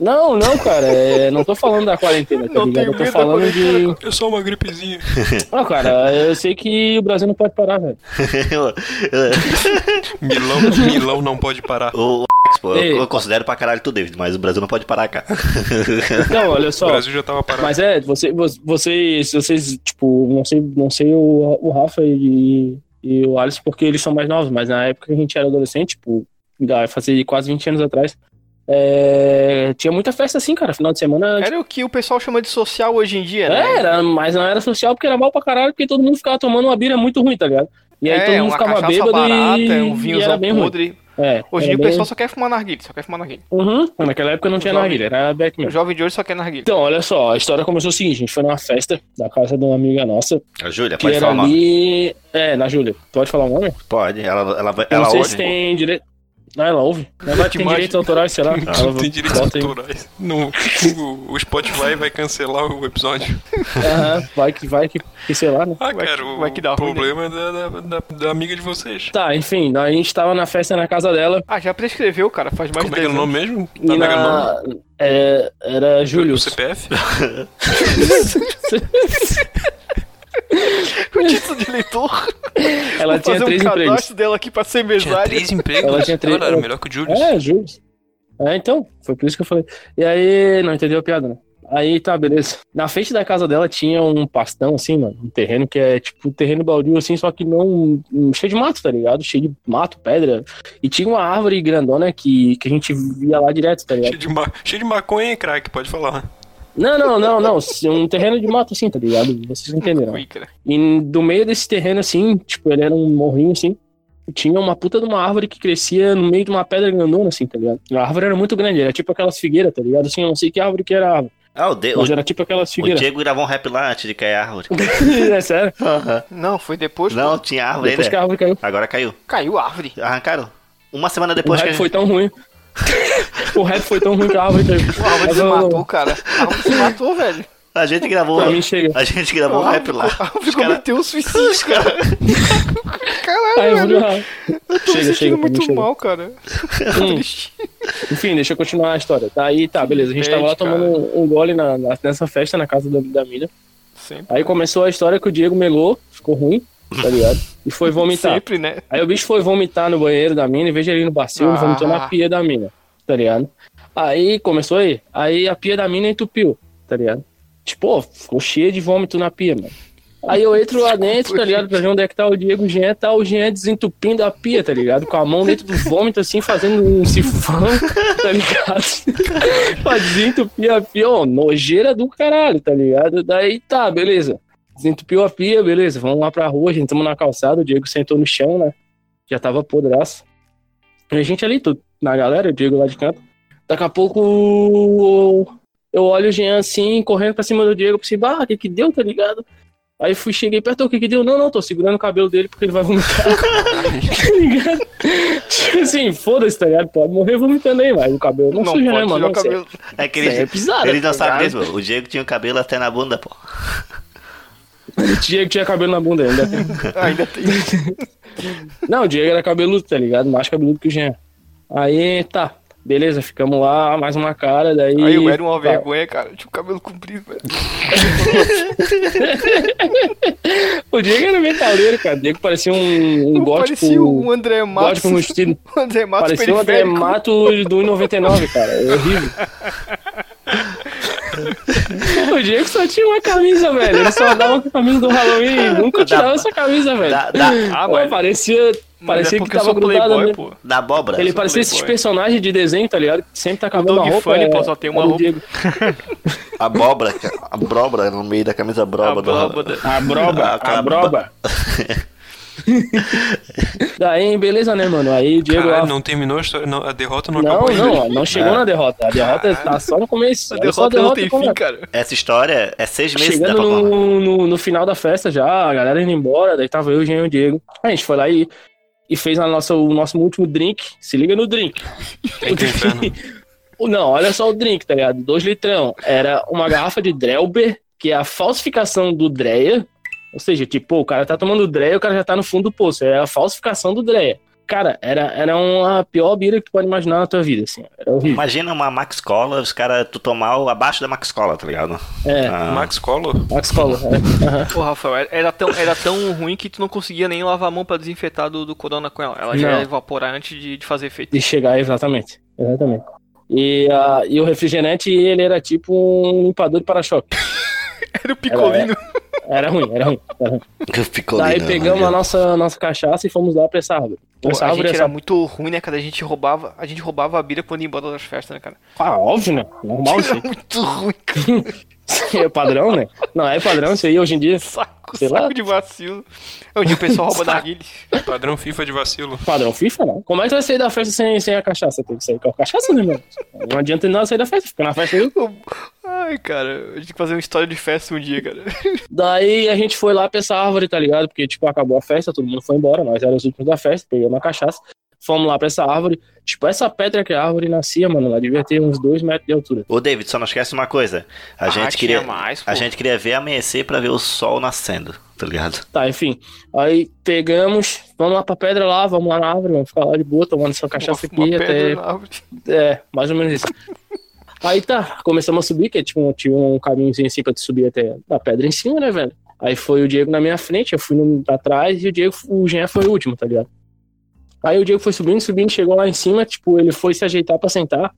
Speaker 23: Não, não, cara, é, não tô falando da quarentena, tá ligado? Eu tô falando de.
Speaker 2: Eu sou uma gripezinha.
Speaker 23: Não, cara, eu sei que o Brasil não pode parar, velho.
Speaker 2: Milão, Milão não pode parar.
Speaker 5: O Alex, pô, eu, eu considero pra caralho tu, David, mas o Brasil não pode parar, cara.
Speaker 23: Então, olha só.
Speaker 5: O
Speaker 2: Brasil já tava parado.
Speaker 23: Mas é, você, vo- vocês, vocês, tipo, não sei, não sei o, o Rafa e, e o Alisson porque eles são mais novos, mas na época que a gente era adolescente, tipo, já fazia quase 20 anos atrás, é, tinha muita festa assim, cara, final de semana. tipo,
Speaker 3: Era o que o pessoal chama de social hoje em dia, né?
Speaker 23: É, era, mas não era social porque era mal pra caralho, porque todo mundo ficava tomando uma bira muito ruim, tá ligado? E aí
Speaker 3: É,
Speaker 23: todo mundo
Speaker 3: uma
Speaker 23: ficava
Speaker 3: cachaça
Speaker 23: bêbado
Speaker 3: barata, um
Speaker 23: e, e era
Speaker 3: vinhozão
Speaker 23: bem
Speaker 3: podre.
Speaker 23: ruim. É,
Speaker 3: Hoje em dia
Speaker 23: era
Speaker 3: o pessoal
Speaker 23: bem-
Speaker 3: só quer fumar narguilha, só quer fumar narguilha.
Speaker 23: Uhum, naquela época não tinha
Speaker 3: Jovem-
Speaker 23: narguilha, era back mesmo.
Speaker 3: O jovem de hoje só quer narguilha.
Speaker 23: Então, olha só, a história começou o seguinte, a gente foi numa festa da casa de uma amiga nossa.
Speaker 5: A Júlia,
Speaker 23: que
Speaker 5: pode
Speaker 23: era
Speaker 5: falar o nome?
Speaker 23: ali... É, na Júlia. Pode falar o nome?
Speaker 5: Pode, ela, ela, vai-
Speaker 23: Eu
Speaker 5: ela
Speaker 23: não sei
Speaker 5: ouve.
Speaker 23: se tem direito... Não, ela ouve. Ela vai
Speaker 2: te
Speaker 23: ter
Speaker 2: imagino.
Speaker 23: direitos autorais, será? Ela
Speaker 2: Não tem direitos
Speaker 23: bota aí.
Speaker 2: autorais. Não, o, o Spotify vai cancelar o episódio.
Speaker 23: Aham, vai que, vai que, que sei lá, né?
Speaker 2: Ah, cara, o problema é da, da, da- da amiga de vocês.
Speaker 23: Tá, enfim, daí a gente tava na festa na casa dela.
Speaker 3: Ah, já prescreveu, cara, faz mais
Speaker 2: Como é que é o nome mesmo?
Speaker 3: Tá
Speaker 23: E na... é, era Júlio.
Speaker 2: CPF?
Speaker 3: o título de leitor.
Speaker 23: Ela
Speaker 3: Vou
Speaker 23: tinha
Speaker 3: fazer
Speaker 23: três
Speaker 3: um cadastro
Speaker 23: empregos.
Speaker 3: dela aqui pra ser mesária.
Speaker 23: Ela tinha três. ela- É, Júlio. É, então, foi por isso que eu falei. E aí, não entendeu a piada, né? Aí tá, beleza. Na frente da casa dela tinha um pastão, assim, mano. Um terreno que é tipo um terreno baldio, assim, só que não. hum, cheio de mato, tá ligado? Cheio de mato, pedra. E tinha uma árvore grandona que, que a gente via lá direto, tá ligado?
Speaker 2: Cheio de, ma- cheio de maconha e crack, pode falar.
Speaker 23: Não, não, não, não. Um terreno de mato, assim, tá ligado? Vocês entenderam. E do meio desse terreno, assim, tipo, ele era um morrinho, assim, tinha uma puta de uma árvore que crescia no meio de uma pedra grandona, assim, tá ligado? A árvore era muito grande, era tipo aquelas figueiras, tá ligado? Assim, eu não sei que árvore que era a árvore.
Speaker 5: Ah, o, de...
Speaker 23: Mas
Speaker 5: o-
Speaker 23: era tipo aquelas
Speaker 5: o
Speaker 23: figueiras.
Speaker 5: Diego gravou um rap lá antes de cair a árvore.
Speaker 23: é sério?
Speaker 3: Não, foi depois.
Speaker 5: Não, tinha árvore
Speaker 23: Depois
Speaker 5: ainda.
Speaker 23: que a árvore caiu.
Speaker 5: Agora caiu.
Speaker 3: Caiu a árvore.
Speaker 5: Arrancaram. Uma semana
Speaker 23: O
Speaker 5: depois
Speaker 23: rap
Speaker 5: que a
Speaker 23: foi tão ruim. o rap foi tão ruim que a árvore caiu. A
Speaker 3: árvore se matou, cara. A árvore se matou, velho.
Speaker 5: A gente gravou.
Speaker 23: Pra mim chega.
Speaker 5: A gente gravou um rap lá.
Speaker 3: Ficou cometeu um suicídio, cara.
Speaker 23: Ai,
Speaker 3: Caralho,
Speaker 23: vamos lá.
Speaker 3: velho. Eu tô me sentindo
Speaker 23: Chega, chega, pra mim
Speaker 3: muito
Speaker 23: chega.
Speaker 3: mal, cara.
Speaker 23: Hum. Enfim, deixa eu continuar a história. Aí tá, beleza. A gente tava lá
Speaker 3: Entende,
Speaker 23: tomando um, um gole na, na- nessa festa na casa da, da mina.
Speaker 3: Sempre.
Speaker 23: Aí começou a história que o Diego melou, ficou ruim, tá ligado? E foi vomitar.
Speaker 3: Sempre, né?
Speaker 23: Aí o bicho foi vomitar no banheiro da mina, em vez de ele ir no bacio, ele vomitou
Speaker 3: Ah.
Speaker 23: na pia da mina, tá ligado? Aí começou aí. Aí a pia da mina entupiu, tá ligado? Tipo, ó, ficou cheia de vômito na pia, mano. Aí eu entro lá dentro, tá ligado? Pra ver onde é que tá o Diego Jean, tá o Jean desentupindo a pia, tá ligado? Com a mão dentro do vômito, assim, fazendo um sifão, tá ligado? pra desentupir a pia, ó, nojeira do caralho, tá ligado? Daí tá, beleza. Desentupiu a pia, beleza, vamos lá pra rua, a gente tamo na calçada, o Diego sentou no chão, né? Já tava podraço. E a gente ali, tudo, na galera, o Diego lá de canto. Daqui a pouco eu olho o Jean assim, correndo pra cima do Diego, pensei, bah, o que que deu, tá ligado? Aí fui, cheguei perto, o que que deu? Não, não, tô segurando o cabelo dele porque ele vai vomitar. tá ligado? Tipo assim, foda-se, tá ligado? Pode morrer vomitando aí, mas o cabelo não, suja, né, mano? Isso é-
Speaker 5: É que ele,
Speaker 23: isso é pisada,
Speaker 5: ele não
Speaker 23: tá
Speaker 5: sabe
Speaker 23: ligado?
Speaker 5: mesmo. O Diego tinha o cabelo até na bunda, pô.
Speaker 23: O Diego tinha cabelo na bunda ainda.
Speaker 3: ainda tem.
Speaker 23: Não, o Diego era cabeludo, tá ligado? Mais cabeludo que o Jean. Aí, tá. Beleza, ficamos lá, mais uma cara, daí.
Speaker 28: Aí eu era uma
Speaker 23: tá.
Speaker 28: vergonha, cara. Eu tinha o cabelo comprido, velho.
Speaker 23: O Diego era metaleiro, cara. O Diego parecia um, um gótico.
Speaker 28: Parecia o André Matos.
Speaker 23: Gótico vestido.
Speaker 5: Um
Speaker 28: O André Matos
Speaker 23: Parecia o André
Speaker 28: periférico.
Speaker 23: Mato do um 99, cara. É horrível. o Diego só tinha uma camisa, velho. Ele só dava com a camisa do Halloween. Nunca tirava essa camisa, velho.
Speaker 5: Dá- dá- ah,
Speaker 23: Pô,
Speaker 5: mas- é
Speaker 23: parecia.
Speaker 3: é
Speaker 23: Parecia que tava grudado né?
Speaker 5: Da abóbora.
Speaker 23: Ele parecia esses personagens de desenho, tá ligado? Que sempre tá acabando a
Speaker 5: Dog
Speaker 23: roupa.
Speaker 5: Funny,
Speaker 23: é-
Speaker 5: pô, só tem uma
Speaker 23: é do
Speaker 5: roupa.
Speaker 23: Diego.
Speaker 5: Abóbora, cara. Abóbora no meio da camisa broba.
Speaker 23: Abóbora.
Speaker 5: Do...
Speaker 23: Abroba,
Speaker 5: caba-
Speaker 23: abroba. Daí, beleza, né, mano? Aí o Diego
Speaker 2: Caralho,
Speaker 23: lá
Speaker 2: não terminou a história. não, a derrota não,
Speaker 23: Não,
Speaker 2: acabou ainda. É.
Speaker 23: não, não chegou na derrota. A derrota tá só no começo.
Speaker 2: A
Speaker 23: Olha só
Speaker 2: derrota não tem
Speaker 23: como
Speaker 2: fim,
Speaker 23: é.
Speaker 2: cara.
Speaker 5: Essa história é seis meses da
Speaker 23: Chegando no, no, no final da festa já, a galera indo embora, daí tava eu, o Jean e o Diego. A gente foi lá e, e fez a nossa, o nosso último drink. Se liga no drink. O drink o- não, olha só o drink, tá ligado? Dois litrão. Era uma garrafa de Drelber, que é a falsificação do Dreia. Ou seja, tipo, pô, o cara tá tomando Dreia, o cara já tá no fundo do poço. É a falsificação do Dreia. Cara, era, era uma pior bira que tu pode imaginar na tua vida, assim. Era horrível.
Speaker 5: Imagina uma Max Cola, os caras, tu tomar o abaixo da Max Cola, tá ligado?
Speaker 23: É.
Speaker 2: Ah.
Speaker 5: Max
Speaker 2: Collor?
Speaker 23: Max Collor, é.
Speaker 3: Pô, Rafael, era- era tão, era tão ruim que tu não conseguia nem lavar a mão pra desinfetar do, do corona com ela. Ela já
Speaker 23: Não.
Speaker 3: ia evaporar antes de, de fazer efeito.
Speaker 23: De chegar, exatamente. Exatamente. E, ah, e o refrigerante, ele era tipo um limpador de para-choque. era o
Speaker 3: picolino.
Speaker 23: Era, ruim, era ruim. Era ruim. Daí pegamos a nossa, nossa cachaça e fomos lá pra essa árvore.
Speaker 3: Pô,
Speaker 23: essa
Speaker 3: a
Speaker 23: árvore é
Speaker 3: gente
Speaker 23: essa...
Speaker 3: era muito ruim, né, cara? A gente roubava, a gente roubava a bira quando ia embora das festas, né, cara?
Speaker 23: Ah, óbvio, né? Normal isso aí.
Speaker 3: Muito ruim,
Speaker 23: Isso aí é padrão, né? Não, é padrão isso aí hoje em dia. Saco, sei lá.
Speaker 3: saco de vacilo. É onde o pessoal rouba
Speaker 23: Saco.
Speaker 3: narguilha.
Speaker 2: Padrão FIFA de vacilo.
Speaker 23: Padrão FIFA, não. Como é que tu vai sair da festa sem, sem a cachaça? Tem que sair com a cachaça, né, mano? Não adianta nada sair da festa, fica na festa aí.
Speaker 3: Ai, cara, a gente tem que fazer uma história de festa um dia, cara.
Speaker 23: Daí a gente foi lá pra essa árvore, tá ligado? Porque, tipo, acabou a festa, todo mundo foi embora, nós éramos os últimos da festa, pegamos a cachaça, fomos lá pra essa árvore. Tipo, essa pedra que a árvore nascia, mano, ela devia ter uns dois metros de altura.
Speaker 5: Ô David, só não esquece uma coisa. A gente
Speaker 23: tinha
Speaker 5: queria
Speaker 23: mais, pô.
Speaker 5: a gente queria ver amanhecer pra ver o sol nascendo, tá ligado?
Speaker 23: Tá, enfim. Aí pegamos, vamos lá pra pedra lá, vamos lá na árvore, vamos ficar lá de boa, tomando essa cachaça aqui até. É, mais ou menos isso. Aí tá, começamos a subir, que tipo, um- tinha um caminhozinho assim pra tu subir até a pedra em cima, né, velho? Aí foi o Diego na minha frente, eu fui no, pra trás e o Diego, o Jean foi o último, tá ligado? Aí o Diego foi subindo, subindo, chegou lá em cima, tipo, ele foi se ajeitar pra sentar.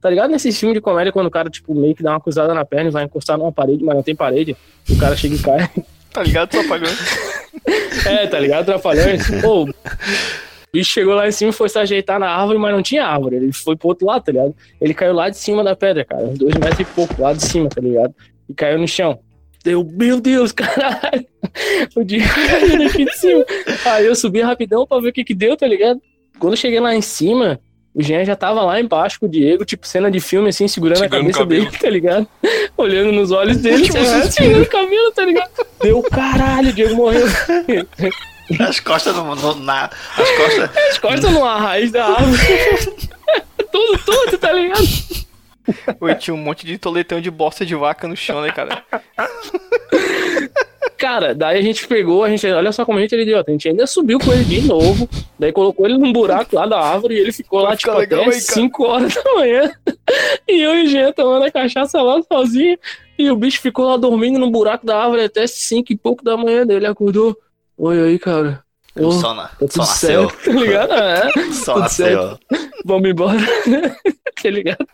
Speaker 23: Tá ligado nesses filmes de comédia quando o cara, tipo, meio que dá uma cruzada na perna e vai encostar numa parede, mas não tem parede, o cara chega e cai.
Speaker 3: Tá ligado, Trapalhões?
Speaker 23: É, tá ligado? Trapalhões. Pô, o bicho chegou lá em cima e foi se ajeitar na árvore, mas não tinha árvore. Ele foi pro outro lado, tá ligado? Ele caiu lá de cima da pedra, cara. Uns dois metros e pouco, lá de cima, tá ligado? E caiu no chão. Deu, meu Deus, caralho! O Diego caiu aqui de cima. Aí eu subi rapidão pra ver o que que deu, tá ligado? Quando eu cheguei lá em cima, o Jean já tava lá embaixo com o Diego, tipo cena de filme, assim, segurando,
Speaker 2: Segurando o
Speaker 23: a cabeça
Speaker 2: cabelo.
Speaker 23: dele, tá ligado? Olhando nos olhos dele,
Speaker 2: Último
Speaker 23: segurando
Speaker 2: suspiro.
Speaker 23: segurando o cabelo, tá ligado? Deu, caralho, o Diego morreu.
Speaker 5: As costas no, no- na as costas
Speaker 23: As costas numa raiz da árvore. Tudo torto, tá ligado?
Speaker 3: Oi, tinha um monte de toletão de bosta de vaca no chão, né, cara?
Speaker 23: Cara, daí a gente pegou, a gente, olha só como a gente era idiota, a gente ainda subiu com ele de novo, daí colocou ele num buraco lá da árvore e ele ficou lá, tipo,
Speaker 3: legal,
Speaker 23: até
Speaker 3: hein, cara?
Speaker 23: 5 horas da manhã. E eu e o Jean tomando a cachaça lá sozinho, e o bicho ficou lá dormindo no buraco da árvore até 5 e pouco da manhã, daí ele acordou, oi, oi, cara.
Speaker 5: O
Speaker 23: Ô,
Speaker 5: sol na-
Speaker 23: tá
Speaker 5: sol
Speaker 23: tudo
Speaker 5: nasceu.
Speaker 23: certo, tá ligado? É,
Speaker 5: Sol
Speaker 23: tudo
Speaker 5: nasceu.
Speaker 23: certo. Vamos embora, tá ligado?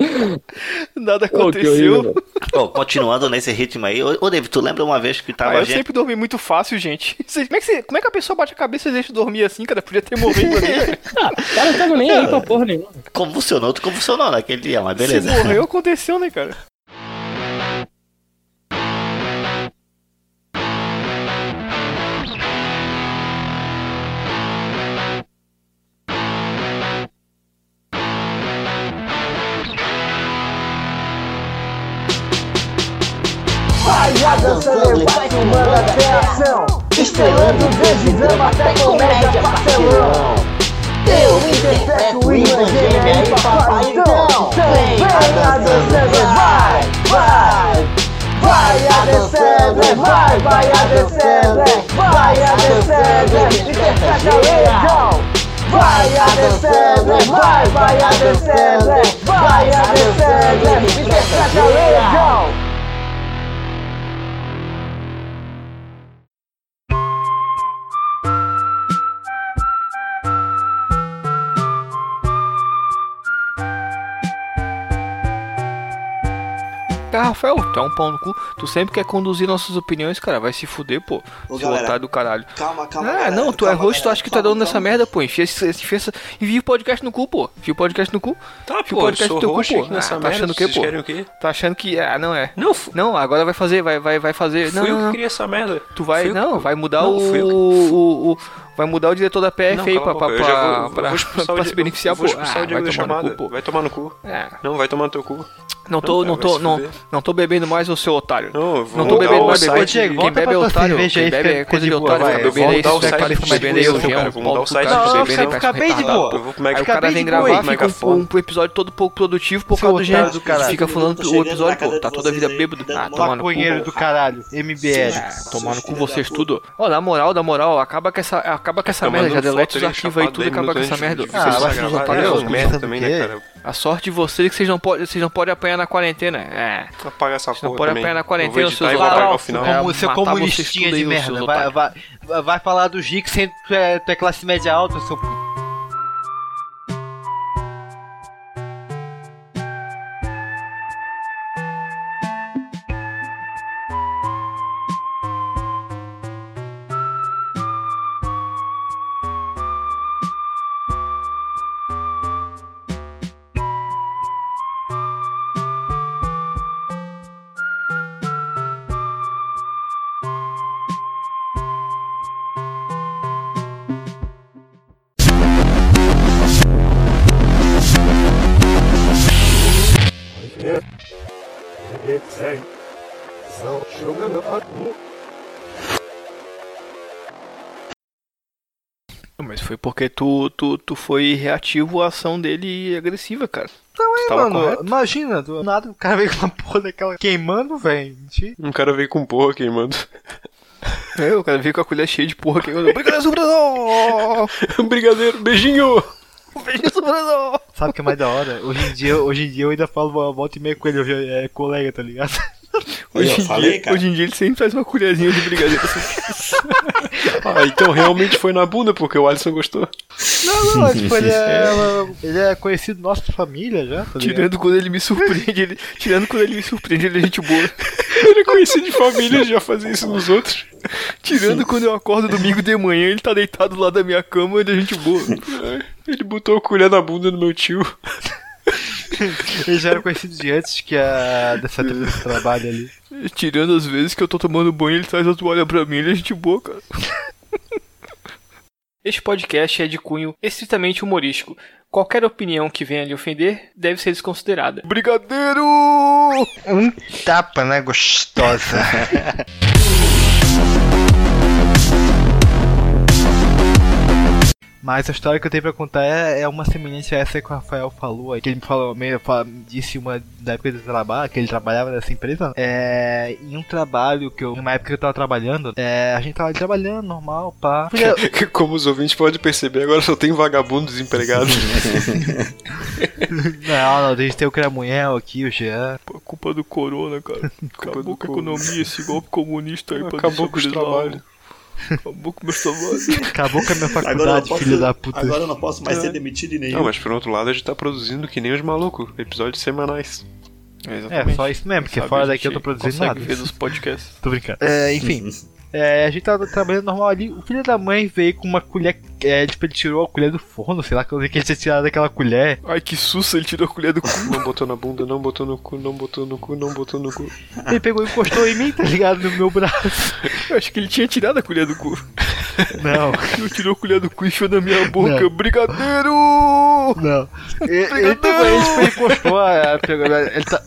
Speaker 3: Nada
Speaker 5: Ô, que
Speaker 3: aconteceu.
Speaker 5: horrível. Ô, continuando nesse ritmo aí. Ô, ô, David, tu lembra uma vez que
Speaker 3: Ah,
Speaker 5: tava a
Speaker 3: eu
Speaker 5: gente
Speaker 3: sempre dormi muito fácil, gente. Vocês- Como é, que você- como é que a pessoa bate a cabeça e deixa eu dormir assim, cara? Podia ter morrido ali.
Speaker 23: Ah, cara não tava nem aí pra porra nenhuma.
Speaker 5: Convulsionou, tu convulsionou naquele dia,
Speaker 26: Ah,
Speaker 5: mas beleza.
Speaker 3: Se morreu, aconteceu, né, cara?
Speaker 10: Vai já dançando, vai fumando até a ação Estrelando grandes drama até comédia pastelão Eu interpreto Ivangelho e papai então Vem, vai a dançando, vai, vai Vai a dançando, vai, vai a dançando Vai a dançando, interpreta legal Vai, Adam Sandler, vai, vai, Adam Sandler, vai, Adam Sandler, me deixa legal.
Speaker 3: Cara, Rafael, tu é um pau no cu. Tu sempre quer conduzir nossas opiniões, cara. Vai se fuder, pô.
Speaker 26: Ô,
Speaker 3: Seu
Speaker 26: galera,
Speaker 3: otário do caralho.
Speaker 26: Calma, calma.
Speaker 3: ah,
Speaker 26: galera,
Speaker 3: não, tu é
Speaker 26: calma,
Speaker 3: rosto, tu
Speaker 26: galera,
Speaker 3: acha que tu é dono dessa merda, pô. Enfia, esse- esse- enfia, essa- enfia o podcast no cu, pô. Enfia o podcast no cu. Tá,
Speaker 2: pô, eu sou host aqui nessa
Speaker 3: tá
Speaker 2: merda,
Speaker 3: achando o quê,
Speaker 2: vocês
Speaker 3: pô?
Speaker 2: querem o quê?
Speaker 3: Tá achando que. Ah, não é. Não, não agora vai fazer, vai, vai, vai fazer. Não,
Speaker 2: Fui eu
Speaker 3: não,
Speaker 2: que
Speaker 3: não.
Speaker 2: criei essa merda.
Speaker 3: Tu vai,
Speaker 2: Fui eu
Speaker 3: não,
Speaker 2: que-
Speaker 3: vai mudar
Speaker 2: Não,
Speaker 3: o,
Speaker 2: fui eu que-
Speaker 3: o, o- Vai mudar o diretor da PF
Speaker 2: Não,
Speaker 3: aí
Speaker 2: cala
Speaker 3: pra,
Speaker 2: a boca,
Speaker 3: é pra,
Speaker 2: eu já vou- eu
Speaker 3: pra,
Speaker 2: vou
Speaker 3: pra-
Speaker 2: expulsar
Speaker 3: pra
Speaker 2: o
Speaker 3: se
Speaker 2: Diego-
Speaker 3: beneficiar,
Speaker 2: eu vou
Speaker 3: pô.
Speaker 2: expulsar o
Speaker 3: Ah,
Speaker 2: Diego
Speaker 3: vai
Speaker 2: da
Speaker 3: tomar no
Speaker 2: chamada.
Speaker 3: cu, pô. É.
Speaker 2: Vai tomar no cu. Não, vai tomar no teu cu.
Speaker 3: Não tô, não,
Speaker 2: cara, Então, é, vai
Speaker 3: tô,
Speaker 2: se
Speaker 3: não,
Speaker 2: fuder.
Speaker 3: não tô bebendo mais, ô seu otário.
Speaker 2: Não,
Speaker 3: não tô bebendo mais bebida. Quem bebe é otário.
Speaker 2: cerveja
Speaker 3: Quem
Speaker 2: aí,
Speaker 3: bebe
Speaker 2: fica-
Speaker 3: é coisa de
Speaker 2: fica de boa,
Speaker 3: otário.
Speaker 2: vai.
Speaker 3: Fica
Speaker 2: Eu vou
Speaker 3: bebendo aí,
Speaker 2: mudar o
Speaker 3: fica
Speaker 2: site
Speaker 3: cara,
Speaker 2: de
Speaker 3: fica bebendo aí,
Speaker 2: discussão,
Speaker 3: o Jean.
Speaker 2: cara,
Speaker 3: um pau
Speaker 2: vou mudar
Speaker 3: no
Speaker 2: o
Speaker 3: cu,
Speaker 2: site
Speaker 3: cara,
Speaker 2: de
Speaker 3: bebendo aí,
Speaker 2: discussão,
Speaker 3: parece
Speaker 2: cara,
Speaker 3: retardado,
Speaker 2: fica bem de boa.
Speaker 3: pô.
Speaker 2: Eu vou pro
Speaker 3: Aí o cara
Speaker 2: megafone.
Speaker 3: vem gravar, fica
Speaker 2: Megafone.
Speaker 3: com com um episódio todo pouco produtivo por causa do Jean.
Speaker 1: otário do caralho.
Speaker 3: Fica falando o episódio, pô. Tá toda a vida bêbado. Ah, tomar no cu.
Speaker 1: Maconheiro do caralho, MBL.
Speaker 3: Ah, tomar no cu vocês tudo. Ó, na moral, na moral, acaba com essa, acaba com essa
Speaker 1: Fica
Speaker 3: merda. Já
Speaker 1: mandando
Speaker 3: deleta
Speaker 1: foto
Speaker 3: os
Speaker 1: aí,
Speaker 3: arquivos aí,
Speaker 1: chapado,
Speaker 3: tudo
Speaker 1: dez
Speaker 3: acaba com
Speaker 1: minutos
Speaker 3: essa
Speaker 1: antes
Speaker 3: merda.
Speaker 1: de vocês Ah, vai se gravarem,
Speaker 3: otários,
Speaker 1: é,
Speaker 3: seus
Speaker 1: os
Speaker 3: merda
Speaker 1: merda também, né, cara?
Speaker 3: A sorte de vocês é que vocês não podem, vocês não podem apanhar na quarentena. É.
Speaker 2: Apaga essa
Speaker 3: Vocês não
Speaker 2: porra
Speaker 3: podem
Speaker 2: também.
Speaker 3: apanhar na
Speaker 2: Eu vou
Speaker 3: quarentena,
Speaker 2: editar
Speaker 3: seus
Speaker 2: e vou apagar
Speaker 3: otários.
Speaker 2: ao final.
Speaker 3: É,
Speaker 1: Como seu
Speaker 3: matar vocês
Speaker 1: comunistinha
Speaker 3: tudo aí,
Speaker 1: de
Speaker 3: ô,
Speaker 1: merda.
Speaker 3: seus
Speaker 1: Vai,
Speaker 3: otários.
Speaker 1: vai, vai falar do Gic sendo que tu é, tu é classe média alta, seu.
Speaker 12: Segue. São jogando a
Speaker 3: Não, Mas foi porque tu, tu, tu foi reativo à ação dele agressiva, cara. Não,
Speaker 2: Tá
Speaker 1: Ei, Então é, mano, imagina, do nada o cara veio com uma porra daquela queimando, velho.
Speaker 2: Um cara veio com porra queimando.
Speaker 3: Eu, É, cara, veio com a colher cheia de porra aqui. Obrigado, sobrador!
Speaker 2: Brigadeiro, beijinho!
Speaker 3: Beijo, sobrador!
Speaker 1: Sabe o que é mais da hora? Hoje em dia, hoje em dia eu ainda falo uma volta e meia com ele, hoje é colega, tá ligado?
Speaker 3: Hoje, em dia, hoje em dia ele sempre faz uma colherzinha de brigadeiro.
Speaker 2: Ah, então realmente foi na bunda, porque o Alisson gostou.
Speaker 1: Não, não, mas, tipo, ele é, ele é conhecido nosso da família já, tá ligado?
Speaker 3: Tirando quando ele me surpreende, ele, tirando quando ele me surpreende, ele é gente boa.
Speaker 2: ele é conhecido de família, já fazia isso nos outros.
Speaker 3: Tirando quando eu acordo domingo de manhã, ele tá deitado lá da minha cama, ele é gente boa.
Speaker 2: Ele botou a colher na bunda do meu tio.
Speaker 1: Ele já era conhecido de antes que a dessa trilha do trabalho ali.
Speaker 3: Tirando as vezes que eu tô tomando banho, ele traz a toalha pra mim, ele é gente boa, cara. Este podcast é de cunho estritamente humorístico. Qualquer opinião que venha lhe ofender deve ser desconsiderada. Brigadeiro!
Speaker 1: Um tapa na gostosa. Mas a história que eu tenho pra contar é, é uma semelhança a essa que o Rafael falou, aí, que ele me falou, me fa- disse uma da época do trabalho, que ele trabalhava nessa empresa, é, em um trabalho que eu, numa época que eu tava trabalhando, é, a gente tava trabalhando normal, pá. Fui-
Speaker 2: Como os ouvintes podem perceber, agora só tem vagabundo desempregado.
Speaker 1: Não, não, desde ter o Cramunhel aqui, o Jean.
Speaker 3: Culpa do corona, cara. Acabou com a economia, esse golpe comunista aí pra
Speaker 2: Acabou com os
Speaker 3: deixar eles
Speaker 2: trabalhos.
Speaker 3: lá. Acabou com meus trabalhos.
Speaker 1: Acabou com a minha
Speaker 3: Agora eu não
Speaker 1: faculdade,
Speaker 3: posso-
Speaker 1: filho da puta.
Speaker 3: agora eu não
Speaker 26: posso mais ser
Speaker 1: demitido em
Speaker 2: Não, mas por outro lado, a gente tá produzindo que nem os malucos. Episódios semanais.
Speaker 1: É, só isso mesmo, porque fora daqui eu tô produzindo nada.
Speaker 3: podcasts.
Speaker 1: Tô brincando. É, enfim. É, a gente tava trabalhando normal ali. O filho da mãe veio com uma colher. É, tipo, ele tirou a colher do forno, sei lá, que eu vi que ele tinha tirado aquela colher.
Speaker 3: Ai, que susto, ele tirou a colher do cu.
Speaker 2: Não botou na bunda, não botou no cu, não botou no cu, não botou no cu.
Speaker 1: Ele pegou e encostou em mim, tá ligado? No meu braço.
Speaker 3: Eu acho que ele tinha tirado a colher do cu.
Speaker 1: Não.
Speaker 3: Ele tirou a colher do cu e enfiou na minha boca.
Speaker 1: Não.
Speaker 3: Brigadeiro!
Speaker 1: Não. é. E- Ele, também, tipo, ele encostou, a- a- pegou- ele tá-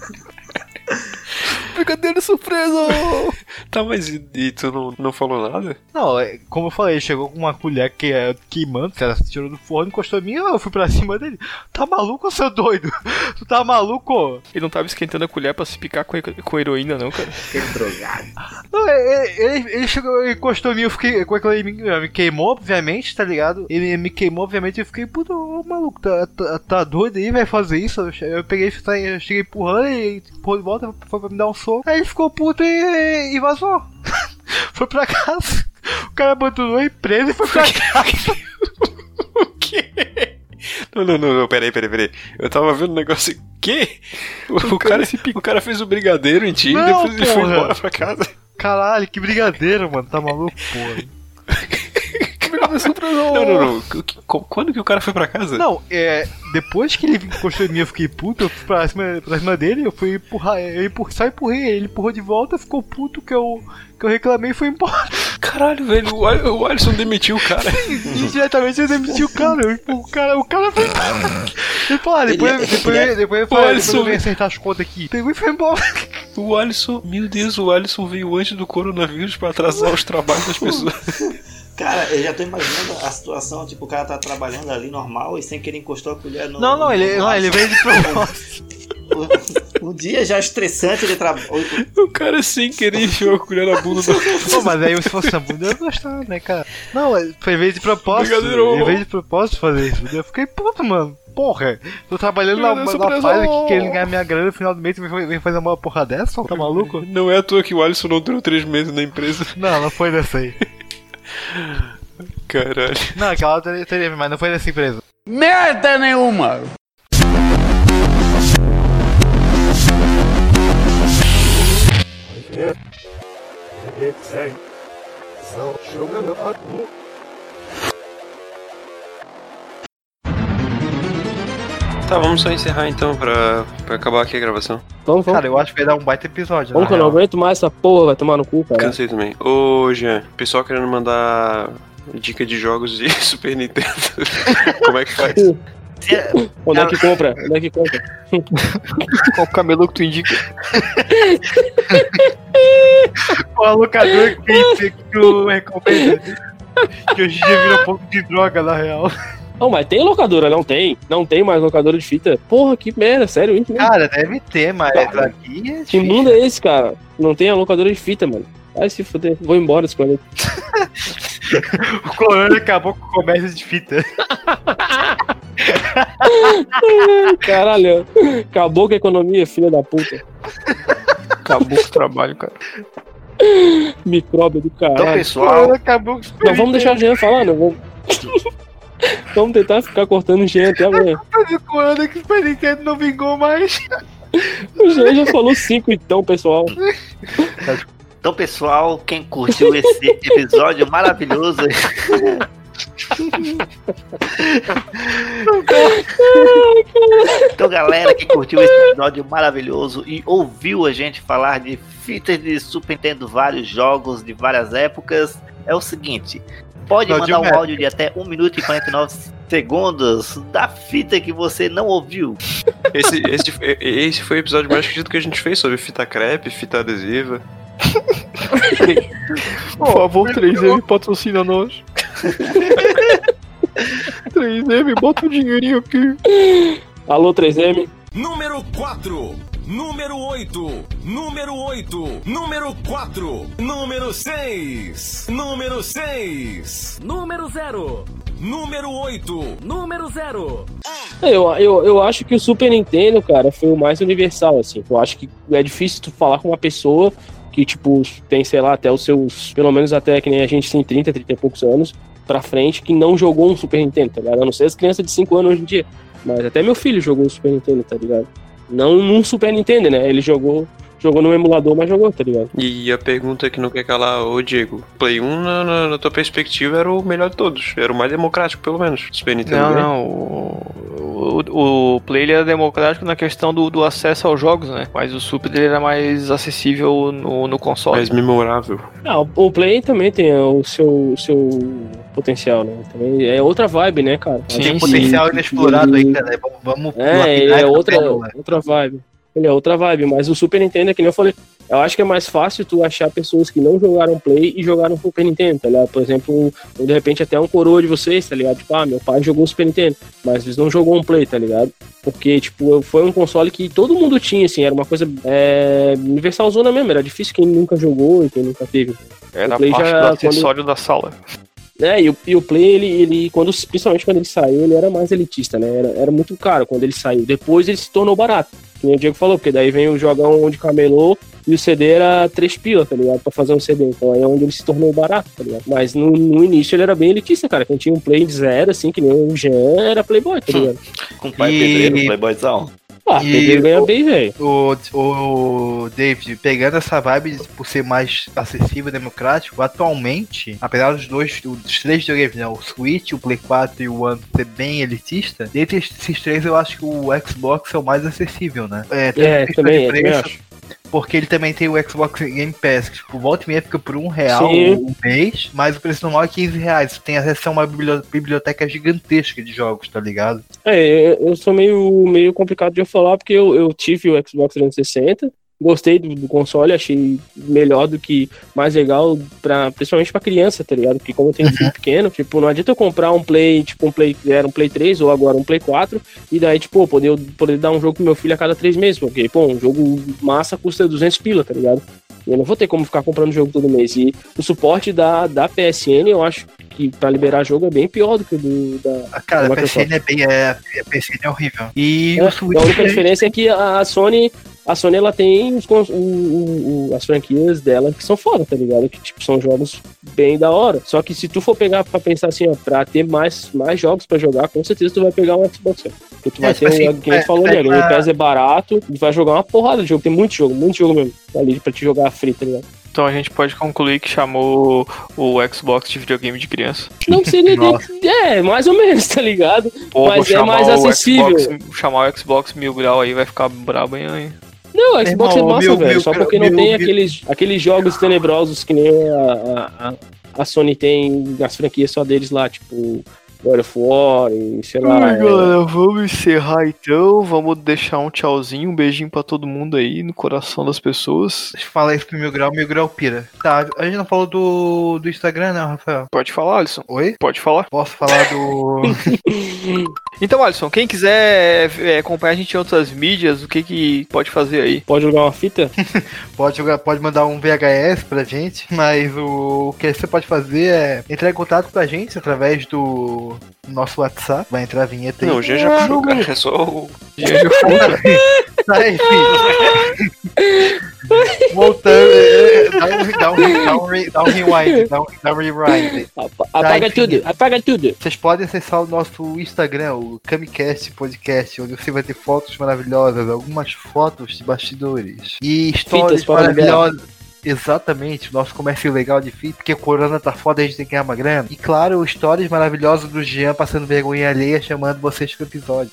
Speaker 5: Brigadeiro surpresa!
Speaker 2: tá, mas e, e tu não, não falou nada?
Speaker 1: Não, é, como eu falei, chegou com uma colher que é queimando, cara, se tirou do forno, encostou em mim, eu fui pra cima dele. Tá maluco, seu doido? Tu tá maluco?
Speaker 3: Ele não tava esquentando a colher pra se picar com, he- com heroína, não, cara. Que drogado.
Speaker 1: Não, ele, ele- ele chegou, ele encostou em mim, eu fiquei. Como é que ele me, me queimou, obviamente, tá ligado? Ele me queimou, obviamente, eu fiquei, puto, ô, maluco, tá, tá, tá doido aí, vai fazer isso? Eu, che- eu peguei, saí- eu cheguei empurrando e empurrou de volta, foi pra me dar um soco. Aí ele ficou puto e, e vazou. foi pra casa. O cara abandonou a empresa e foi pra casa.
Speaker 2: Não, não, não, não, peraí, peraí, peraí. Eu tava vendo um negócio. Que? O, o cara, se pica- o cara fez o brigadeiro em ti e
Speaker 1: Não,
Speaker 2: depois ele foi
Speaker 1: porra.
Speaker 2: embora pra casa.
Speaker 1: Caralho, que brigadeiro, mano, tá maluco, porra.
Speaker 2: Não, não, não. O que- co- Quando que o cara foi pra casa?
Speaker 1: Não, é. Depois que ele encostou em mim, eu fiquei puto, eu fui pra cima, pra cima dele, eu fui empurrar, eu empur, só empurrei, ele empurrou de volta, ficou puto que eu, que eu reclamei e foi embora.
Speaker 2: Caralho, velho, o, Al- o Alisson demitiu o cara.
Speaker 1: Indiretamente eu demiti o cara, eu empurrei o cara, o cara foi embora. Ele falou, ah, depois,
Speaker 2: Ele- é,
Speaker 1: depois,
Speaker 2: ele-
Speaker 1: depois, eu
Speaker 2: O
Speaker 1: falei, depois
Speaker 2: Alisson-
Speaker 1: eu venho acertar as contas aqui. Pegou e foi embora.
Speaker 2: O Alisson, meu Deus, o Alisson veio antes do coronavírus pra atrasar os trabalhos das pessoas.
Speaker 5: Cara, eu já tô imaginando a situação, tipo, o cara tá trabalhando ali normal e sem querer encostou a colher no.
Speaker 1: Não, não, ele-
Speaker 5: no
Speaker 1: não, ele veio de
Speaker 5: propósito. um dia já estressante ele trabalha.
Speaker 2: O cara sem querer enfiou a colher na bunda do.
Speaker 1: Pô, mas aí se fosse a bunda eu ia gostar, né, cara? Não, é- foi vez de propósito.
Speaker 2: Brigadeiro.
Speaker 1: Em vez de propósito fazer isso, eu fiquei puto, mano. Porra, tô trabalhando na, na
Speaker 2: Brigadeiro,
Speaker 1: fase
Speaker 2: surpresa.
Speaker 1: que querendo ganhar minha grana no final do mês e vem vem fazer uma porra dessa, tá maluco?
Speaker 2: Não é à toa que o Alisson não durou três meses na empresa.
Speaker 1: Não, não foi dessa aí.
Speaker 2: Caralho.
Speaker 1: Não, aquela outra eu teria, mas não foi dessa empresa.
Speaker 10: Merda nenhuma!
Speaker 12: São jogando a
Speaker 2: Tá, vamos só encerrar então pra, pra acabar aqui a gravação.
Speaker 23: Vamos, vamos.
Speaker 1: Cara, eu acho que vai dar um baita episódio,
Speaker 23: Vamos que eu não aguento mais essa porra, vai tomar no cu, cara.
Speaker 2: Cansei também. Ô, Jean, pessoal querendo mandar dica de jogos de Super Nintendo. Como é que faz?
Speaker 23: Onde é que compra? Onde é que compra?
Speaker 2: Qual camelô que tu indica?
Speaker 1: O alocador que tem que o recomenda. Que hoje em dia vira pouco de droga, na real.
Speaker 23: Não, mas tem locadora, não tem. Não tem mais locadora de fita. Porra, que merda, sério. Isso mesmo.
Speaker 1: Cara, deve ter, mas aqui é
Speaker 23: Que mundo é esse, cara? Não tem a locadora de fita, mano. Vai se fuder, vou embora desse planeta.
Speaker 1: O clonando acabou com o comércio de fita.
Speaker 23: Caralho, acabou com a economia, filha da puta.
Speaker 3: Acabou com o trabalho, cara.
Speaker 23: Micróbio do caralho.
Speaker 3: Então, pessoal-
Speaker 1: É, Acabou
Speaker 23: Não, vamos deixar o Jean falando. Vamos... Então, vamos tentar ficar cortando o Jean até amanhã.
Speaker 1: Fazendo com ano que o Super Nintendo não vingou mais.
Speaker 23: O Jean já falou cinco, então, pessoal.
Speaker 5: Então, pessoal, quem curtiu esse episódio maravilhoso. então, galera, quem curtiu esse episódio maravilhoso e ouviu a gente falar de fitas de Super Nintendo, vários jogos de várias épocas, é o seguinte: pode
Speaker 1: Não, de
Speaker 5: mandar
Speaker 1: uma
Speaker 5: um
Speaker 1: época.
Speaker 5: áudio de até 1 minuto e 49 segundos da fita que você não ouviu.
Speaker 2: Esse, esse, foi- esse foi o episódio mais esquisito que a gente fez sobre fita crepe, fita adesiva.
Speaker 10: Por favor, 3M, patrocina nós.
Speaker 23: 3M, bota um dinheirinho aqui. Alô, 3M.
Speaker 6: Número 4. Número 8. Número 8. Número 4. Número 6. Número 6. Número 0. Número 8. Número 0.
Speaker 23: É, Eu, eu, eu acho que o Super Nintendo, cara, foi o mais universal, assim. Eu acho que é difícil tu falar com uma pessoa que, tipo, tem, sei lá, até os seus, pelo menos até que nem a gente tem 30, 30 e poucos anos pra frente, que não jogou um Super Nintendo, tá ligado? A não ser as crianças de 5 anos hoje em dia. Mas até meu filho jogou um Super Nintendo, tá ligado? Não num Super Nintendo, né? Ele jogou, jogou num emulador, mas jogou, tá ligado?
Speaker 2: E a pergunta que não quer calar, ô Diego, Play 1 na, na- na tua perspectiva era o melhor de todos, era o mais democrático pelo menos. Super Nintendo
Speaker 3: Não,
Speaker 2: né?
Speaker 3: não. O, o, o Play ele era democrático na questão do, do acesso aos jogos, né? Mas o Super ele era mais acessível no, no console.
Speaker 2: Mais memorável.
Speaker 23: Ah, o- o Play também tem é, o seu, o seu potencial, né? Também é outra vibe, né, cara?
Speaker 1: Tem potencial inexplorado ainda, né? Vamos- Vamos
Speaker 23: É,
Speaker 1: lapidar
Speaker 23: ele é
Speaker 1: essa
Speaker 23: outra,
Speaker 1: pérola.
Speaker 23: outra vibe. Ele é outra vibe, mas o Super Nintendo, é que nem eu falei, Eu acho que é mais fácil tu achar pessoas que não jogaram Play e jogaram Super Nintendo, tá ligado? Por exemplo, ou de repente até um coroa de vocês, tá ligado? Tipo, ah, meu pai jogou Super Nintendo, mas eles não jogou um Play, tá ligado? Porque, tipo, eu- foi um console que todo mundo tinha, assim, era uma coisa é, universalzona mesmo, era difícil quem nunca jogou e quem nunca teve.
Speaker 3: Era
Speaker 23: O
Speaker 3: a É, parte do
Speaker 23: quando-
Speaker 3: acessório da sala.
Speaker 23: né? E o, e o Play, ele, ele quando, principalmente quando ele saiu, ele era mais elitista, né? Era, era muito caro quando ele saiu. Depois ele se tornou barato, que nem o Diego falou, porque daí vem o jogão de camelô e o CD era 3 pila, tá ligado? Pra fazer um CD. Então aí é onde ele se tornou barato, tá ligado? Mas no, no início ele era bem elitista, cara. Quem tinha um Play de zero, assim, que nem o Jean, era Playboy, tá ligado?
Speaker 5: Hum. Com pai
Speaker 1: E-
Speaker 5: pedreiro, playboyzão.
Speaker 23: Ah, Pedreiro ganha bem, velho.
Speaker 1: O, o, o David, pegando essa vibe por ser mais acessível e democrático, atualmente, apesar dos dois, dos três videogames, né, o Switch, o Play 4 e o One ser bem elitista, dentre esses três eu acho que o Xbox é o mais acessível, né? tanto
Speaker 23: É,
Speaker 1: questão
Speaker 23: também- também acho.
Speaker 1: Porque ele também tem o Xbox Game Pass, que tipo, volta e meia fica por um real
Speaker 23: Sim.
Speaker 1: um mês, mas o preço normal é 15 reais. Tem acesso a uma bibli- biblioteca gigantesca de jogos, tá ligado?
Speaker 23: É, eu- eu sou meio, meio complicado de eu falar, porque eu, eu tive o Xbox 360, gostei do, do console, achei melhor do que mais legal, pra, principalmente pra criança, tá ligado? Porque como eu tenho filho
Speaker 1: Uhum.
Speaker 23: pequeno, tipo, não adianta eu comprar um Play, tipo, um Play, era um Play 3 ou agora um Play 4, e daí, tipo, poder, poder dar um jogo pro meu filho a cada três meses, porque, pô, um jogo massa custa 200 pila, tá ligado? Eu não vou ter como ficar comprando jogo todo mês. E o suporte da, da PSN, eu acho que pra liberar jogo é bem pior do que o do, da.
Speaker 1: Cara,
Speaker 23: da
Speaker 1: a PSN é bem. É, a PSN é horrível. E
Speaker 23: É,
Speaker 1: o Switch.
Speaker 23: A única diferença é que a a Sony. A Sony ela tem os cons- o- o- o- as franquias dela que são foda, tá ligado? Que tipo, são jogos bem da hora. Só que se tu for pegar pra pensar assim, ó, pra ter mais, mais jogos pra jogar, com certeza tu vai pegar um Xbox. One. Porque tu
Speaker 1: É,
Speaker 23: vai
Speaker 1: tipo
Speaker 23: ter
Speaker 1: assim,
Speaker 23: um, que nem
Speaker 1: é,
Speaker 23: tu falou,
Speaker 1: pega-
Speaker 23: Diego, o PES é barato, e vai jogar uma porrada de jogo. Tem muito jogo, muito jogo mesmo. Ali pra te jogar free, tá ligado?
Speaker 3: Então a gente pode concluir que chamou o Xbox de videogame de criança.
Speaker 23: Não seria. de- É, mais ou menos, tá ligado?
Speaker 3: Pô, vou
Speaker 23: Mas é
Speaker 3: chamar
Speaker 23: mais
Speaker 3: o
Speaker 23: acessível.
Speaker 3: Xbox, vou chamar o Xbox Mil Grau aí, vai ficar brabo, hein? hein?
Speaker 23: Não, o Xbox
Speaker 3: Irmão,
Speaker 23: é massa,
Speaker 3: meu-
Speaker 23: velho.
Speaker 3: meu
Speaker 23: Só
Speaker 3: gra-
Speaker 23: porque não
Speaker 3: meu-
Speaker 23: tem
Speaker 3: meu-
Speaker 23: aqueles, aqueles jogos tenebrosos que nem a, a- a, a Sony tem as franquias só deles lá, tipo God of War e sei lá.
Speaker 3: Ai,
Speaker 23: é-
Speaker 3: galera, vamos encerrar então. Vamos deixar um tchauzinho, um beijinho pra todo mundo aí, no coração das pessoas.
Speaker 1: Fala isso pro Mil Grau, Mil Grau pira. Tá, a gente não falou do, do Instagram, né, Rafael?
Speaker 3: Pode falar, Alisson.
Speaker 1: Oi?
Speaker 3: Pode falar.
Speaker 1: Posso falar do.
Speaker 3: Então, Alisson, quem quiser é, acompanhar a gente em outras mídias, o que, que pode fazer aí?
Speaker 23: Pode jogar uma fita?
Speaker 1: pode, jogar- pode mandar um VHS pra gente, mas o, o que você pode fazer é entrar em contato com a gente através do nosso WhatsApp. Vai entrar a vinheta aí.
Speaker 3: Não, o Jean já puxou, cara. É só o. Jean já
Speaker 1: Tá, enfim. Voltando, é, é, dá um, dá um, dá um, re- dá um rewind, dá um, dá um rewind.
Speaker 23: apaga tudo, apaga tudo.
Speaker 1: Tá, Vocês podem acessar o nosso Instagram, o Camicast Podcast, onde você vai ter fotos maravilhosas, algumas fotos de bastidores e histórias
Speaker 23: Fitas para
Speaker 1: maravilhosas. Exatamente, o nosso comércio legal de fita, porque Corona tá foda, a gente tem que ganhar uma grana. E claro, histórias maravilhosas do Jean passando vergonha alheia, chamando vocês pro episódio.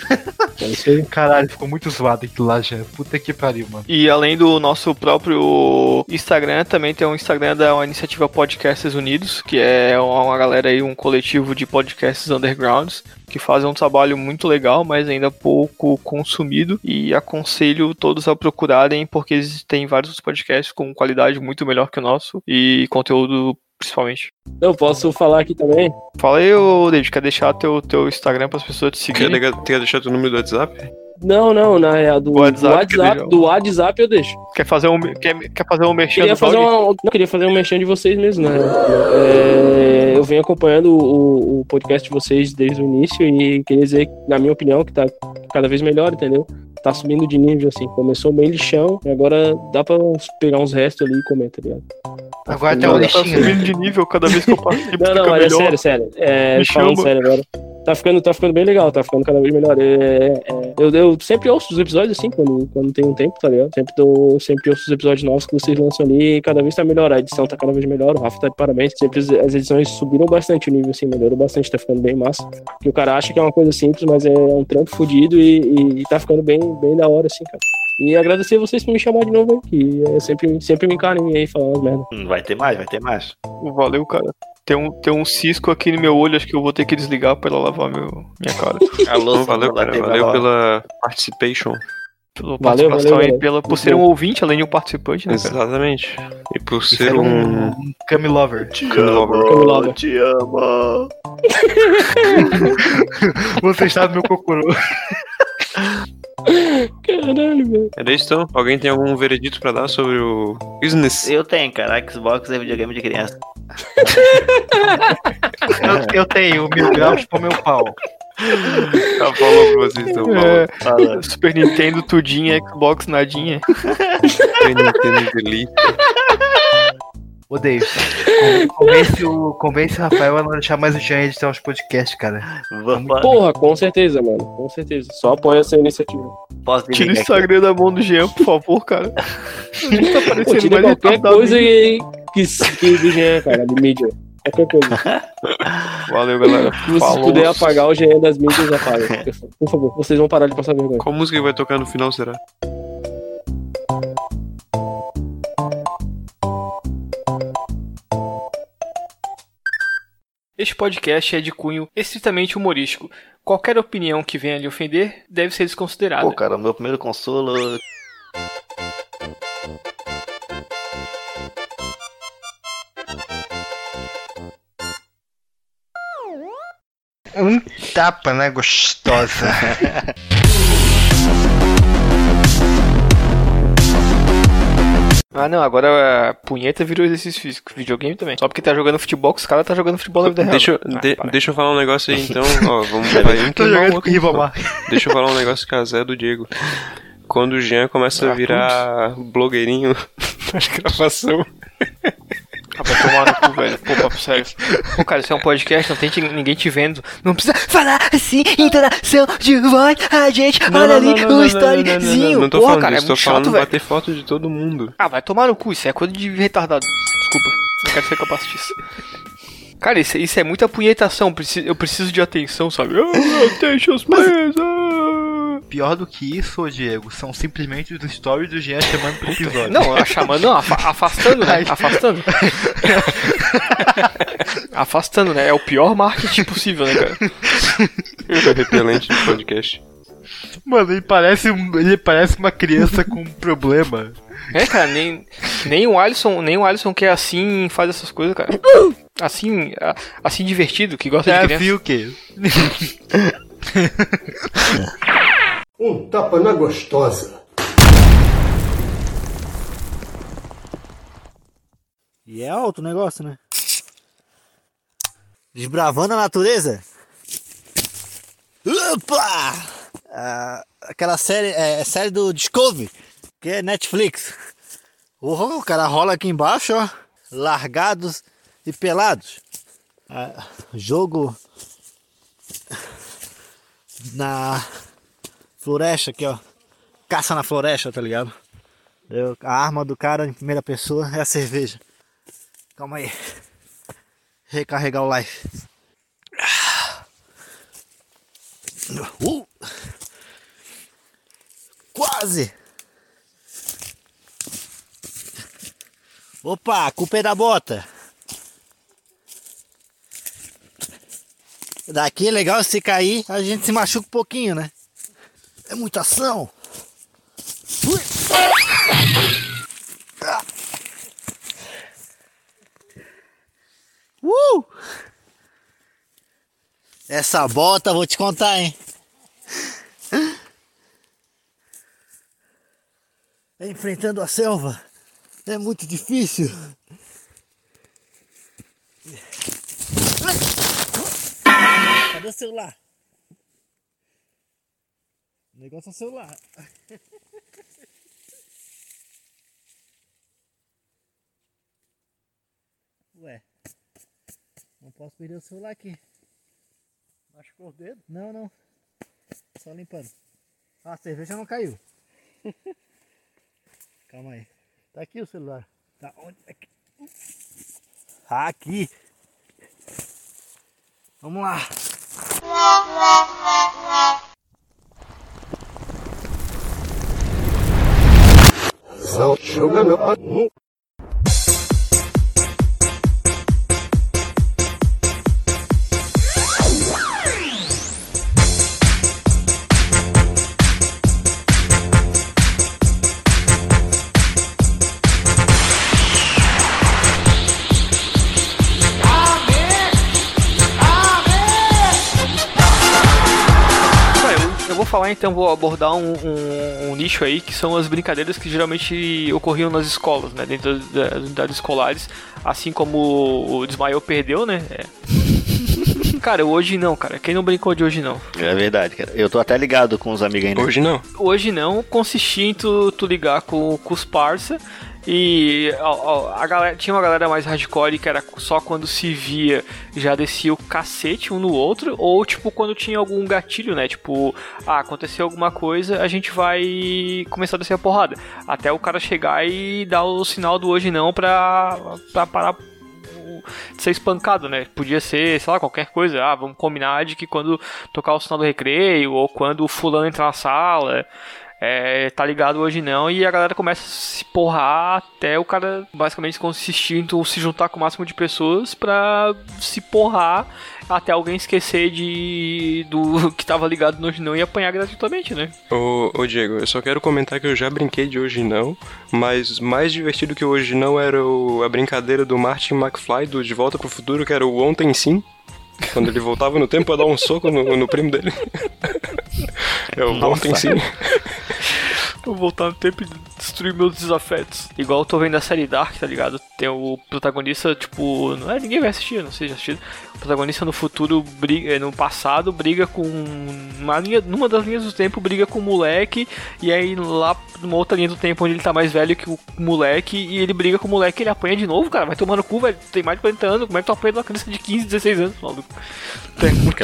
Speaker 23: É isso aí.
Speaker 1: Caralho, ficou muito zoado aquilo lá, Jean. Puta que pariu, mano.
Speaker 3: E além do nosso próprio Instagram, também tem um Instagram da uma iniciativa Podcasters Unidos, que é uma uma galera aí, um coletivo de podcasts undergrounds, que fazem um trabalho muito legal, mas ainda pouco consumido. E aconselho todos a procurarem, porque existem vários podcasts com qualidade muito melhor que o nosso e conteúdo principalmente.
Speaker 23: Eu posso falar aqui também?
Speaker 3: Fala aí, ô, David, quer deixar teu, teu Instagram para as pessoas te
Speaker 2: Quer,
Speaker 3: seguirem?
Speaker 2: ligar- quer deixar teu número do WhatsApp?
Speaker 23: Não, não, na real, do do WhatsApp,
Speaker 3: WhatsApp, é quer
Speaker 23: do WhatsApp eu deixo.
Speaker 3: Quer fazer um, quer, quer fazer um merchan
Speaker 23: Queria
Speaker 3: do
Speaker 23: fazer
Speaker 3: blog?
Speaker 23: uma, não, queria fazer um merchan de vocês mesmo, né? É, eu venho acompanhando o, o podcast de vocês desde o início e queria dizer, na minha opinião, que tá cada vez melhor, entendeu? Tá subindo de nível, assim. Começou meio lixão e agora dá pra uns- pegar uns restos ali e comer, tá ligado?
Speaker 1: Agora
Speaker 23: ficando
Speaker 1: tem um
Speaker 23: legal.
Speaker 1: lixinho.
Speaker 3: Tá subindo de nível cada vez que eu participo.
Speaker 23: Não, não,
Speaker 3: fica
Speaker 23: mas é
Speaker 3: melhor.
Speaker 23: sério, sério. É,
Speaker 3: Me
Speaker 23: falando
Speaker 3: chama.
Speaker 23: sério agora. Tá ficando, tá ficando bem legal, tá ficando cada vez melhor. É, é, eu, eu sempre ouço os episódios assim, quando, quando tem um tempo, tá ligado? Sempre, tô, sempre ouço os episódios novos que vocês lançam ali e cada vez tá melhor. A edição tá cada vez melhor, o Rafa tá de parabéns. Sempre as, as edições subiram bastante o nível, assim, melhorou bastante, tá ficando bem massa. Que o cara acha que é uma coisa simples, mas é um trampo fodido e, e- e tá ficando bem, bem da hora, assim, cara. E agradecer vocês por me chamar de novo aqui. Eu sempre, sempre me encarem aí falar umas merda.
Speaker 5: Hum, Vai ter mais, vai ter mais.
Speaker 3: Valeu, cara. Tem um, tem um cisco aqui no meu olho, acho que eu vou ter que desligar pra ela lavar meu, minha cara.
Speaker 2: Alô, valeu, cara. Valeu pela participation.
Speaker 3: pela
Speaker 23: Valeu,
Speaker 3: participação
Speaker 23: valeu,
Speaker 3: e
Speaker 23: valeu.
Speaker 3: pela, por ser um ouvinte, além de um participante, né? cara? é
Speaker 2: Exatamente. E por
Speaker 3: E
Speaker 2: ser
Speaker 3: ser
Speaker 2: um.
Speaker 1: Cami Lover.
Speaker 3: É.
Speaker 2: Camilover.
Speaker 10: Te amo.
Speaker 1: Você está no meu cocuru.
Speaker 23: Caralho, velho.
Speaker 2: É isso então? Alguém tem algum veredito pra dar sobre o business?
Speaker 10: Eu tenho, cara. Xbox é videogame de criança.
Speaker 1: Eu, eu tenho mil graus pro meu pau.
Speaker 2: Já falou pra vocês então,
Speaker 3: É,
Speaker 2: falou. Fala.
Speaker 3: Super Nintendo, tudinha, Xbox, nadinha.
Speaker 2: Super Nintendo Delete.
Speaker 1: Odeio. Con- Convence o, convence o Rafael a não deixar mais o Jean editar os podcasts, cara.
Speaker 23: Porra, com certeza, mano. Com certeza. Só apoia essa iniciativa.
Speaker 10: Posso
Speaker 3: Tira o
Speaker 23: é
Speaker 3: Instagram da mão do Jean, por favor, cara. Ele tá
Speaker 23: Pô,
Speaker 3: parecendo
Speaker 23: tira
Speaker 3: mais
Speaker 23: qualquer
Speaker 3: retardado.
Speaker 23: coisa que, que, que do Jean, cara, de mídia. É Qualquer coisa.
Speaker 2: Valeu, galera.
Speaker 23: Se vocês
Speaker 2: Falou.
Speaker 23: puderem apagar o Jean das mídias, apaga. Por favor, vocês vão parar de passar vergonha.
Speaker 2: Qual música que vai tocar no final será?
Speaker 3: Este podcast é de cunho estritamente humorístico. Qualquer opinião que venha lhe ofender deve ser desconsiderada.
Speaker 10: Pô, cara, meu primeiro consolo.
Speaker 1: Um tapa, né, gostosa.
Speaker 3: Ah, não, agora a punheta virou exercício físico. Videogame também. Só porque tá jogando futebol, os caras tá jogando futebol na vida real.
Speaker 2: Deixa, eu-
Speaker 3: Ah,
Speaker 2: de-
Speaker 3: para.
Speaker 2: deixa eu falar um negócio aí então. Ó, vamos vai um
Speaker 3: Tô
Speaker 2: queimar o
Speaker 3: jogando
Speaker 2: outro.
Speaker 3: com o Ribamar.
Speaker 2: Deixa eu falar um negócio que a Zé do Diego. Quando o Jean
Speaker 3: Tá,
Speaker 2: começa a virar blogueirinho nas gravação.
Speaker 3: Ah, vai tomar no cu, velho. Pô, papo sério. Pô, cara, isso é um podcast, não tem te- ninguém te vendo. Não precisa falar assim, interação de voz, a gente,
Speaker 2: Não,
Speaker 3: olha
Speaker 2: não, não,
Speaker 3: ali
Speaker 2: não,
Speaker 3: o
Speaker 2: não, não, não, não,
Speaker 3: storyzinho.
Speaker 2: não, não tô
Speaker 3: Porra,
Speaker 2: falando
Speaker 3: cara,
Speaker 2: disso,
Speaker 3: é
Speaker 2: tô
Speaker 3: muito
Speaker 2: falando
Speaker 3: chato, velho.
Speaker 2: bater foto de todo mundo.
Speaker 3: Ah, vai tomar no cu, isso é coisa de retardado. Desculpa, não quero ser capaz disso. Cara, isso, isso é muita punhetação, preci- eu preciso de atenção, sabe? Deixa os pés.
Speaker 1: Pior do que isso, ô Diego, são simplesmente os stories do Jean chamando pro episódio.
Speaker 3: Não, a chamando, não, afa- afastando, né?
Speaker 1: Ai.
Speaker 3: Afastando. afastando, né? É o pior marketing possível, né, cara?
Speaker 2: O repelente do podcast.
Speaker 1: Mano, ele parece, um- ele parece uma criança com um problema.
Speaker 3: É, cara, nem, nem o Alisson, nem o Alisson que é assim faz essas coisas, cara. Assim, a- assim divertido, que gosta de
Speaker 12: É,
Speaker 3: criança.
Speaker 12: viu
Speaker 1: que?
Speaker 12: Um tapa na gostosa.
Speaker 5: E é alto o negócio, né? Desbravando a natureza. Opa! Ah, aquela série, é, é série do Discovery, que é Netflix. Uhum, o cara rola aqui embaixo, ó. Largados e pelados. Ah, jogo na floresta aqui, ó. Caça na floresta, tá ligado? Eu- a arma do cara em primeira pessoa é a cerveja. Calma aí. Recarregar o live. Uh! Quase! Opa, a culpa é da bota. Daqui é legal se cair, a gente se machuca um pouquinho, né? É muita ação. Ui! Ah! Uh! Essa bota, vou te contar, hein? É Enfrentando a selva é muito difícil. Cadê o celular? O negócio é o celular. Ué, não posso perder o celular aqui. Machucou o dedo? Não, não. Só limpando. Ah, a cerveja não caiu. Calma aí. Tá aqui o celular. Tá onde? Aqui. Aqui. Vamos lá.
Speaker 12: Sal joga meu pa- no-
Speaker 3: falar então, vou abordar um, um- um nicho aí que são as brincadeiras que geralmente ocorriam nas escolas, né? Dentro da- das unidades escolares, assim como o Desmaio perdeu, né? É. cara, hoje não, cara. Quem não brincou de hoje não?
Speaker 5: É verdade, cara. Eu tô até ligado com os amigos ainda.
Speaker 2: Hoje não.
Speaker 3: Hoje não consistia em tu, tu ligar com, com os parça e a, a- a galera, tinha uma galera mais hardcore que era só quando se via já descia o cacete um no outro, ou tipo quando tinha algum gatilho, né? Tipo, ah, aconteceu alguma coisa, a gente vai começar a descer a porrada. Até o cara chegar e dar o sinal do hoje não pra, pra parar de ser espancado, né? Podia ser, sei lá, qualquer coisa. Ah, vamos combinar de que quando tocar o sinal do recreio ou quando o fulano entrar na sala, é, tá ligado hoje não. E a galera começa a se porrar até o cara basicamente consistir em tu se juntar com o máximo de pessoas pra se porrar até alguém esquecer de do que tava ligado no hoje não e apanhar gratuitamente, né?
Speaker 2: Ô, ô Diego, eu só quero comentar que eu já brinquei de hoje não, mas mais divertido que o hoje não era o- a brincadeira do Martin McFly do De Volta pro Futuro, que era o ontem sim. Quando ele voltava no tempo a dar um soco no, no primo dele. É o
Speaker 3: Nossa.
Speaker 2: ontem sim.
Speaker 3: Vou voltar no tempo e destruir meus desafetos. Igual eu tô vendo a série Dark, tá ligado? Tem o protagonista, tipo. Não é, ninguém vai assistir, não sei já assistido. O protagonista no futuro, briga, eh, no passado, briga com. Uma linha, numa das linhas do tempo, briga com o moleque. E aí lá numa outra linha do tempo, onde ele tá mais velho que o moleque. E ele briga com o moleque ele apanha de novo, cara. Vai tomar no cu, velho. Tu Tem mais de 40 anos. Como é que tu apanha de uma criança de 15, 16 anos, maluco? Tu é muito-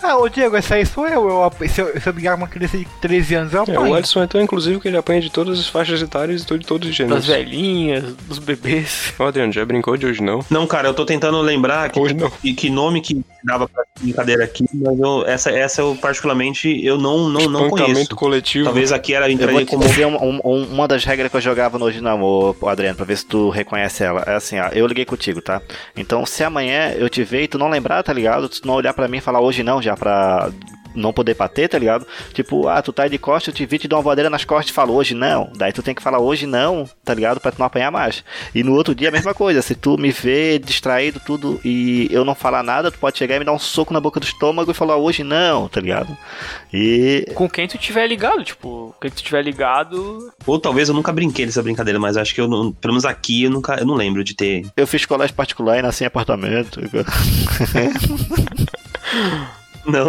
Speaker 1: Ah, ô Diego, essa aí sou eu. eu ap- se, eu se eu brigar com uma criança de 13 anos, eu
Speaker 2: É,
Speaker 1: apanho.
Speaker 2: o Alisson é tão inclusivo que ele apanha de todas as faixas etárias e de todos os gêneros.
Speaker 3: Das velhinhas, dos bebês.
Speaker 2: Ô Adriano, já brincou de hoje não?
Speaker 23: Não, cara, eu tô tentando lembrar que, E que nome que dava pra essa brincadeira aqui, mas eu- essa, essa eu particularmente eu não, não, não
Speaker 5: Espancamento
Speaker 23: conheço.
Speaker 2: coletivo. É
Speaker 23: Talvez aqui era
Speaker 5: Eu vou
Speaker 23: entraria
Speaker 5: te
Speaker 23: como
Speaker 5: dizer um- um- um- uma das regras que eu jogava no Original, ô, ô, Adriano, pra ver se tu reconhece ela. É assim, ó, eu liguei contigo, tá? Então, se amanhã eu te ver e tu não lembrar, tá ligado? Tu não olhar pra mim e falar hoje não, já pra não poder bater, tá ligado? Tipo, ah, tu tá aí de costas, eu te vi, te dou uma voadeira nas costas e falo hoje não. Daí tu tem que falar hoje não, tá ligado? Pra tu não apanhar mais. E no outro dia a mesma coisa. Se tu me vê distraído, tudo, e eu não falar nada, tu pode chegar e me dar um soco na boca do estômago e falar hoje não, tá ligado? E
Speaker 3: Com quem tu tiver ligado, tipo, quem tu tiver ligado,
Speaker 23: Ou talvez eu nunca brinquei dessa brincadeira, mas acho que eu não, pelo menos aqui eu nunca eu não lembro de ter.
Speaker 5: Eu fiz colégio particular e nasci em apartamento.
Speaker 23: não.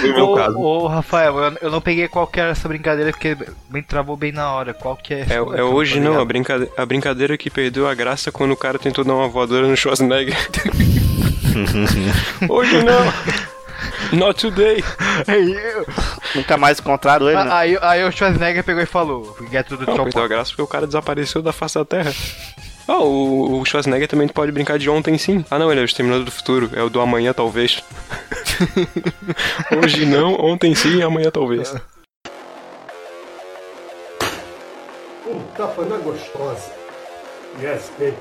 Speaker 1: Foi
Speaker 23: meu caso.
Speaker 1: Ô, Rafael, eu, eu não peguei qual que era essa brincadeira porque me travou bem na hora. Qual que é?
Speaker 2: É, é
Speaker 5: Tá
Speaker 2: hoje não, a, brincade a brincadeira que perdeu a graça quando o cara tentou dar uma voadora no Schwarzenegger. hoje não! Not today! né?
Speaker 5: Nunca mais encontraram ele, né?
Speaker 1: Aí, aí o Schwarzenegger pegou e falou: Get to the
Speaker 2: Não,
Speaker 1: top.
Speaker 2: perdeu a graça porque o cara desapareceu da face da terra. Ah, o, o Schwarzenegger também pode brincar de ontem sim. Ah não, ele é o Exterminador do Futuro, é o do amanhã talvez. hoje não, ontem sim e amanhã talvez.
Speaker 12: Um tapa na gostosa. Yes, baby.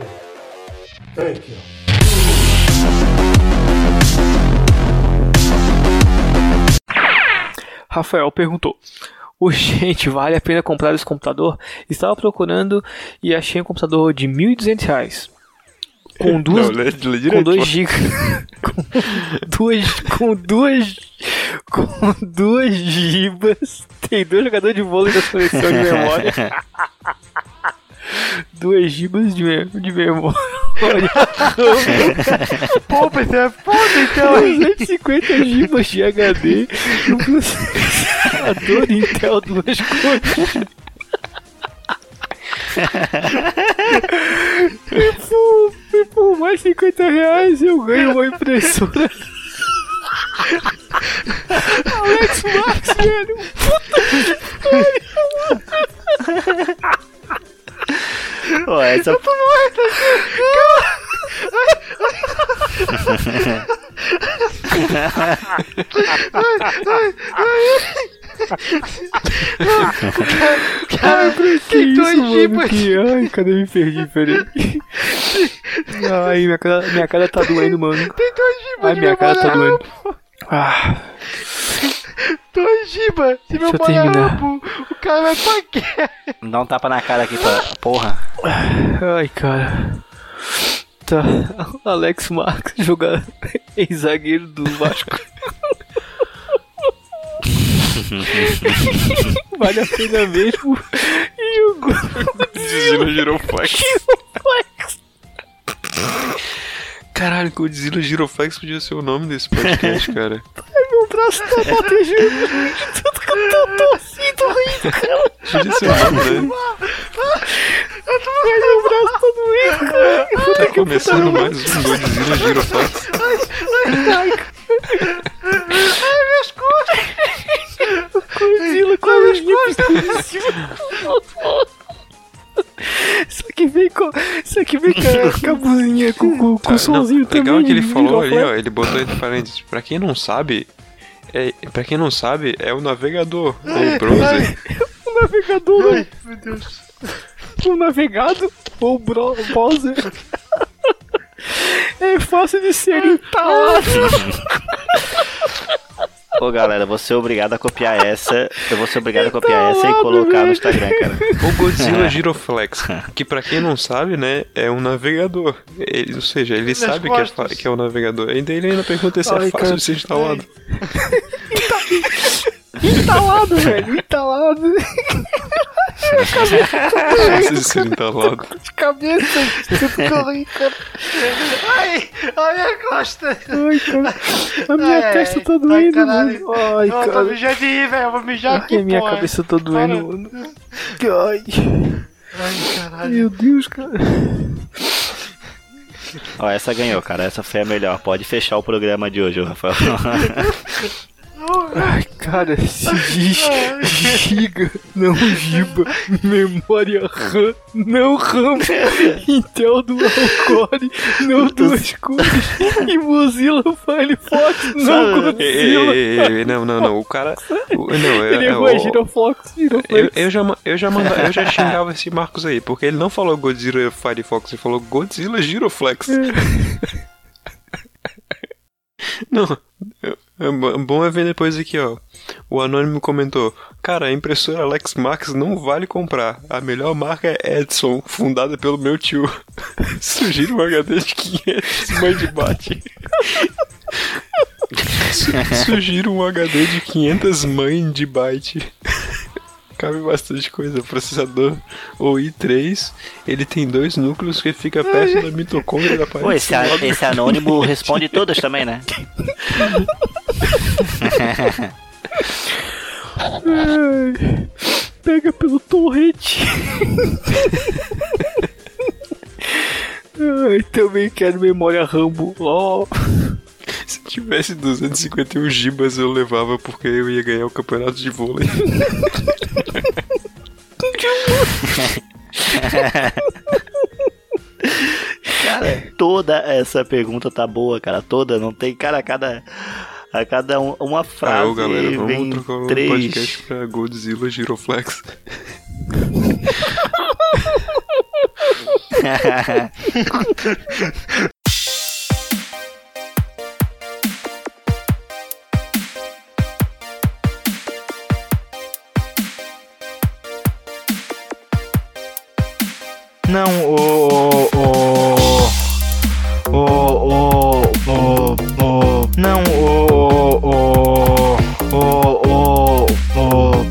Speaker 12: Thank you.
Speaker 3: Rafael perguntou: Urgente, vale a pena comprar esse computador? Estava procurando e achei um computador de R$ 1.200 reais. Com duas.
Speaker 2: Não, lê- lê
Speaker 3: com
Speaker 2: direito, pô.
Speaker 3: 2 GB. com duas. Com duas. Com duas gibas. Tem dois jogadores de vôlei na coleção de memória. duas gibas de, me- de memória.
Speaker 1: Pô, pensei, é foda então.
Speaker 3: 250 gibas de HD. Um processador Intel duas coisas. E por, e por mais 50 reais eu ganho uma impressora. Alex Max, velho. Puta que pariu.
Speaker 5: Pô, essa-
Speaker 10: Eu tô morto aqui. Calma. ai, ai.
Speaker 3: Ai, pra que
Speaker 10: dois
Speaker 3: isso, mano?
Speaker 10: gibas.
Speaker 3: Que... Ai, cadê eu me perdi, peraí. Ai, minha cara, minha cara tá doendo, mano.
Speaker 2: Tipo
Speaker 3: Tem
Speaker 1: dois
Speaker 3: gibas Ai, minha cara tá doendo. Ah,
Speaker 1: Dois giba, se meu
Speaker 5: eu
Speaker 1: pai é
Speaker 5: terminar.
Speaker 1: rambo, o cara vai
Speaker 10: tá
Speaker 1: pra quê?
Speaker 5: Dá um tapa na cara aqui, pra... porra.
Speaker 3: ai, cara. Tá, Alex Marques jogar ex-zagueiro do Vasco.
Speaker 9: Vale a pena mesmo. E o Godzilla girou flex. Caralho, Godzilla Giroflex podia ser o nome desse podcast, cara.
Speaker 10: Ai, meu braço tá batejando de tanto que eu tô tossindo, tô rindo, cara.
Speaker 9: Podia ser o nome, né?
Speaker 10: Ai, meu braço tá doendo, cara. Eu vou ter
Speaker 9: Tá
Speaker 10: que
Speaker 9: começando mais um Godzilla Giroflex.
Speaker 10: Ai, ai, ai, minhas costas. Godzilla com as minhas costas.
Speaker 9: Isso aqui vem com, isso aqui vem com a, com a buzinha, com, com,
Speaker 2: Tá,
Speaker 9: com o somzinho
Speaker 2: não, legal
Speaker 9: também.
Speaker 2: que ele
Speaker 9: de
Speaker 2: falou ali,
Speaker 9: giroflex.
Speaker 2: ó, ele botou entre parênteses, pra quem não sabe, é, pra quem não sabe, é o navegador, ou o
Speaker 5: é,
Speaker 2: browser.
Speaker 9: O um navegador. meu Deus. O navegado ou o bro- o browser. É fácil de ser entalado.
Speaker 5: Ô galera, vou ser obrigado a copiar essa. Eu vou ser obrigado a copiar essa e colocar no Instagram, cara.
Speaker 2: Então, O
Speaker 9: É.
Speaker 2: Godzilla Giroflex, que pra quem não sabe, né, é um navegador. Ele- ou seja, ele
Speaker 9: Nas
Speaker 2: sabe que é, fa-
Speaker 9: costas.
Speaker 2: que é um navegador. Ainda ele ainda pergunta se
Speaker 9: Ai,
Speaker 2: é fácil
Speaker 9: cara.
Speaker 2: de ser instalado.
Speaker 9: Entalado, velho. Entalado.
Speaker 2: Fácil de ser instalado.
Speaker 10: De cabeça, de tudo que eu ri, cara. Ai, a minha costa. Ai, cara.
Speaker 9: A minha
Speaker 10: Ai,
Speaker 9: testa tá doendo,
Speaker 10: caralho.
Speaker 9: mano. Ai,
Speaker 10: Não, eu tô
Speaker 9: cara.
Speaker 10: mijando de rir, velho. Eu vou mijar
Speaker 9: Ai,
Speaker 10: aqui,
Speaker 9: minha
Speaker 10: porra.
Speaker 9: cabeça tá doendo,
Speaker 10: Para.
Speaker 9: mano. Que- Ai.
Speaker 10: Ai, caralho.
Speaker 9: Meu Deus, cara.
Speaker 5: Ó, essa ganhou, cara. Essa foi a melhor. Pode fechar o programa de hoje, ô, Rafael.
Speaker 9: Ai, cara, se diz giga, não giba, memória RAM, não RAM, Intel dual core, não duas cores, e Mozilla Firefox, não
Speaker 2: Ei, ei,
Speaker 9: Godzilla.
Speaker 2: ei, ei, ei, é, não, não, não. O cara. o- não, é,
Speaker 9: Ele
Speaker 2: é,
Speaker 9: errou, é
Speaker 2: o-
Speaker 9: Giroflox,
Speaker 2: Eu,
Speaker 9: Giroflex.
Speaker 2: eu já, ma- eu, já manda, eu já xingava esse Marcos aí, porque ele não falou Godzilla Firefox, ele falou Godzilla Giroflex. não, eu- é bo- bom é ver depois aqui, ó. O Anônimo comentou: Cara, a impressora Lex Max não vale comprar. A melhor marca é Edson, fundada pelo meu tio. Sugiro um HD de 500, mãe de bate. Su- Sugiro um HD de 500 mãe de byte. Cabe bastante coisa. O processador, o i3, ele tem dois núcleos que fica perto da mitocôndria da parede.
Speaker 5: Pô, esse, a-
Speaker 2: logo
Speaker 5: esse
Speaker 2: no
Speaker 5: anônimo
Speaker 2: cliente.
Speaker 5: responde todas também, né?
Speaker 9: Ai, Pega pelo torrente. Ai, também quero memória Rambo. ó.
Speaker 2: Se tivesse 251 gibas eu levava porque eu ia ganhar o campeonato de vôlei.
Speaker 5: Cara, toda essa pergunta tá boa, cara. Toda, não tem. Cara, a cada. A cada um- uma frase.
Speaker 2: Aí, galera,
Speaker 5: vem
Speaker 2: vamos trocar o nome do
Speaker 5: três.
Speaker 2: podcast pra Godzilla Giroflex.
Speaker 1: Não, o. O. O. O. O. o não, o. O. O. O. O. O.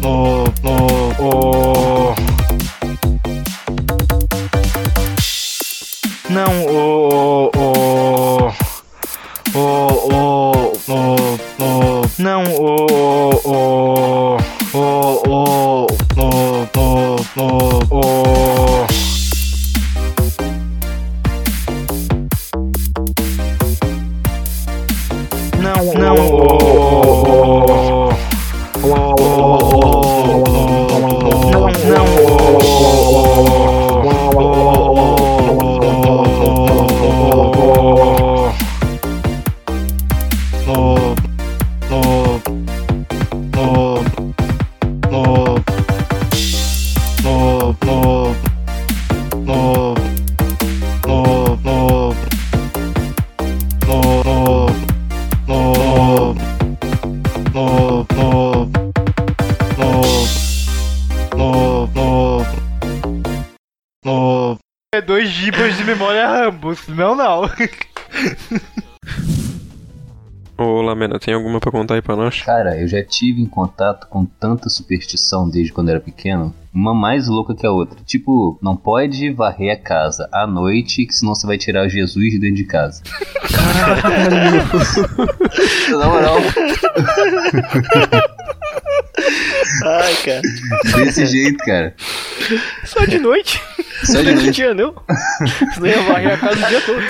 Speaker 1: O. o não, o. O. O. O. O. O. Não, o. O. O. O. O. O. O. o Não, não. É dois gibas de memória Rambo, senão não.
Speaker 2: Ô, Lamena, tem alguma pra contar aí pra nós?
Speaker 10: Cara, eu já tive em contato com tanta superstição desde quando era pequeno, uma mais louca que a outra. Tipo, não pode varrer a casa à noite, que senão você vai tirar Jesus de dentro de casa. Na moral.
Speaker 3: Ai, cara.
Speaker 10: Desse jeito, cara.
Speaker 3: Só de noite?
Speaker 10: Só de noite.
Speaker 3: dia, não? Senão ia varrer a casa o dia todo.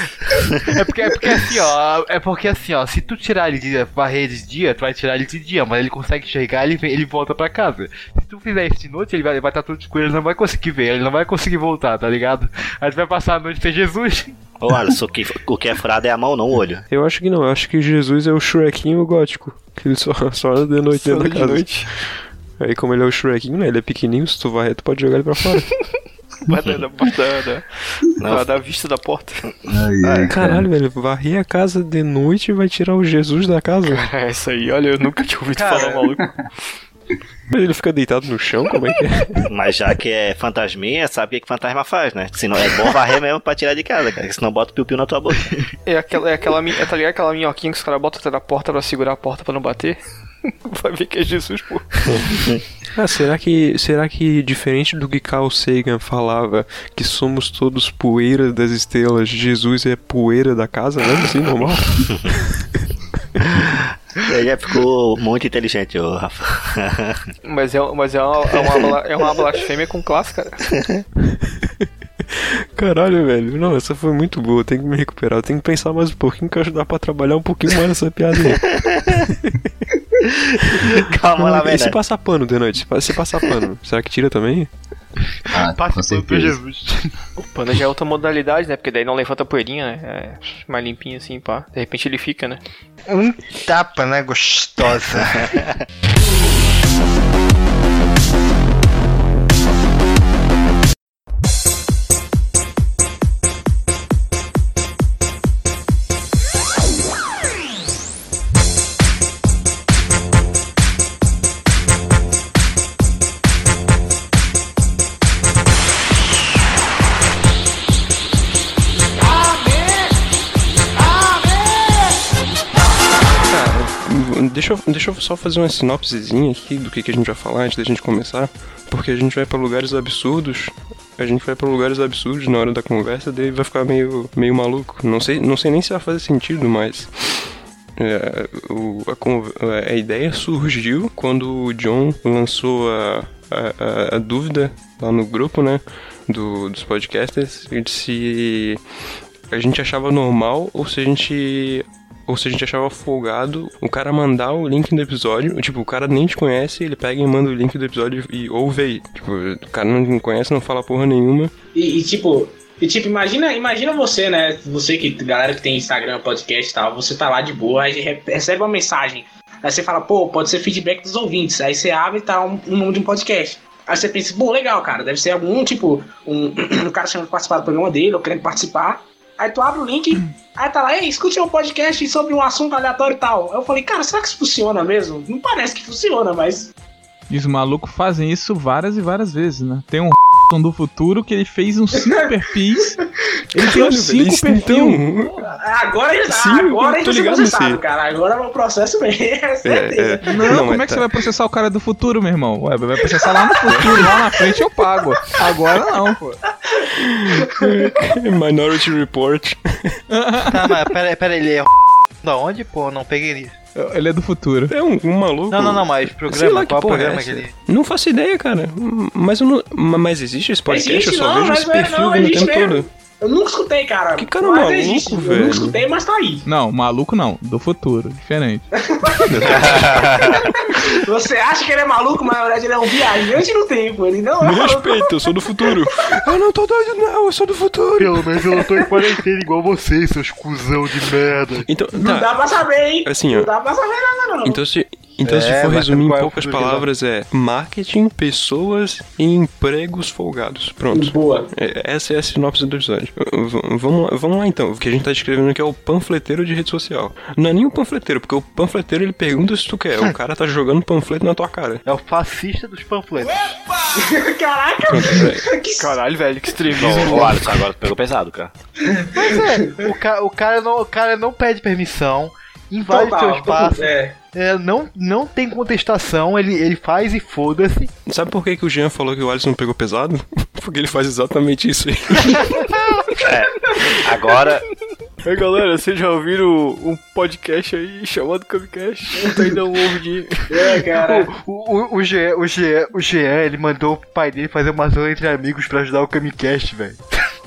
Speaker 1: É porque, é porque assim, ó. É porque assim, ó. Se tu tirar ele de varrer de dia, tu vai tirar ele de dia, mas ele consegue enxergar, ele, vem- ele volta pra casa. Se tu fizer isso de noite, ele vai estar tudo escuro, ele não vai conseguir ver, ele não vai conseguir voltar, tá ligado? Aí tu vai passar a noite sem Jesus.
Speaker 5: Ô, Alisson, o que, o que é furado é a mão, não o olho.
Speaker 2: Eu acho que não, eu acho que Jesus é o Shrekinho gótico. Que ele só, só anda de noite
Speaker 5: Só
Speaker 2: dentro da
Speaker 5: de
Speaker 2: casa.
Speaker 5: noite.
Speaker 2: Aí como ele é o Shrekinho, né? Ele é pequenininho, se tu varrer, tu pode jogar ele pra fora.
Speaker 3: Guarda da porta. Da, da,
Speaker 2: Tá
Speaker 3: da vista da porta.
Speaker 2: Ai, Caralho, velho, varrer a casa de noite vai tirar o Jesus da casa?
Speaker 3: É isso aí, olha, eu nunca tinha ouvido falar, maluco.
Speaker 2: Mas ele fica deitado no chão, como é que é?
Speaker 5: Mas já que é fantasminha, sabe o que, que fantasma faz, né? Se não é bom varrer mesmo pra tirar de casa, cara. que Senão bota o piu-piu na tua boca.
Speaker 3: É aquela, é aquela, min- é, tá ligado? Aquela minhoquinha que os caras botam atrás da porta pra segurar a porta pra não bater. Vai ver que é Jesus, pô.
Speaker 2: Ah, será que, será que diferente do que Carl Sagan falava, que somos todos poeira das estrelas, Jesus é poeira da casa, né? Assim, normal?
Speaker 5: Ele já ficou muito inteligente, ô Rafa.
Speaker 3: Mas é, mas é, uma, é, uma, bla- é uma blasfêmia com classe, cara.
Speaker 2: Caralho, velho. Não, essa foi muito boa, eu tenho que me recuperar. Eu tenho que pensar mais um pouquinho que eu ajudar pra trabalhar um pouquinho mais essa piada aí.
Speaker 5: Calma lá,
Speaker 2: E se
Speaker 5: velho.
Speaker 2: passar pano de noite? Se passar pano, será que tira também?
Speaker 10: Ah,
Speaker 2: com certeza.
Speaker 3: O panda já é outra modalidade, né? Porque daí não levanta poeirinha, né? É mais limpinho assim, pá. De repente ele fica, né?
Speaker 1: É
Speaker 9: Um tapa na gostosa.
Speaker 2: Hum, Deixa eu, deixa eu só fazer uma sinopsezinha aqui do que, que a gente vai falar antes da gente começar, porque a gente vai pra lugares absurdos, a gente vai pra lugares absurdos na hora da conversa, daí vai ficar meio, meio maluco. Não sei, não sei nem se vai fazer sentido, mas é, o- a, con- a ideia surgiu quando o John lançou a, a, a- a dúvida lá no grupo, né, do- dos podcasters, de se a gente achava normal ou se a gente ou se a gente achava folgado o cara mandar o link do episódio, tipo, o cara nem te conhece, ele pega e manda o link do episódio e ouve aí. Tipo, o cara não te conhece, não fala porra nenhuma.
Speaker 23: E, e, tipo, e tipo, imagina, imagina você, né? Você que galera que tem Instagram, podcast e tal, você tá lá de boa, aí re- recebe uma mensagem. Aí você fala, pô, pode ser feedback dos ouvintes. Aí você abre e tá um, um nome de um podcast. Aí você pensa, bom, legal, cara, deve ser algum, tipo, um, um cara chamando pra participar do programa dele, ou querendo participar. Aí tu abre o link, aí tá lá, ei, escute um podcast sobre um assunto aleatório e tal. Aí eu falei, cara, será que isso funciona mesmo? Não parece que funciona, mas
Speaker 29: E os malucos fazem isso várias e várias vezes, né? Tem um do futuro que ele fez uns 5 perfis. Ele tem uns 5 perfil.
Speaker 2: um-
Speaker 23: É, agora ele
Speaker 30: tá,
Speaker 29: Sim,
Speaker 23: agora
Speaker 29: eu tô
Speaker 23: ele vai ser
Speaker 29: ligado nesse-
Speaker 23: processado, cara. Agora
Speaker 30: um
Speaker 23: o processo mesmo, é certeza.
Speaker 29: Não, como
Speaker 2: tá.
Speaker 29: é que você vai processar o cara do futuro, meu irmão? Ué, vai processar lá no futuro, lá na frente eu pago. Agora não, pô.
Speaker 2: Minority Report.
Speaker 9: tá, mas pera, pera, ele é da onde, pô? Não peguei ele.
Speaker 29: Ele é do futuro.
Speaker 2: É um, um maluco.
Speaker 9: Não, não, não, mas programa,
Speaker 2: Sei lá que
Speaker 9: qual
Speaker 2: porra
Speaker 9: programa
Speaker 2: é
Speaker 9: que
Speaker 2: essa?
Speaker 9: ele.
Speaker 2: Não faço ideia, cara. Hum, Mas eu não, ma- mas existe esse podcast?
Speaker 23: Existe,
Speaker 2: eu só
Speaker 23: não,
Speaker 2: vejo
Speaker 23: mas
Speaker 2: esse
Speaker 23: não é,
Speaker 2: perfil
Speaker 23: não,
Speaker 2: vindo o
Speaker 23: existe
Speaker 2: tempo
Speaker 23: mesmo.
Speaker 2: todo.
Speaker 23: Eu nunca escutei, cara. Que
Speaker 2: cara
Speaker 23: mas
Speaker 2: maluco,
Speaker 23: existe. Eu
Speaker 2: velho.
Speaker 23: nunca escutei, mas tá aí.
Speaker 29: Não, maluco não, do futuro, diferente.
Speaker 23: Você acha que ele é maluco, mas na verdade ele é um viajante no tempo. Ele não é
Speaker 2: Me
Speaker 23: maluco.
Speaker 2: respeita, eu sou do futuro. Eu não tô doido, não, eu sou do futuro.
Speaker 29: Pelo menos eu não tô em
Speaker 9: quarentena igual vocês, seus cuzão de merda.
Speaker 2: Então,
Speaker 23: Não dá pra saber, hein?
Speaker 2: Assim, ó.
Speaker 23: Não dá pra saber nada, não.
Speaker 2: Então se, então, se
Speaker 29: É,
Speaker 2: for
Speaker 29: mas
Speaker 2: resumir em
Speaker 29: qual é o
Speaker 2: poucas
Speaker 29: futuro que
Speaker 2: palavras, é marketing, pessoas e empregos folgados. Pronto.
Speaker 23: Boa.
Speaker 2: Essa é a sinopse do episódio. V- Vamos lá, vamos lá então, o que a gente tá descrevendo que é o panfleteiro de rede social. Não é nem o panfleteiro, porque o panfleteiro ele pergunta se tu quer. O cara tá jogando panfleto na tua cara.
Speaker 9: É o fascista dos panfletos.
Speaker 23: Caraca,
Speaker 3: Caralho, velho, que
Speaker 5: Não, ô, Alisson, agora tu pegou pesado, cara.
Speaker 9: Mas é, o, ca o, cara não, o cara não pede permissão.
Speaker 1: invade
Speaker 30: Total,
Speaker 1: seu espaço.
Speaker 30: é.
Speaker 1: É, não, não tem contestação, ele, ele faz e foda-se.
Speaker 2: Sabe por que, que o Jean falou que o Alisson pegou pesado? Porque ele faz exatamente isso aí.
Speaker 5: Agora.
Speaker 9: Ei galera, vocês já ouviram um podcast aí chamado Camicast? Eu tô ainda um ovo de.
Speaker 30: É, cara.
Speaker 1: O, o, o, Jean, o, Jean, o Jean, ele mandou o pai dele fazer uma zona entre amigos pra ajudar o Kamicast, velho.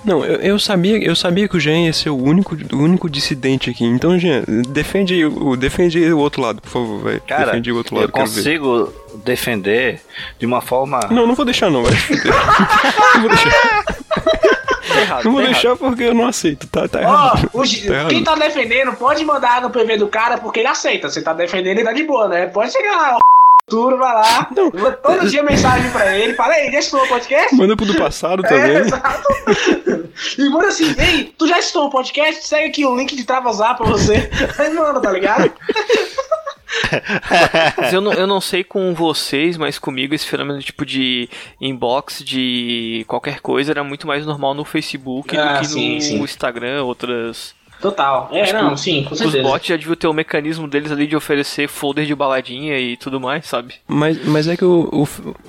Speaker 2: Não, eu, eu sabia, eu sabia que o Jean ia ser o único, o único dissidente aqui. Então, Jean, defende aí o, defende aí o outro lado, por favor, velho.
Speaker 5: Cara,
Speaker 2: Defende o outro lado,
Speaker 5: eu
Speaker 2: quero ver.
Speaker 5: consigo defender de uma forma.
Speaker 2: Não, não vou deixar não, vai. não vou deixar. não
Speaker 29: Tá
Speaker 2: vou deixar porque eu não aceito, tá? Tá errado.
Speaker 30: Ó, o G-
Speaker 2: Tá errado.
Speaker 30: quem tá defendendo pode mandar no PV do cara porque ele aceita. Você tá defendendo ele tá de boa, né? Pode chegar lá, ó, futuro, vai lá. manda Todo dia mensagem pra ele. Fala, ei, já escutou o podcast?
Speaker 2: Manda pro do passado também.
Speaker 30: É, exato. E manda assim, ei, tu já escutou o podcast? Segue aqui o link de travasar pra você. Aí manda, tá ligado?
Speaker 9: Mas eu não, eu não sei com vocês, mas comigo esse fenômeno tipo de inbox de qualquer coisa era muito mais normal no Facebook
Speaker 30: Ah,
Speaker 9: do que
Speaker 30: sim,
Speaker 9: no
Speaker 30: sim.
Speaker 9: Instagram, outras.
Speaker 30: Total. É,
Speaker 9: Acho que
Speaker 30: não,
Speaker 9: o-
Speaker 30: sim, com
Speaker 9: Os
Speaker 30: certeza.
Speaker 9: bots já deviam ter o mecanismo deles ali de oferecer folder de baladinha e tudo mais, sabe?
Speaker 2: Mas, mas é que o,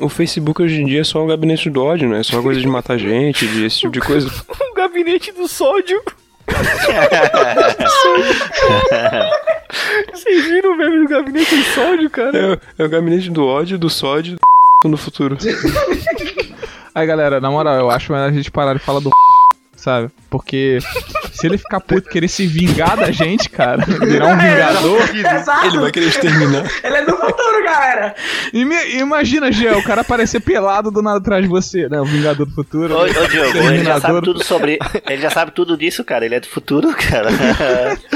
Speaker 2: o, o Facebook hoje em dia é só um gabinete do ódio, né? É só coisa de matar gente, de esse tipo de coisa.
Speaker 9: O Um gabinete do sódio. Vocês viram o meme do gabinete do sódio, cara?
Speaker 2: É, é o gabinete do ódio, do sódio do no futuro.
Speaker 31: Aí, galera, na moral, eu acho melhor a gente parar de falar do sabe? Porque se ele ficar puto e querer se vingar da gente, cara, virar um vingador,
Speaker 30: Exato. Ele é do futuro, galera.
Speaker 31: Ime- Imagina, Jean, o cara aparecer pelado do nada atrás de você. Não, o Vingador do Futuro.
Speaker 5: Ô, ô Diogo, ele já sabe
Speaker 31: Exterminador.
Speaker 5: tudo sobre. Ele já sabe tudo disso, cara. Ele é do futuro, cara.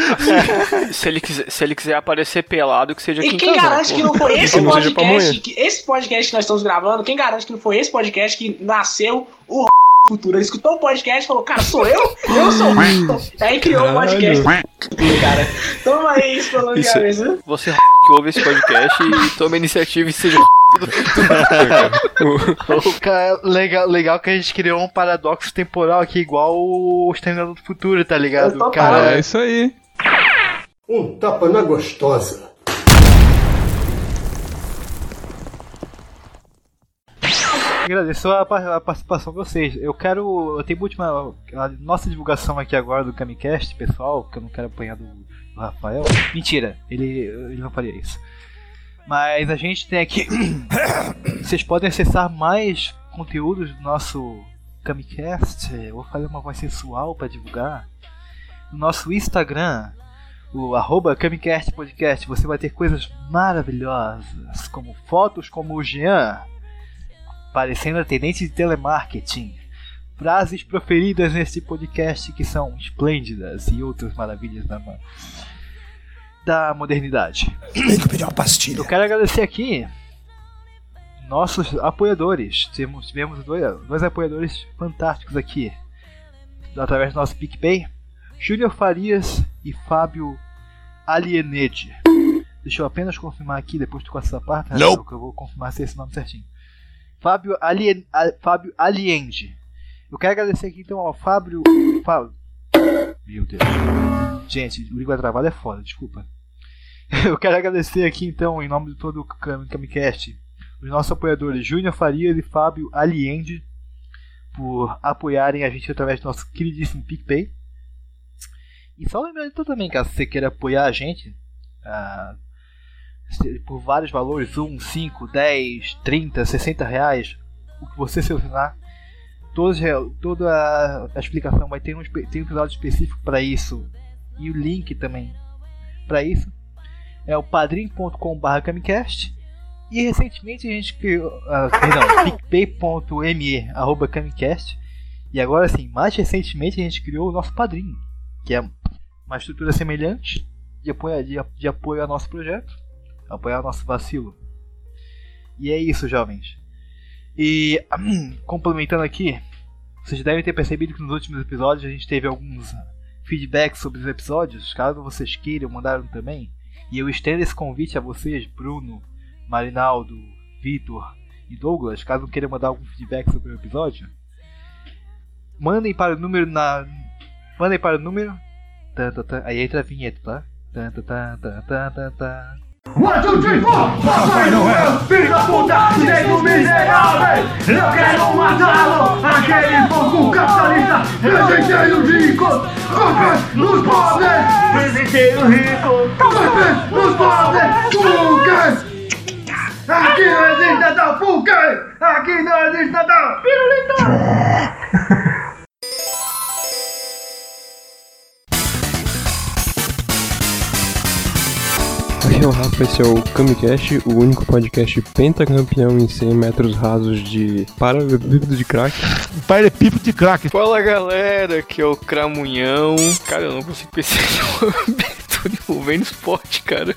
Speaker 9: se, ele quiser, se ele quiser aparecer pelado, que seja
Speaker 30: E
Speaker 9: aqui
Speaker 30: quem
Speaker 9: em
Speaker 3: tá
Speaker 9: casa, né,
Speaker 30: garante
Speaker 9: pô.
Speaker 30: que não foi esse
Speaker 9: Que não seja pra
Speaker 30: podcast,
Speaker 9: amanhã.
Speaker 30: que, esse podcast que nós estamos gravando, quem garante que não foi esse podcast que nasceu o futuro? Ele escutou o podcast e falou, cara, sou eu? Eu sou o Aí criou o podcast. Cara, toma aí, isso pela minha
Speaker 9: Isso-
Speaker 3: é
Speaker 9: é
Speaker 30: cabeça.
Speaker 9: Você que ouve esse podcast e toma a iniciativa e seja
Speaker 1: Cara, legal, legal que a gente criou um paradoxo temporal aqui, igual o Exterminador do Futuro, tá
Speaker 2: É,
Speaker 1: ligado? Cara,
Speaker 31: é isso aí.
Speaker 12: Um tapa na gostosa.
Speaker 1: Agradeço a, par- a participação de vocês. Eu quero. Eu tenho uma última. A nossa divulgação aqui agora do Camicast, pessoal, que eu não quero apanhar do, do Rafael. Mentira, ele, ele não faria isso. Mas a gente tem aqui. vocês podem acessar mais conteúdos do nosso Camicast. Eu vou fazer uma voz sensual para divulgar. No nosso Instagram, o arroba Camicast Podcast, você vai ter coisas maravilhosas, como fotos como o Jean parecendo atendente de telemarketing. Frases proferidas neste podcast que são esplêndidas e outras maravilhas da, ma- da modernidade. Tem que pedir uma pastilha. Eu quero agradecer aqui nossos apoiadores. Temos, tivemos dois, dois apoiadores fantásticos aqui através do nosso PicPay: Júnior Farias e Fábio Alienede. Deixa eu apenas confirmar aqui, depois tu com essa parte, Rafael,
Speaker 6: Nope.
Speaker 1: que eu vou confirmar se é esse nome certinho. Fábio, Alien, a- Fábio Aliende. Eu quero agradecer aqui então ao Fábio. Fá- Meu Deus. Gente, o língua travada é foda, desculpa. Eu quero agradecer aqui então, em nome de todo o Cam- Camicast, os nossos apoiadores Júnior Farias e Fábio Aliende por apoiarem a gente através do nosso queridíssimo PicPay. E só lembrando então também, caso você queira apoiar a gente, ah, se- por vários valores, 1, 5, 10, 30, 60 reais, o que você selecionar, todos, os re- toda a- a explicação vai ter um, espe- tem um episódio específico para isso e o link também para isso é o padrim.com.br camicast e recentemente a gente criou, ah, perdão, picpay.me arroba camicast e agora sim, mais recentemente a gente criou o nosso padrinho, que é uma estrutura semelhante de apoio, de, de apoio ao nosso projeto, apoiar o nosso vacilo. E é isso, jovens. E hum, complementando aqui, vocês devem ter percebido que nos últimos episódios a gente teve alguns ah, feedbacks sobre os episódios, caso vocês queiram, mandaram também. E eu estendo esse convite a vocês, Bruno, Marinaldo, Vitor e Douglas, caso queiram mandar algum feedback sobre o episódio. Mandem para o número na. Mandem para o número. Tá, tá, tá. Aí entra a vinheta, tá? Tá, tá, tá, tá, tá, tá, tá.
Speaker 10: One, two, three, four! Papai Noel, filho da puta, sendo miserável! Eu quero matá-lo! Aquele pouco capitalista! um Rejeitei os ricos! Golpe nos pobres! Rejeitei os ricos! Golpe nos pobres! Fulker! Aqui não existe Natal, Fulker! Aqui não existe Natal! Pirulito!
Speaker 2: Oi, o Rafa, esse é o Camicast, o único podcast pentacampeão em 100 metros rasos de paralelepípedo de crack.
Speaker 25: Paralelepípedo de crack.
Speaker 3: Fala galera, aqui é o Cramunhão. Cara, eu não consigo pensar em um abertura envolvendo esporte, cara.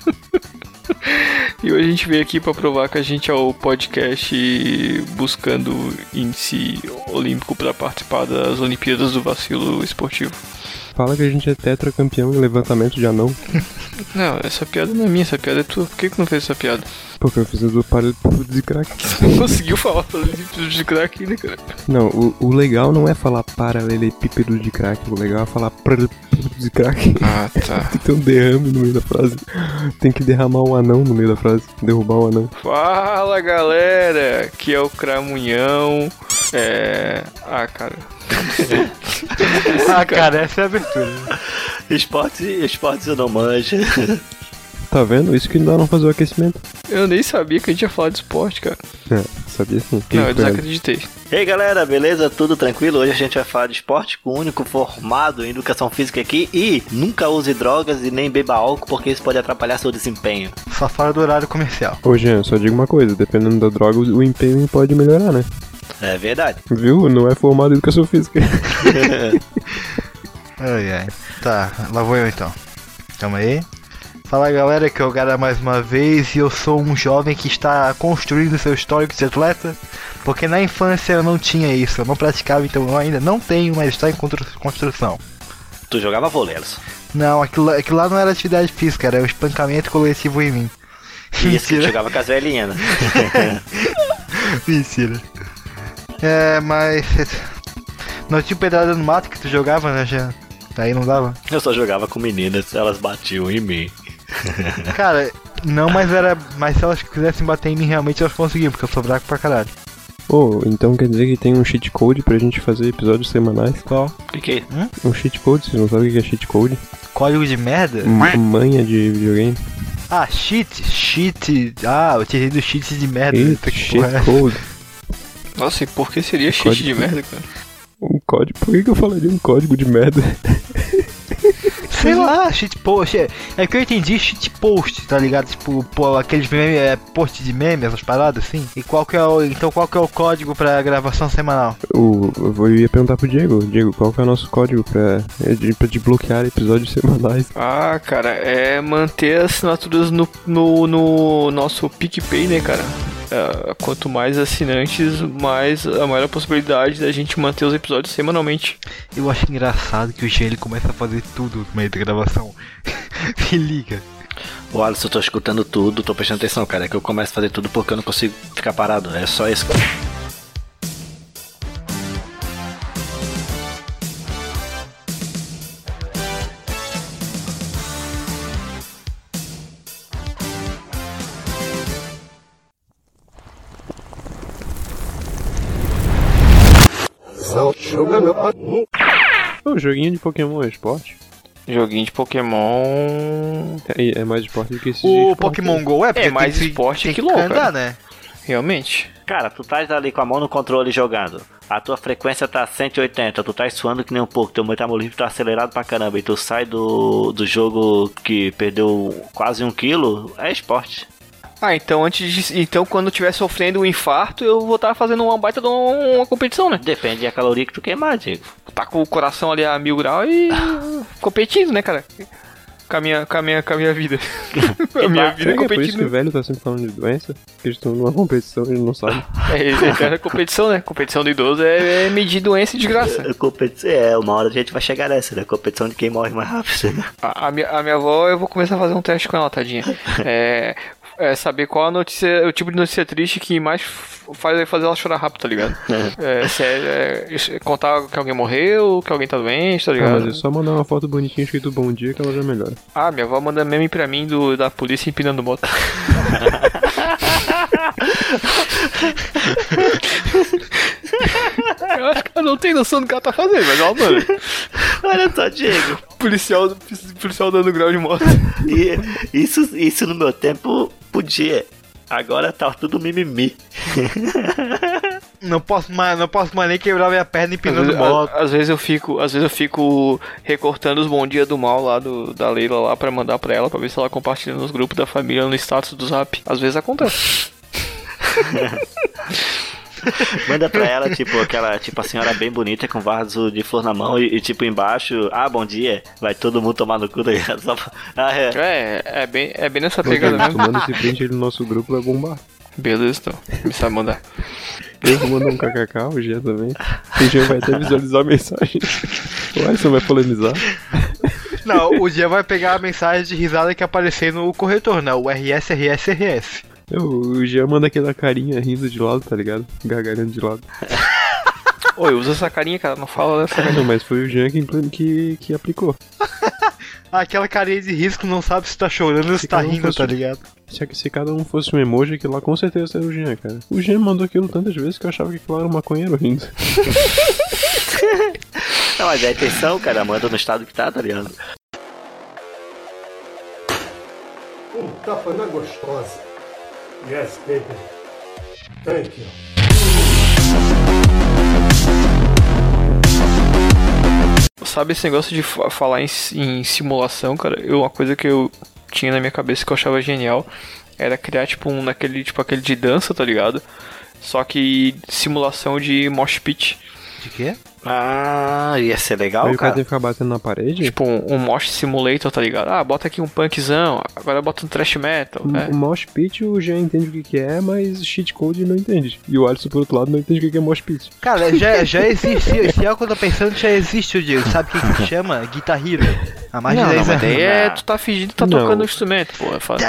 Speaker 3: E hoje a gente veio aqui pra provar que a gente é o podcast buscando índice olímpico pra participar das Olimpíadas do Vacilo Esportivo.
Speaker 2: Fala que a gente é tetracampeão em levantamento de anão.
Speaker 3: Não, essa piada não é minha, essa piada é tua. Por que que não fez essa piada?
Speaker 2: Porque eu fiz o do paralelepípedo de crack.
Speaker 3: Não conseguiu falar paralelepípedo de crack ainda, cara.
Speaker 2: Não, o, o legal não é falar paralelepípedo de crack, o legal é falar paralelepípedo de crack.
Speaker 3: Ah, tá.
Speaker 2: Tem um derrame no meio da frase. Tem que derramar o anão no meio da frase, derrubar o anão.
Speaker 3: Fala galera, aqui é o Cramunhão. É. Ah, cara.
Speaker 1: Ah, cara, essa é a abertura.
Speaker 5: Esporte, esporte eu não manjo.
Speaker 2: Tá vendo? Isso que não dá não fazer o aquecimento.
Speaker 3: Eu nem sabia que a gente ia falar de esporte, cara.
Speaker 2: É, sabia sim. Quem
Speaker 3: não, eu
Speaker 2: conhece?
Speaker 3: desacreditei.
Speaker 5: E aí galera, beleza? Tudo tranquilo? Hoje a gente vai falar de esporte com o único formado em educação física aqui e nunca use drogas e nem beba álcool porque isso pode atrapalhar seu desempenho.
Speaker 1: Só fora do horário comercial.
Speaker 2: Ô, Jean, só digo uma coisa: dependendo da droga, o empenho pode melhorar, né?
Speaker 5: É verdade.
Speaker 2: Viu? Não é formado em educação física.
Speaker 1: Ai, ai. Tá, lá vou eu então. Calma aí. Fala galera, que é o Gara mais uma vez e eu sou um jovem que está construindo seu histórico de atleta, porque na infância eu não tinha isso, eu não praticava, então eu ainda não tenho, mas está em constru- construção.
Speaker 5: Tu jogava vôlei, Alisson.
Speaker 1: Não, aquilo, lá- aquilo lá não era atividade física, era um espancamento coletivo em mim.
Speaker 5: E esse que tu jogava com as velhinhas, né?
Speaker 1: Mentira. É, mas. Não tinha pedrada no mato que tu jogava, né, Jean? Aí não dava.
Speaker 5: Eu só jogava com meninas, elas batiam em mim.
Speaker 1: Cara, não, mas era. Mas se elas quisessem bater em mim realmente, elas conseguiam, porque eu sou fraco pra caralho.
Speaker 2: Ô, então quer dizer que tem um cheat code pra gente fazer episódios semanais? Qual?
Speaker 5: O que é?
Speaker 2: Um cheat code, vocês não sabem o que é cheat code?
Speaker 1: Hum? Código de merda?
Speaker 2: M- Manha de videogame.
Speaker 1: Ah, cheat, cheat. Ah, eu tirei do cheat de merda.
Speaker 2: Eita,
Speaker 1: Puta que
Speaker 2: cheat
Speaker 1: porra.
Speaker 2: code.
Speaker 3: Nossa, e por que seria cheat
Speaker 2: Código.
Speaker 3: de merda, cara?
Speaker 2: Um código, por que, que eu falaria um código de merda?
Speaker 1: Sei lá, cheat post. É, é que eu entendi cheat post, tá ligado? Tipo, pô, aqueles meme, é, post de meme, essas paradas assim. E qual que é o. Então qual que é o código pra gravação semanal?
Speaker 2: O, eu vou- eu ia perguntar pro Diego, Diego, qual que é o nosso código pra, é de- pra desbloquear episódios semanais?
Speaker 3: Ah, cara, é manter as assinaturas no, no, no nosso PicPay, né, cara? Ah, quanto mais assinantes, mais a maior a possibilidade da gente manter os episódios semanalmente.
Speaker 1: Eu acho engraçado que o Jean ele começa a fazer tudo no meio da gravação. Se liga.
Speaker 5: Ô Alisson, eu tô escutando tudo, tô prestando atenção, cara. É que eu começo a fazer tudo porque eu não consigo ficar parado. É só isso.
Speaker 2: O um joguinho de Pokémon é esporte?
Speaker 3: Joguinho de Pokémon.
Speaker 2: É, é mais esporte do que esse
Speaker 1: O Pokémon GO é porque
Speaker 5: É mais
Speaker 1: tem que,
Speaker 5: esporte
Speaker 1: tem
Speaker 5: que louco,
Speaker 1: andar,
Speaker 5: cara.
Speaker 1: né?
Speaker 3: Realmente.
Speaker 5: Cara, tu tá ali com a mão no controle jogando. A tua frequência tá 180, tu tá suando que nem um pouco, teu metabolismo tá acelerado pra caramba. E tu sai do, do jogo que perdeu quase um quilo, é esporte.
Speaker 3: Ah, então antes de, então quando eu estiver sofrendo um infarto, eu vou estar fazendo uma baita de um- uma competição, né?
Speaker 5: Depende da caloria que tu queimar, Diego.
Speaker 3: Tá com o coração ali a mil graus e competindo, né, cara? Com a minha, com a minha, com a minha vida. a minha vida é
Speaker 5: né,
Speaker 2: Será que é por isso que o
Speaker 3: competindo.
Speaker 2: velho tá sempre falando de doença? Porque eles estão numa competição e eles não sabem.
Speaker 3: É, é, é competição, né? Competição do idoso é, é medir doença e desgraça.
Speaker 5: Competição, é, uma hora a gente vai chegar nessa, né? Competição de quem morre mais rápido. né?
Speaker 3: A, a minha, a minha avó, eu vou começar a fazer um teste com ela, tadinha. É, É, saber qual a notícia, o tipo de notícia triste que mais f- faz fazer ela chorar rápido, tá ligado? É, se é- é- se é contar que alguém morreu, que alguém tá doente, tá
Speaker 2: Ah, mas
Speaker 3: ligado?
Speaker 2: é só mandar uma foto bonitinha escrito bom dia que ela já melhora.
Speaker 3: Ah, minha avó manda meme pra mim do, da polícia empinando moto. eu acho que ela não tem noção do que ela tá fazendo, mas ela manda.
Speaker 5: Olha só, Diego.
Speaker 3: Policial, policial dando grau de moto.
Speaker 5: E isso, isso no meu tempo podia. Agora tá tudo mimimi.
Speaker 1: Não posso mais, não posso mais nem quebrar minha perna
Speaker 3: Às
Speaker 1: empinando
Speaker 3: vezes,
Speaker 1: moto.
Speaker 3: a- às vezes eu fico, às vezes eu fico recortando os bom dia do mal lá do, da Leila lá pra mandar pra ela, pra ver se ela compartilha nos grupos da família, no status do Zap. Às vezes acontece.
Speaker 5: Manda pra ela, tipo, aquela, tipo, a senhora bem bonita com vaso de flor na mão e, e, tipo, embaixo, ah, bom dia, vai todo mundo tomar no cu, tá ligado? Só pra- ah, é.
Speaker 3: É, é bem, é bem nessa pegada
Speaker 2: Mano, tu
Speaker 3: mesmo.
Speaker 2: manda
Speaker 1: tipo,
Speaker 2: esse print aí no nosso grupo, vai bombar.
Speaker 3: Beleza, então. Me sabe mandar.
Speaker 2: Eu vou mandar um kkk, o Jean também. O Jean vai até visualizar a mensagem. O Alisson vai polemizar.
Speaker 1: Não, o dia vai pegar a mensagem de risada que aparecer no corretor, né? O RS, RS, RS.
Speaker 2: Eu- O Jean manda aquela carinha rindo de lado, tá ligado? Gargalhando de lado.
Speaker 3: Oi, usa essa carinha, cara, não fala né? dessa
Speaker 2: Ah, não, mas foi o Jean que, implan- que, que aplicou.
Speaker 1: Aquela carinha de risco não sabe se tá chorando ou se tá
Speaker 2: cada um
Speaker 1: rindo,
Speaker 2: fosse-
Speaker 1: tá ligado?
Speaker 2: Se, se cada um fosse um emoji, aquilo lá com certeza seria o Jean, cara. O Jean mandou aquilo tantas vezes que eu achava que aquilo era um maconheiro rindo.
Speaker 5: Não, mas é a intenção, cara, manda no estado que tá, tá ligado?
Speaker 12: Um tapa na gostosa. Yes, baby. Thank you.
Speaker 3: Sabe esse negócio de fa- falar em, si- em simulação, cara? Eu, uma coisa que eu tinha na minha cabeça que eu achava genial era criar tipo um naquele tipo aquele de dança, tá ligado? Só que simulação de mosh pit.
Speaker 1: De quê?
Speaker 5: Ah, ia ser legal,
Speaker 2: Aí o cara
Speaker 3: cara.
Speaker 2: tem que ficar batendo na parede?
Speaker 3: Tipo, um, um mosh simulator, tá ligado? Ah, bota aqui um punkzão, agora bota um thrash metal, né?
Speaker 2: O mosh pit o Jean entende o que, que é, mas cheat code não entende. E o Alisson, por outro lado, não entende o que, que é mosh pit.
Speaker 1: Cara, já, já existe. Se é o que eu tô pensando, já existe o Diego. Sabe o que que chama? Guitar Hero. Há mais
Speaker 3: não,
Speaker 1: de
Speaker 3: não,
Speaker 1: 10
Speaker 3: mas daí é, tu
Speaker 1: anos.
Speaker 3: tá fingindo que tá
Speaker 1: Não.
Speaker 3: tocando um instrumento, pô. é fácil.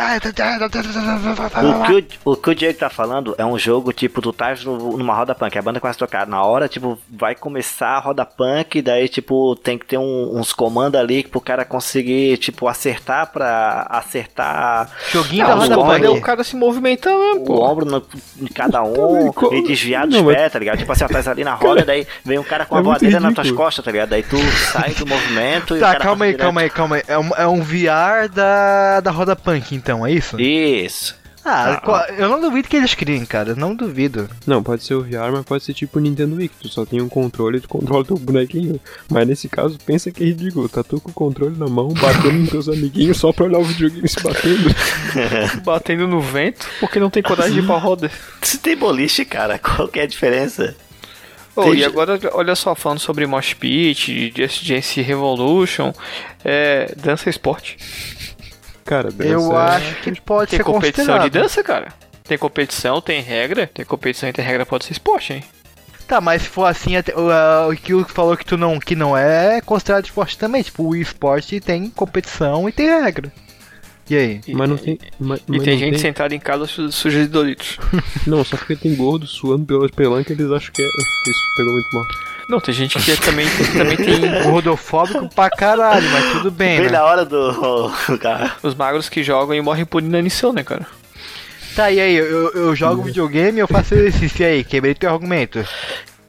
Speaker 5: O que o, o que o Diego tá falando é um jogo, tipo, tu tá no- numa roda punk, a banda começa a tocar. Na hora, tipo, vai começar a roda punk, daí, tipo, tem que ter um- uns comandos ali pro cara conseguir, tipo, acertar pra acertar.
Speaker 1: Joguinho
Speaker 3: Não,
Speaker 5: os
Speaker 3: o
Speaker 5: ombros-
Speaker 3: foda é o cara se movimentar mesmo,
Speaker 5: o
Speaker 3: pô.
Speaker 5: ombro no, em cada um e desviar dos
Speaker 3: Não, mas-
Speaker 5: pés, tá ligado? Tipo assim, ó, tá ali na roda, daí vem um cara com a
Speaker 1: É muito
Speaker 5: voadeira nas tuas
Speaker 1: ridículo.
Speaker 5: costas, tá ligado? Daí tu sai do movimento e o
Speaker 1: Tá,
Speaker 5: cara
Speaker 1: calma aí,
Speaker 5: passa
Speaker 1: calma aí, calma aí. É um, é um VR da, da roda punk, então, é isso?
Speaker 5: direto. Isso.
Speaker 1: Ah,
Speaker 2: Tá.
Speaker 1: qual- eu não duvido que eles criem, cara. eu Não duvido.
Speaker 2: Não, pode ser o VR, mas pode ser tipo o Nintendo Wii, que tu só tem um controle e tu controla teu bonequinho. Mas nesse caso, pensa que é ridículo. Tá tu com o controle na mão, batendo em teus amiguinhos só pra olhar o videogame se batendo.
Speaker 3: Batendo no vento, porque não tem coragem de ir pra roda.
Speaker 5: Se tem boliche, cara, qual que é a diferença?
Speaker 3: Ô,
Speaker 5: Tem
Speaker 3: e
Speaker 5: ge-
Speaker 3: agora, olha só, falando sobre Mosh Pit, Just Dance Revolution, é, dança é esporte.
Speaker 2: Cara, dança
Speaker 1: eu
Speaker 2: é-
Speaker 1: acho que pode
Speaker 3: Tem
Speaker 1: ser
Speaker 3: competição de
Speaker 1: considerado.
Speaker 3: dança, cara? Tem competição, tem regra. Tem competição e tem regra, pode ser esporte, hein?
Speaker 1: Tá, mas se for assim, até- o ah, o que o que falou que tu não que não é é considerado esporte também. Tipo, o esporte tem competição e tem regra. E aí?
Speaker 2: Mas não tem. Mas,
Speaker 3: E
Speaker 2: mas
Speaker 3: tem
Speaker 2: não
Speaker 3: gente sentada em casa su- suja de Doritos.
Speaker 2: Não, só porque tem gordo suando pelas pelancas, eles acham que é. Isso pegou muito mal.
Speaker 3: Não, tem gente que é também, também tem...
Speaker 1: Rodofóbico pra caralho, mas tudo bem, né?
Speaker 5: hora do... cara.
Speaker 3: Os magros que jogam e morrem por inanição, né, cara?
Speaker 1: Tá, e aí? Eu, eu jogo videogame e eu faço exercício. E aí? Quebrei teu argumento. E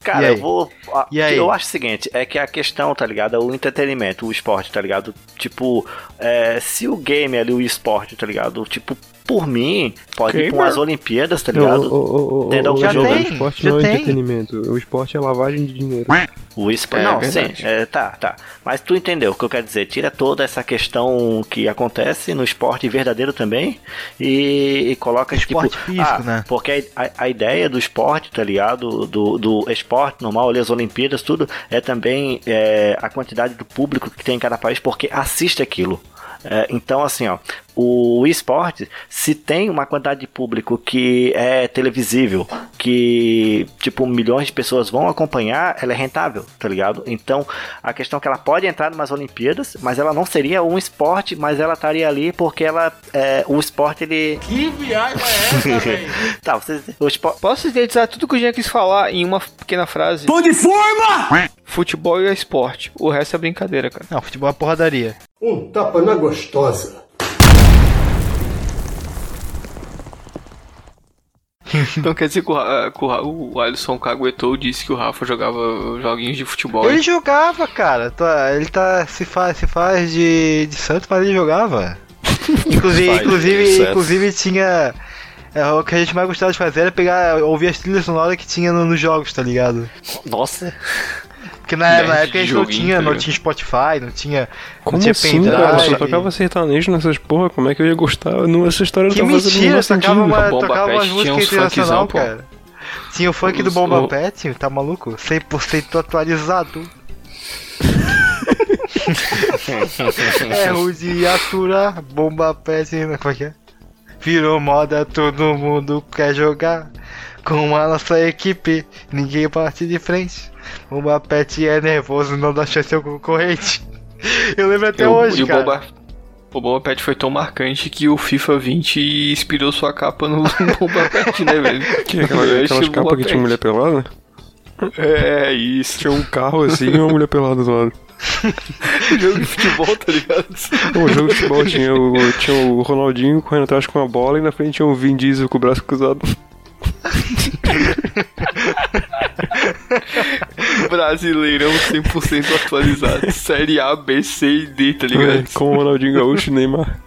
Speaker 5: Cara,
Speaker 1: aí?
Speaker 5: eu vou. a-
Speaker 1: E aí?
Speaker 5: Eu acho o seguinte, é que a questão, tá ligado? É o entretenimento, o esporte, tá ligado? Tipo, é, se o game ali, o esporte, tá ligado? Tipo, por mim, pode ir pra
Speaker 2: Gamer.
Speaker 5: umas Olimpíadas, tá
Speaker 2: Não,
Speaker 5: ligado?
Speaker 2: o- o- o-
Speaker 5: Tendo
Speaker 2: o-
Speaker 5: algum
Speaker 2: já
Speaker 5: jogo.
Speaker 2: tem, O esporte não é entretenimento. O esporte é lavagem de dinheiro.
Speaker 5: O esporte.
Speaker 2: É,
Speaker 5: não, sim,
Speaker 2: verdade.
Speaker 5: é, tá, tá. Mas tu entendeu o que eu quero dizer? Tira toda essa questão que acontece no esporte verdadeiro também e, e coloca esporte tipo.
Speaker 1: físico,
Speaker 5: ah, Porque a, a- a ideia do esporte, tá ligado? Do, do esporte normal, ali as Olimpíadas, tudo, é também é, a quantidade do público que tem em cada país, porque assiste aquilo. É, então, assim, ó, o esporte, se tem uma quantidade de público que é televisível, que, tipo, milhões de pessoas vão acompanhar, ela é rentável, tá ligado? Então, a questão é que ela pode entrar nas Olimpíadas, mas ela não seria um esporte, mas ela estaria ali porque ela, é, o esporte, ele...
Speaker 3: Que viagem é essa, velho?
Speaker 5: tá, vocês... O esporte...
Speaker 3: Posso sintetizar tudo que o Jean quis falar em uma pequena frase?
Speaker 5: Tô de forma!
Speaker 3: Futebol é esporte, o resto é brincadeira, cara.
Speaker 1: Não, futebol é porradaria.
Speaker 12: Um tapa na gostosa.
Speaker 3: Então quer dizer que o, Ra- que o, Ra- o Alisson caguetou disse que o Rafa jogava joguinhos de futebol.
Speaker 1: Ele jogava, cara. Tá- Ele tá se faz, se faz de, de santo, mas ele jogava. Inclusive,
Speaker 32: Faz,
Speaker 1: inclusive,
Speaker 32: certo.
Speaker 1: inclusive tinha. é, o que a gente mais gostava de fazer era pegar, ouvir as trilhas sonoras que tinha no- nos jogos, tá ligado?
Speaker 5: Nossa.
Speaker 1: Porque na,
Speaker 2: Nerd
Speaker 1: na época a gente
Speaker 2: de
Speaker 1: não
Speaker 2: joguinho,
Speaker 1: tinha,
Speaker 2: tá
Speaker 1: não
Speaker 2: ligado?
Speaker 1: tinha Spotify, não tinha.
Speaker 2: Como
Speaker 1: não tinha
Speaker 2: assim, cara? Só
Speaker 1: pendrive.
Speaker 2: tocava sertanejo nessas porra, como é que eu ia gostar? Não, essa história
Speaker 1: Que
Speaker 2: não tá fazendo o
Speaker 1: mentira,
Speaker 2: menor
Speaker 1: tocava,
Speaker 2: sentido.
Speaker 1: uma, tocava umas
Speaker 2: tinha
Speaker 1: músicas
Speaker 2: uns funkzão,
Speaker 1: internacional,
Speaker 2: pô.
Speaker 1: cara. Tinha o funk do
Speaker 2: Os-
Speaker 1: Bomba
Speaker 2: o-
Speaker 1: Pet, tá maluco? 100% atualizado. é o de Atura, Bomba Pet, né, como é que é? Virou moda, todo mundo quer jogar. Com a nossa equipe, ninguém parte de frente. Bomba Pet é nervoso, não dá chance ao concorrente. Eu lembro até
Speaker 3: E o-
Speaker 1: hoje,
Speaker 3: e o
Speaker 1: cara.
Speaker 3: Boba, o Boba Pet foi tão marcante que o FIFA 20 inspirou sua capa no Boba Pet, né, velho?
Speaker 2: Que aquela,
Speaker 3: Esse
Speaker 2: aquelas
Speaker 3: Boba
Speaker 2: capas que tinha
Speaker 3: Pet.
Speaker 2: mulher pelada?
Speaker 3: É, isso.
Speaker 2: Tinha um carro assim e uma mulher pelada do lado.
Speaker 3: jogo de futebol, tá ligado?
Speaker 2: O jogo de futebol tinha o, tinha o Ronaldinho correndo atrás com a bola e na frente tinha o Vin Diesel com o braço cruzado.
Speaker 3: Brasileirão 100% atualizado. Série A, B, C e D, tá
Speaker 2: É,
Speaker 3: ligado?
Speaker 2: com o Ronaldinho Gaúcho e Neymar.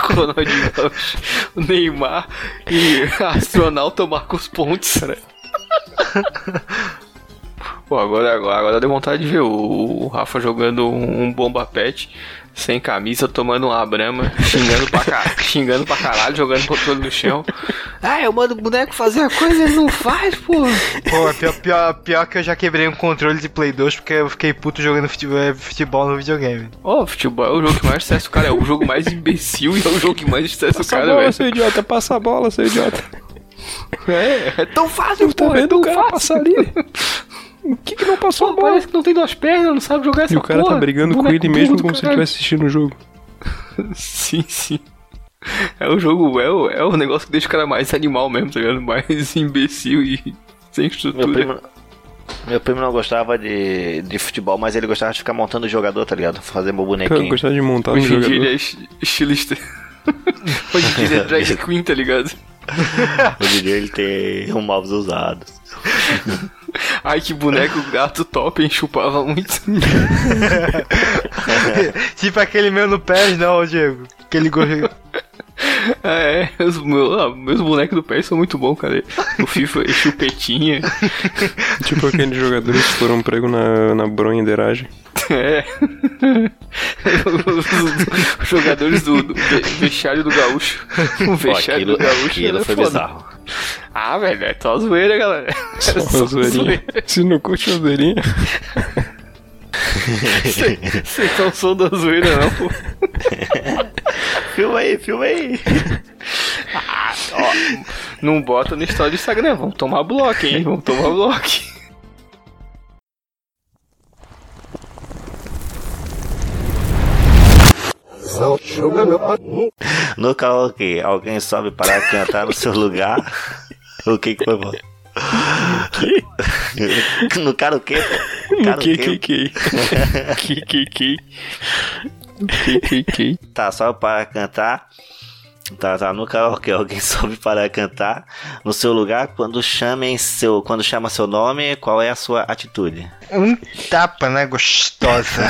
Speaker 3: Ronaldinho Gaúcho, Neymar e astronauta Marcos Pontes, né? Pô, agora, agora, agora deu vontade de ver o, o Rafa jogando um, um bomba pet sem camisa, tomando uma brama, xingando pra, ca- xingando pra caralho, jogando controle no chão. Ah, eu mando o boneco fazer a coisa, ele não faz, pô.
Speaker 1: Pô, é pior, pior, pior que eu já quebrei um controle de Play 2 porque eu fiquei puto jogando futebol, eh, futebol no videogame.
Speaker 3: Ó, futebol é o jogo que mais estressa o cara, é o jogo mais imbecil e é o jogo que mais estressa o
Speaker 2: Passa a
Speaker 3: cara,
Speaker 2: bola,
Speaker 3: velho.
Speaker 2: seu idiota, passa a bola, seu idiota.
Speaker 3: É, é tão fácil,
Speaker 2: Tá
Speaker 3: pô. é
Speaker 2: vendo
Speaker 3: tão
Speaker 2: o cara
Speaker 3: fácil.
Speaker 2: passar ali? O que que não passou a bola?
Speaker 3: Parece que não tem duas pernas, não sabe jogar essa
Speaker 2: E o cara tá
Speaker 3: porra.
Speaker 2: brigando com
Speaker 3: Boneco
Speaker 2: ele
Speaker 3: burro
Speaker 2: mesmo
Speaker 3: do
Speaker 2: como se ele
Speaker 3: caralho.
Speaker 2: estivesse assistindo o jogo.
Speaker 3: Sim, sim. É o jogo, é o, é o negócio que deixa o cara mais animal mesmo, tá ligado? Mais imbecil e sem estrutura.
Speaker 5: Meu primo, meu primo não gostava de, de futebol, mas ele gostava de ficar montando jogador, tá ligado? Fazer meu bonequinho.
Speaker 2: Eu gostava de montar no
Speaker 3: Hoje em
Speaker 2: jogador.
Speaker 3: dia ele é es- estilista. Hoje em dia ele é drag queen, tá ligado?
Speaker 5: Hoje em dia ele tem um mouse usado.
Speaker 3: Ai, que boneco gato top, hein? Chupava muito.
Speaker 1: tipo aquele meu no PES, não, Diego. Aquele go...
Speaker 3: É, os meus, ah, meus bonecos do PES são muito bons, cara. O FIFA, e chupetinha.
Speaker 2: Tipo aqueles jogadores que foram prego na, na bronha deragem.
Speaker 3: É. Os, os jogadores do, do ve- vestiário do gaúcho. O vestiário do
Speaker 5: aquilo-
Speaker 3: gaúcho.
Speaker 5: aquilo
Speaker 3: era
Speaker 5: foi
Speaker 3: foda.
Speaker 5: bizarro.
Speaker 3: Ah, velho, é só zoeira, galera.
Speaker 2: Só
Speaker 3: É
Speaker 2: uma zoeirinha. Se não curte a zoeirinha...
Speaker 3: Vocês não são um da zoeira, não, pô.
Speaker 5: filma aí, filma aí.
Speaker 3: Ah, ó, não bota no história do Instagram, vamos tomar bloco, hein? Vamos tomar bloco.
Speaker 5: No karaokê, alguém sobe para cantar no seu lugar? O que que foi bom? no karaokê? pô.
Speaker 3: No
Speaker 5: Karaokê.
Speaker 3: que, que, que? Que, que, que? Que, que, que?
Speaker 5: Tá, sobe para cantar. Tá, tá, no karaokê, alguém sobe para cantar no seu lugar quando chamem seu, quando chama seu nome, qual é a sua atitude?
Speaker 1: Um tapa, né, gostosa.